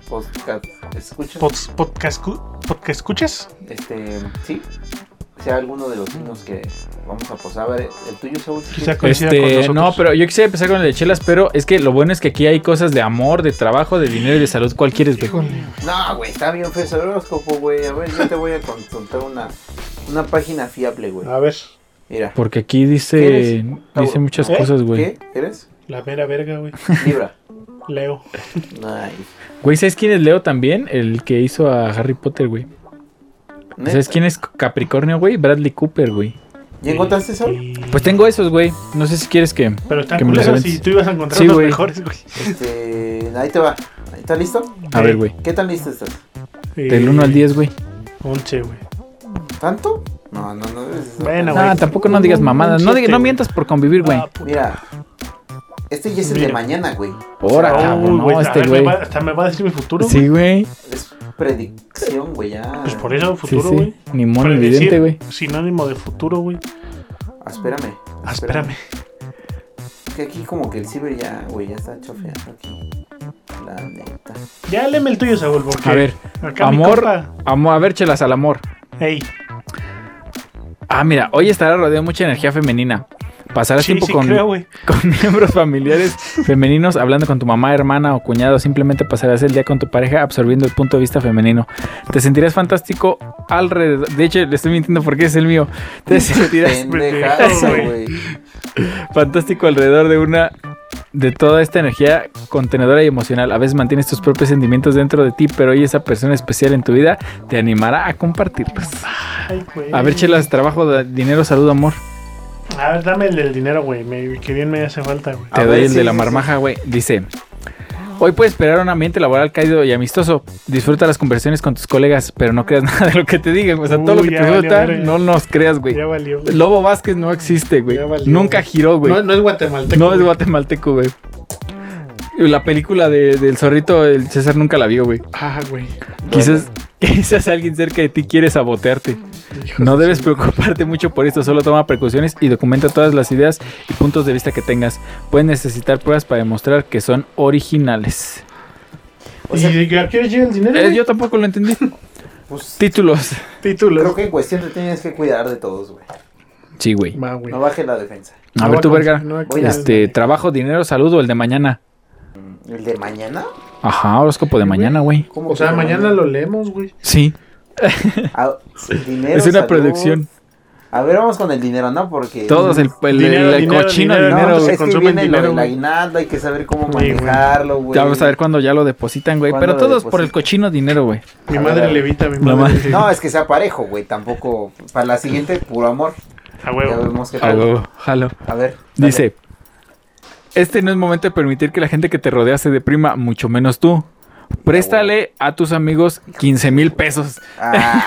S3: Podcast. Escuchas.
S2: Pods- Podcast, cu- podcast escuchas.
S3: este. Sí. Sea alguno de los signos que vamos a posar. A ver, el tuyo, Saúl. ¿qué
S2: Quizá
S3: es?
S2: coincida con
S1: Este,
S2: nosotros.
S1: no, pero yo quisiera empezar con el de chelas, pero es que lo bueno es que aquí hay cosas de amor, de trabajo, de dinero y de salud. ¿Cuál quieres, güey?
S3: No, güey, está bien feo ese horóscopo, güey. A ver, yo te voy a consultar una, una página fiable, güey.
S2: A ver,
S3: Mira.
S1: Porque aquí dice,
S3: ¿Quieres?
S1: dice muchas
S2: ¿Eh?
S1: cosas, Pues, güey.
S3: ¿Qué? ¿Eres?
S2: la mera verga, güey. [LAUGHS]
S3: Libra.
S2: Leo.
S1: [LAUGHS]
S3: Nice.
S1: Güey, ¿sabes quién es Leo también? El que hizo a Harry Potter, güey.
S2: ¿Eh?
S1: ¿Sabes quién Pues es Capricornio, güey? Bradley Cooper, güey.
S3: ¿Ya encontraste eso?
S2: Y-
S1: Pues tengo esos, güey. No sé si quieres que...
S2: Pero están
S1: que me los
S2: culeros
S1: aventes.
S2: y tú ibas a encontrar
S1: Sí,
S2: los
S1: güey.
S2: mejores, güey.
S3: Este, ahí te va. Ahí, ¿Estás listo?
S1: A ver, güey.
S3: ¿Qué tan listo estás?
S1: Del 1 al 10, güey.
S2: 11, güey.
S3: ¿Tanto? No, no, no. es-
S2: Bueno,
S1: No,
S2: güey.
S1: tampoco no digas mamadas. No, digas- no
S2: Siete,
S1: mientas por convivir, güey.
S2: Ah, puta.
S3: Mira. Este ya es el de
S2: Mira.
S3: mañana, güey.
S1: Ahora,
S2: Uy,
S1: cabrón.
S2: güey,
S1: No,
S2: a
S1: este,
S2: ver,
S1: güey.
S2: me va- Hasta me va a decir mi futuro, güey.
S1: Sí, güey.
S3: Es predicción, güey, ya.
S2: Pues por eso,
S1: Sí,
S2: futuro, güey.
S1: sí. Ni mono
S2: Predecir,
S1: evidente, güey.
S2: Sinónimo de futuro, güey.
S3: Ah, Espérame.
S2: Ah, espérame.
S3: Que aquí como que el ciber ya, güey, ya está chofeando aquí. La neta.
S2: Ya léeme el tuyo, Saúl, porque...
S1: A ver,
S2: acá mi
S1: amor,
S2: compa-
S1: amor, a ver, chelas al amor.
S2: Ey,
S1: Ah, mira, hoy estará rodeado de mucha energía femenina. Pasarás
S2: sí,
S1: tiempo
S2: sí
S1: con,
S2: creo, güey.
S1: [LAUGHS] con miembros familiares femeninos, hablando con tu mamá, hermana o cuñado. Simplemente pasarás el día con tu pareja absorbiendo el punto de vista femenino. Te sentirás fantástico alrededor. De hecho, le estoy mintiendo porque es el mío. Te sentirás
S3: Pendejada,
S2: güey.
S3: güey.
S1: fantástico alrededor de una. De toda esta energía contenedora y emocional. A veces mantienes tus propios sentimientos dentro de ti, pero hoy esa persona especial en tu vida te animará a compartirlos.
S2: Ay, güey.
S1: A ver, chelas, trabajo, da- dinero, salud, amor.
S2: A ver, dame el del dinero, güey. me- Que bien me hace falta, güey.
S3: Ah.
S1: Te
S3: A
S1: doy
S3: ver,
S1: el
S3: sí,
S1: de la
S3: sí, sí.
S1: marmaja, güey. Dice. Hoy puedes esperar un ambiente laboral cálido y amistoso. Disfruta las conversaciones con tus colegas, pero no creas [LAUGHS] nada de lo que te digan. O sea, todo lo
S2: Uy,
S1: que
S2: ya
S1: te
S2: valió
S1: gusta,
S2: verga.
S1: no nos creas, güey.
S2: Ya valió. güey.
S1: Lobo Vázquez no existe, güey.
S2: Ya valió,
S1: Nunca
S2: güey.
S1: giró, güey.
S2: No, no es guatemalteco.
S1: No es
S2: güey.
S1: guatemalteco, güey. La película de- del zorrito, el César nunca la vio, güey.
S2: Ah, güey.
S1: Quizás, [LAUGHS] quizás alguien cerca de ti quiere sabotearte.
S2: Hijos
S1: No
S2: de
S1: debes
S2: su-
S1: preocuparte mucho por esto, solo toma precauciones y documenta todas las ideas y puntos de vista que tengas. Puedes necesitar pruebas para demostrar que son originales.
S3: O sea,
S2: ¿Y a qué hora llega el dinero?
S1: Eh,
S2: güey?
S1: yo tampoco lo
S2: [LAUGHS]
S1: entendí.
S3: pues,
S1: Títulos.
S2: Títulos.
S3: creo que en cuestión te tienes que cuidar de todos, güey.
S1: Sí, güey.
S2: Va, güey.
S3: No baje la defensa.
S1: A
S2: No
S1: ver
S2: va
S1: tú,
S2: con-
S1: verga.
S2: no va con-
S1: Este, trabajo, dinero, saludo, el de mañana.
S3: ¿El de mañana?
S1: Ajá, horóscopo de mañana, güey.
S3: ¿Cómo
S2: O sea,
S3: que
S2: mañana lo leemos, güey.
S1: Sí,
S3: Ah,
S1: [LAUGHS]
S3: dinero,
S1: es una
S3: salud.
S1: producción.
S3: A ver, vamos con el dinero, ¿no? Porque...
S1: Todos el, el,
S2: Dinero,
S1: el
S2: dinero,
S1: cochino [LAUGHS]
S2: dinero,
S1: dinero. güey.
S3: No, pues
S2: se
S3: es que
S2: consume el
S3: viene
S2: dinero,
S3: lo del
S2: güey.
S3: aguinaldo, hay que saber cómo
S2: Sí, güey.
S3: manejarlo, güey.
S1: Ya vamos a ver cuándo ya lo depositan, güey.
S3: ¿Cuándo
S1: Pero
S3: lo
S1: todos por el
S3: depositan?
S1: cochino dinero, güey.
S2: Mi
S3: A
S2: madre
S3: ver, a ver.
S2: levita, mi
S1: No,
S2: madre.
S3: No, es que sea parejo, güey. Tampoco. Para la siguiente, puro amor.
S2: a
S3: Ya
S2: huevo.
S3: vemos que
S1: A huevo, jalo.
S3: A ver. dale.
S1: Dice, este no es momento de permitir que la gente que te rodea se deprima, mucho menos tú. Préstale a tus amigos 15 mil pesos.
S3: Ah,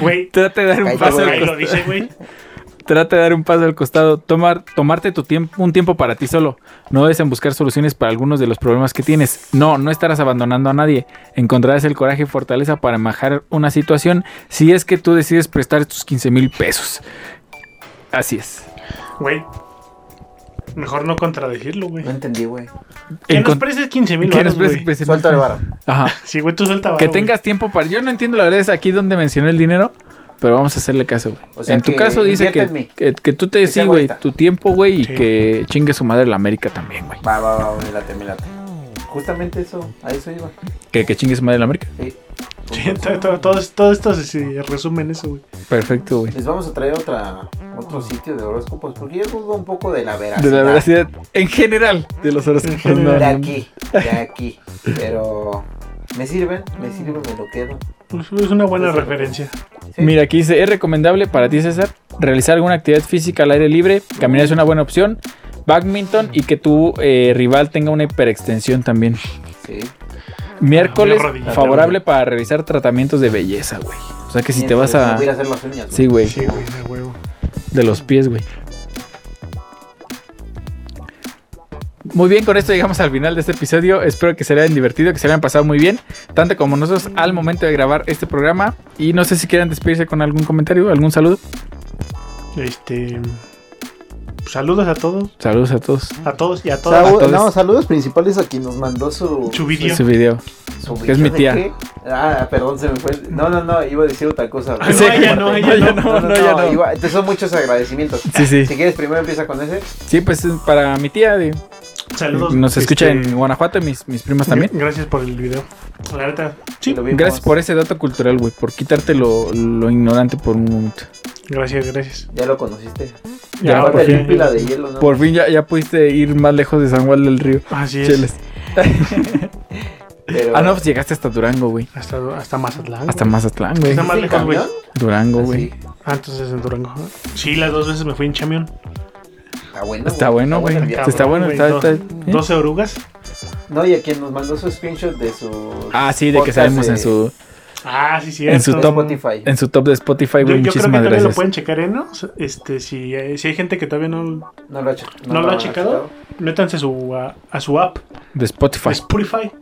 S2: Güey. pues,
S1: Trata de dar un
S3: Cállate,
S1: paso al
S2: Ahí lo
S1: costado.
S2: dice, güey.
S1: Trata de dar un paso al costado. Tomar, tomarte tu tiempo, un tiempo para ti solo. No debes en buscar soluciones para algunos de los problemas que tienes. No, no estarás abandonando a nadie. Encontrarás el coraje y fortaleza para manejar una situación si es que tú decides prestar tus 15 mil pesos. Así es.
S2: Güey. Mejor no contradecirlo, güey.
S3: no
S2: [LAUGHS]
S3: entendí, güey.
S2: Que nos
S1: Encon-
S2: prestes 15 mil
S1: que nos
S2: baros,
S1: prestes
S2: güey.
S1: 15,000
S3: Suelta el varo.
S1: Ajá.
S2: Sí, güey, tú suelta varo,
S1: Que
S2: güey.
S1: tengas tiempo para. Yo no entiendo la verdad, es aquí donde mencioné el dinero, pero vamos a hacerle caso, güey.
S3: O sea,
S1: en tu
S3: que
S1: caso dice
S3: invierte en mí.
S1: que, que, que tú te
S3: Que
S1: sí,
S3: sea
S1: güey,
S3: bonita.
S1: tu tiempo, güey, y
S2: Sí.
S1: que chingue su madre la América también, güey.
S3: Va, va, va, me late, me late. Justamente eso, a eso iba.
S1: Que, que chingue su madre la América.
S3: Sí.
S2: Sí, [LAUGHS] to- to- todo, todo esto se, se resume en eso, güey.
S1: Perfecto, güey.
S3: Les vamos a traer otra, otro sitio de horóscopos, porque yo dudo un poco de la veracidad.
S1: De la veracidad, en general, de los
S2: En
S1: horóscopos.
S2: general.
S1: no,
S3: De
S1: no, no.
S3: aquí, de aquí. Pero me sirven, me sirven, me lo quedo.
S2: Pues es una buena referencia.
S3: Sí.
S1: Mira, aquí dice, es recomendable para ti, César, realizar alguna actividad física al aire libre, caminar es una buena opción, badminton y que tu eh, rival tenga una hiperextensión también.
S3: Sí.
S1: Miércoles,
S2: Ah, mi rodilla.
S1: favorable para realizar tratamientos de belleza, güey. O sea que si te vas
S3: Me
S1: a...
S3: voy ir a hacer las uñas.
S1: Sí,
S3: güey.
S1: güey.
S2: Sí, güey, de huevo.
S1: De los pies, güey. Muy bien, con esto llegamos al final de este episodio. Espero que se le hayan divertido, que se le hayan pasado muy bien, tanto como nosotros al momento de grabar este programa. Y no sé si quieran despedirse con algún comentario, algún saludo.
S2: Este. Saludos a todos,
S1: Saludos a todos.
S2: a todos y a todas.
S1: Saúl.
S3: Salu-
S1: Entonces-
S3: no, saludos principales a quien nos mandó su,
S2: Su video.
S1: Su video.
S3: su video
S1: Que es mi
S3: de
S1: tía.
S3: qué. Ah, perdón, se me fue. el- No, no, no, iba a decir otra cosa.
S2: Ah,
S3: pero-
S1: Sí.
S2: [LAUGHS] no, ella no, ella
S1: No, ya
S2: no.
S1: no, no, ya no.
S3: iba- entonces son muchos agradecimientos.
S1: Sí, sí.
S3: Si quieres, primero empieza con ese.
S1: Sí, pues es para mi tía. de-
S2: Saludos.
S1: nos escucha
S2: este,
S1: en Guanajuato y mis, mis primas también.
S2: Gracias por el video. La neta, sí.
S3: Lo vimos.
S1: Gracias por ese dato cultural, güey, por quitarte lo, lo ignorante por un momento.
S2: Gracias, gracias.
S3: Ya lo conociste.
S1: Ya,
S3: Aparte
S1: por
S3: de
S1: fin.
S3: un pila de hielo, ¿no?
S1: Por fin ya, ya pudiste ir más lejos de San Juan del Río.
S2: Así es.
S1: Cheles.
S3: Pero-
S1: Ah, no, pues llegaste hasta Durango, güey.
S2: Hasta, hasta Mazatlán.
S1: Hasta
S2: güey.
S1: Mazatlán, güey.
S2: Está más
S3: ¿Sí,
S2: lejos, güey.
S3: camión?
S1: Durango, güey.
S3: Ah, sí.
S2: Ah, entonces en Durango. Sí, las dos veces me fui en camión.
S3: Está bueno.
S1: Está bueno, güey.
S3: el viaje.
S1: Está bueno,
S2: güey,
S1: está-
S2: dos-
S1: está- ¿eh?
S2: 12 orugas.
S3: No, y a quien nos mandó su screenshot de su.
S1: Ah, sí, de que
S3: podcast
S1: salimos
S3: de-
S1: en su
S2: Ah, sí, sí.
S1: En su
S3: de
S1: top.
S3: Spotify.
S1: en su top de Spotify,
S2: Yo,
S1: güey.
S2: yo creo que
S1: Muchísimas
S2: también lo
S1: gracias.
S2: pueden checar, ¿eh? ¿no? Si, si, eh, si hay gente que todavía no.
S3: No lo ha, che-
S2: ¿No lo ha checado? Métanse a su, a, a su app,
S1: De Spotify.
S2: pues, Spotify.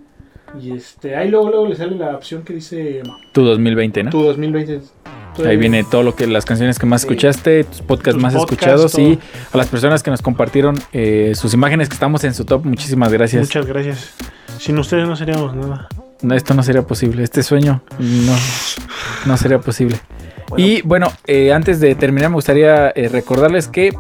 S2: Y este, ahí luego, luego le sale la opción que dice
S1: Tu 2020, ¿no?
S2: tu 2020. tu-
S1: ¿Eh? Ahí viene todo lo que las canciones que más
S3: Sí.
S1: escuchaste, tus podcasts
S2: Tus
S1: más
S2: podcasts,
S1: escuchados y
S2: todo.
S1: a las personas que nos compartieron eh, sus imágenes que estamos en su top. Muchísimas gracias.
S2: Muchas gracias. Sin ustedes no seríamos nada.
S1: No, esto no sería posible. Este sueño no, no sería posible.
S3: Bueno.
S1: Y bueno, eh, antes de terminar, me gustaría eh, recordarles que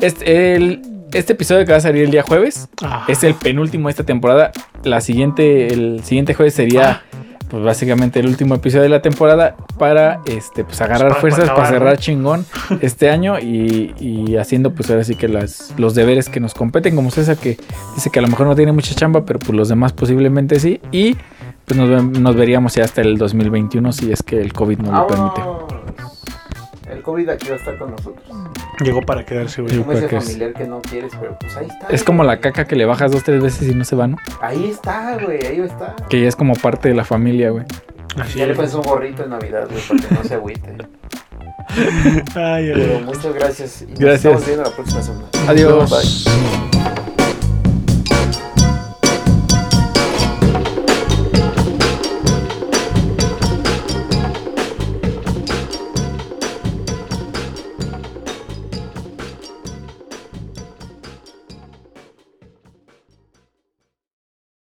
S1: este, el- este episodio que va a salir el día jueves
S2: Ah,
S1: es el penúltimo de esta temporada. La siguiente, el siguiente jueves sería. Pues básicamente el último episodio de la temporada para este pues agarrar
S2: Para- para
S1: fuerzas para,
S2: acabar, ¿no?
S1: cerrar chingón este año y, y haciendo pues ahora sí que las, los deberes que nos competen como César que dice que a lo mejor no tiene mucha chamba pero pues los demás posiblemente sí y pues nos, ve- nos veríamos ya hasta el 2021 si es que el COVID no
S3: Ah.
S1: lo permite.
S3: Vámonos. El COVID aquí va a estar con nosotros.
S2: Llegó para quedarse, güey.
S1: Sí.
S3: Como ese
S1: creo que es-
S3: familiar que no quieres, pero pues ahí está.
S1: Es
S3: güey.
S1: como la caca que le bajas dos tres veces y no se va, ¿no?
S3: Ahí está, güey, ahí está.
S1: Que ya es como parte de la familia, güey.
S2: Así
S3: Ya le
S2: es.
S3: pones un gorrito en Navidad, güey, para que no
S1: [LAUGHS]
S3: se agüite.
S2: Ay, ay, ay. Ah,
S3: Pero muchas gracias. Y nos
S1: Gracias.
S3: estamos viendo la próxima semana.
S1: Adiós.
S3: Bye.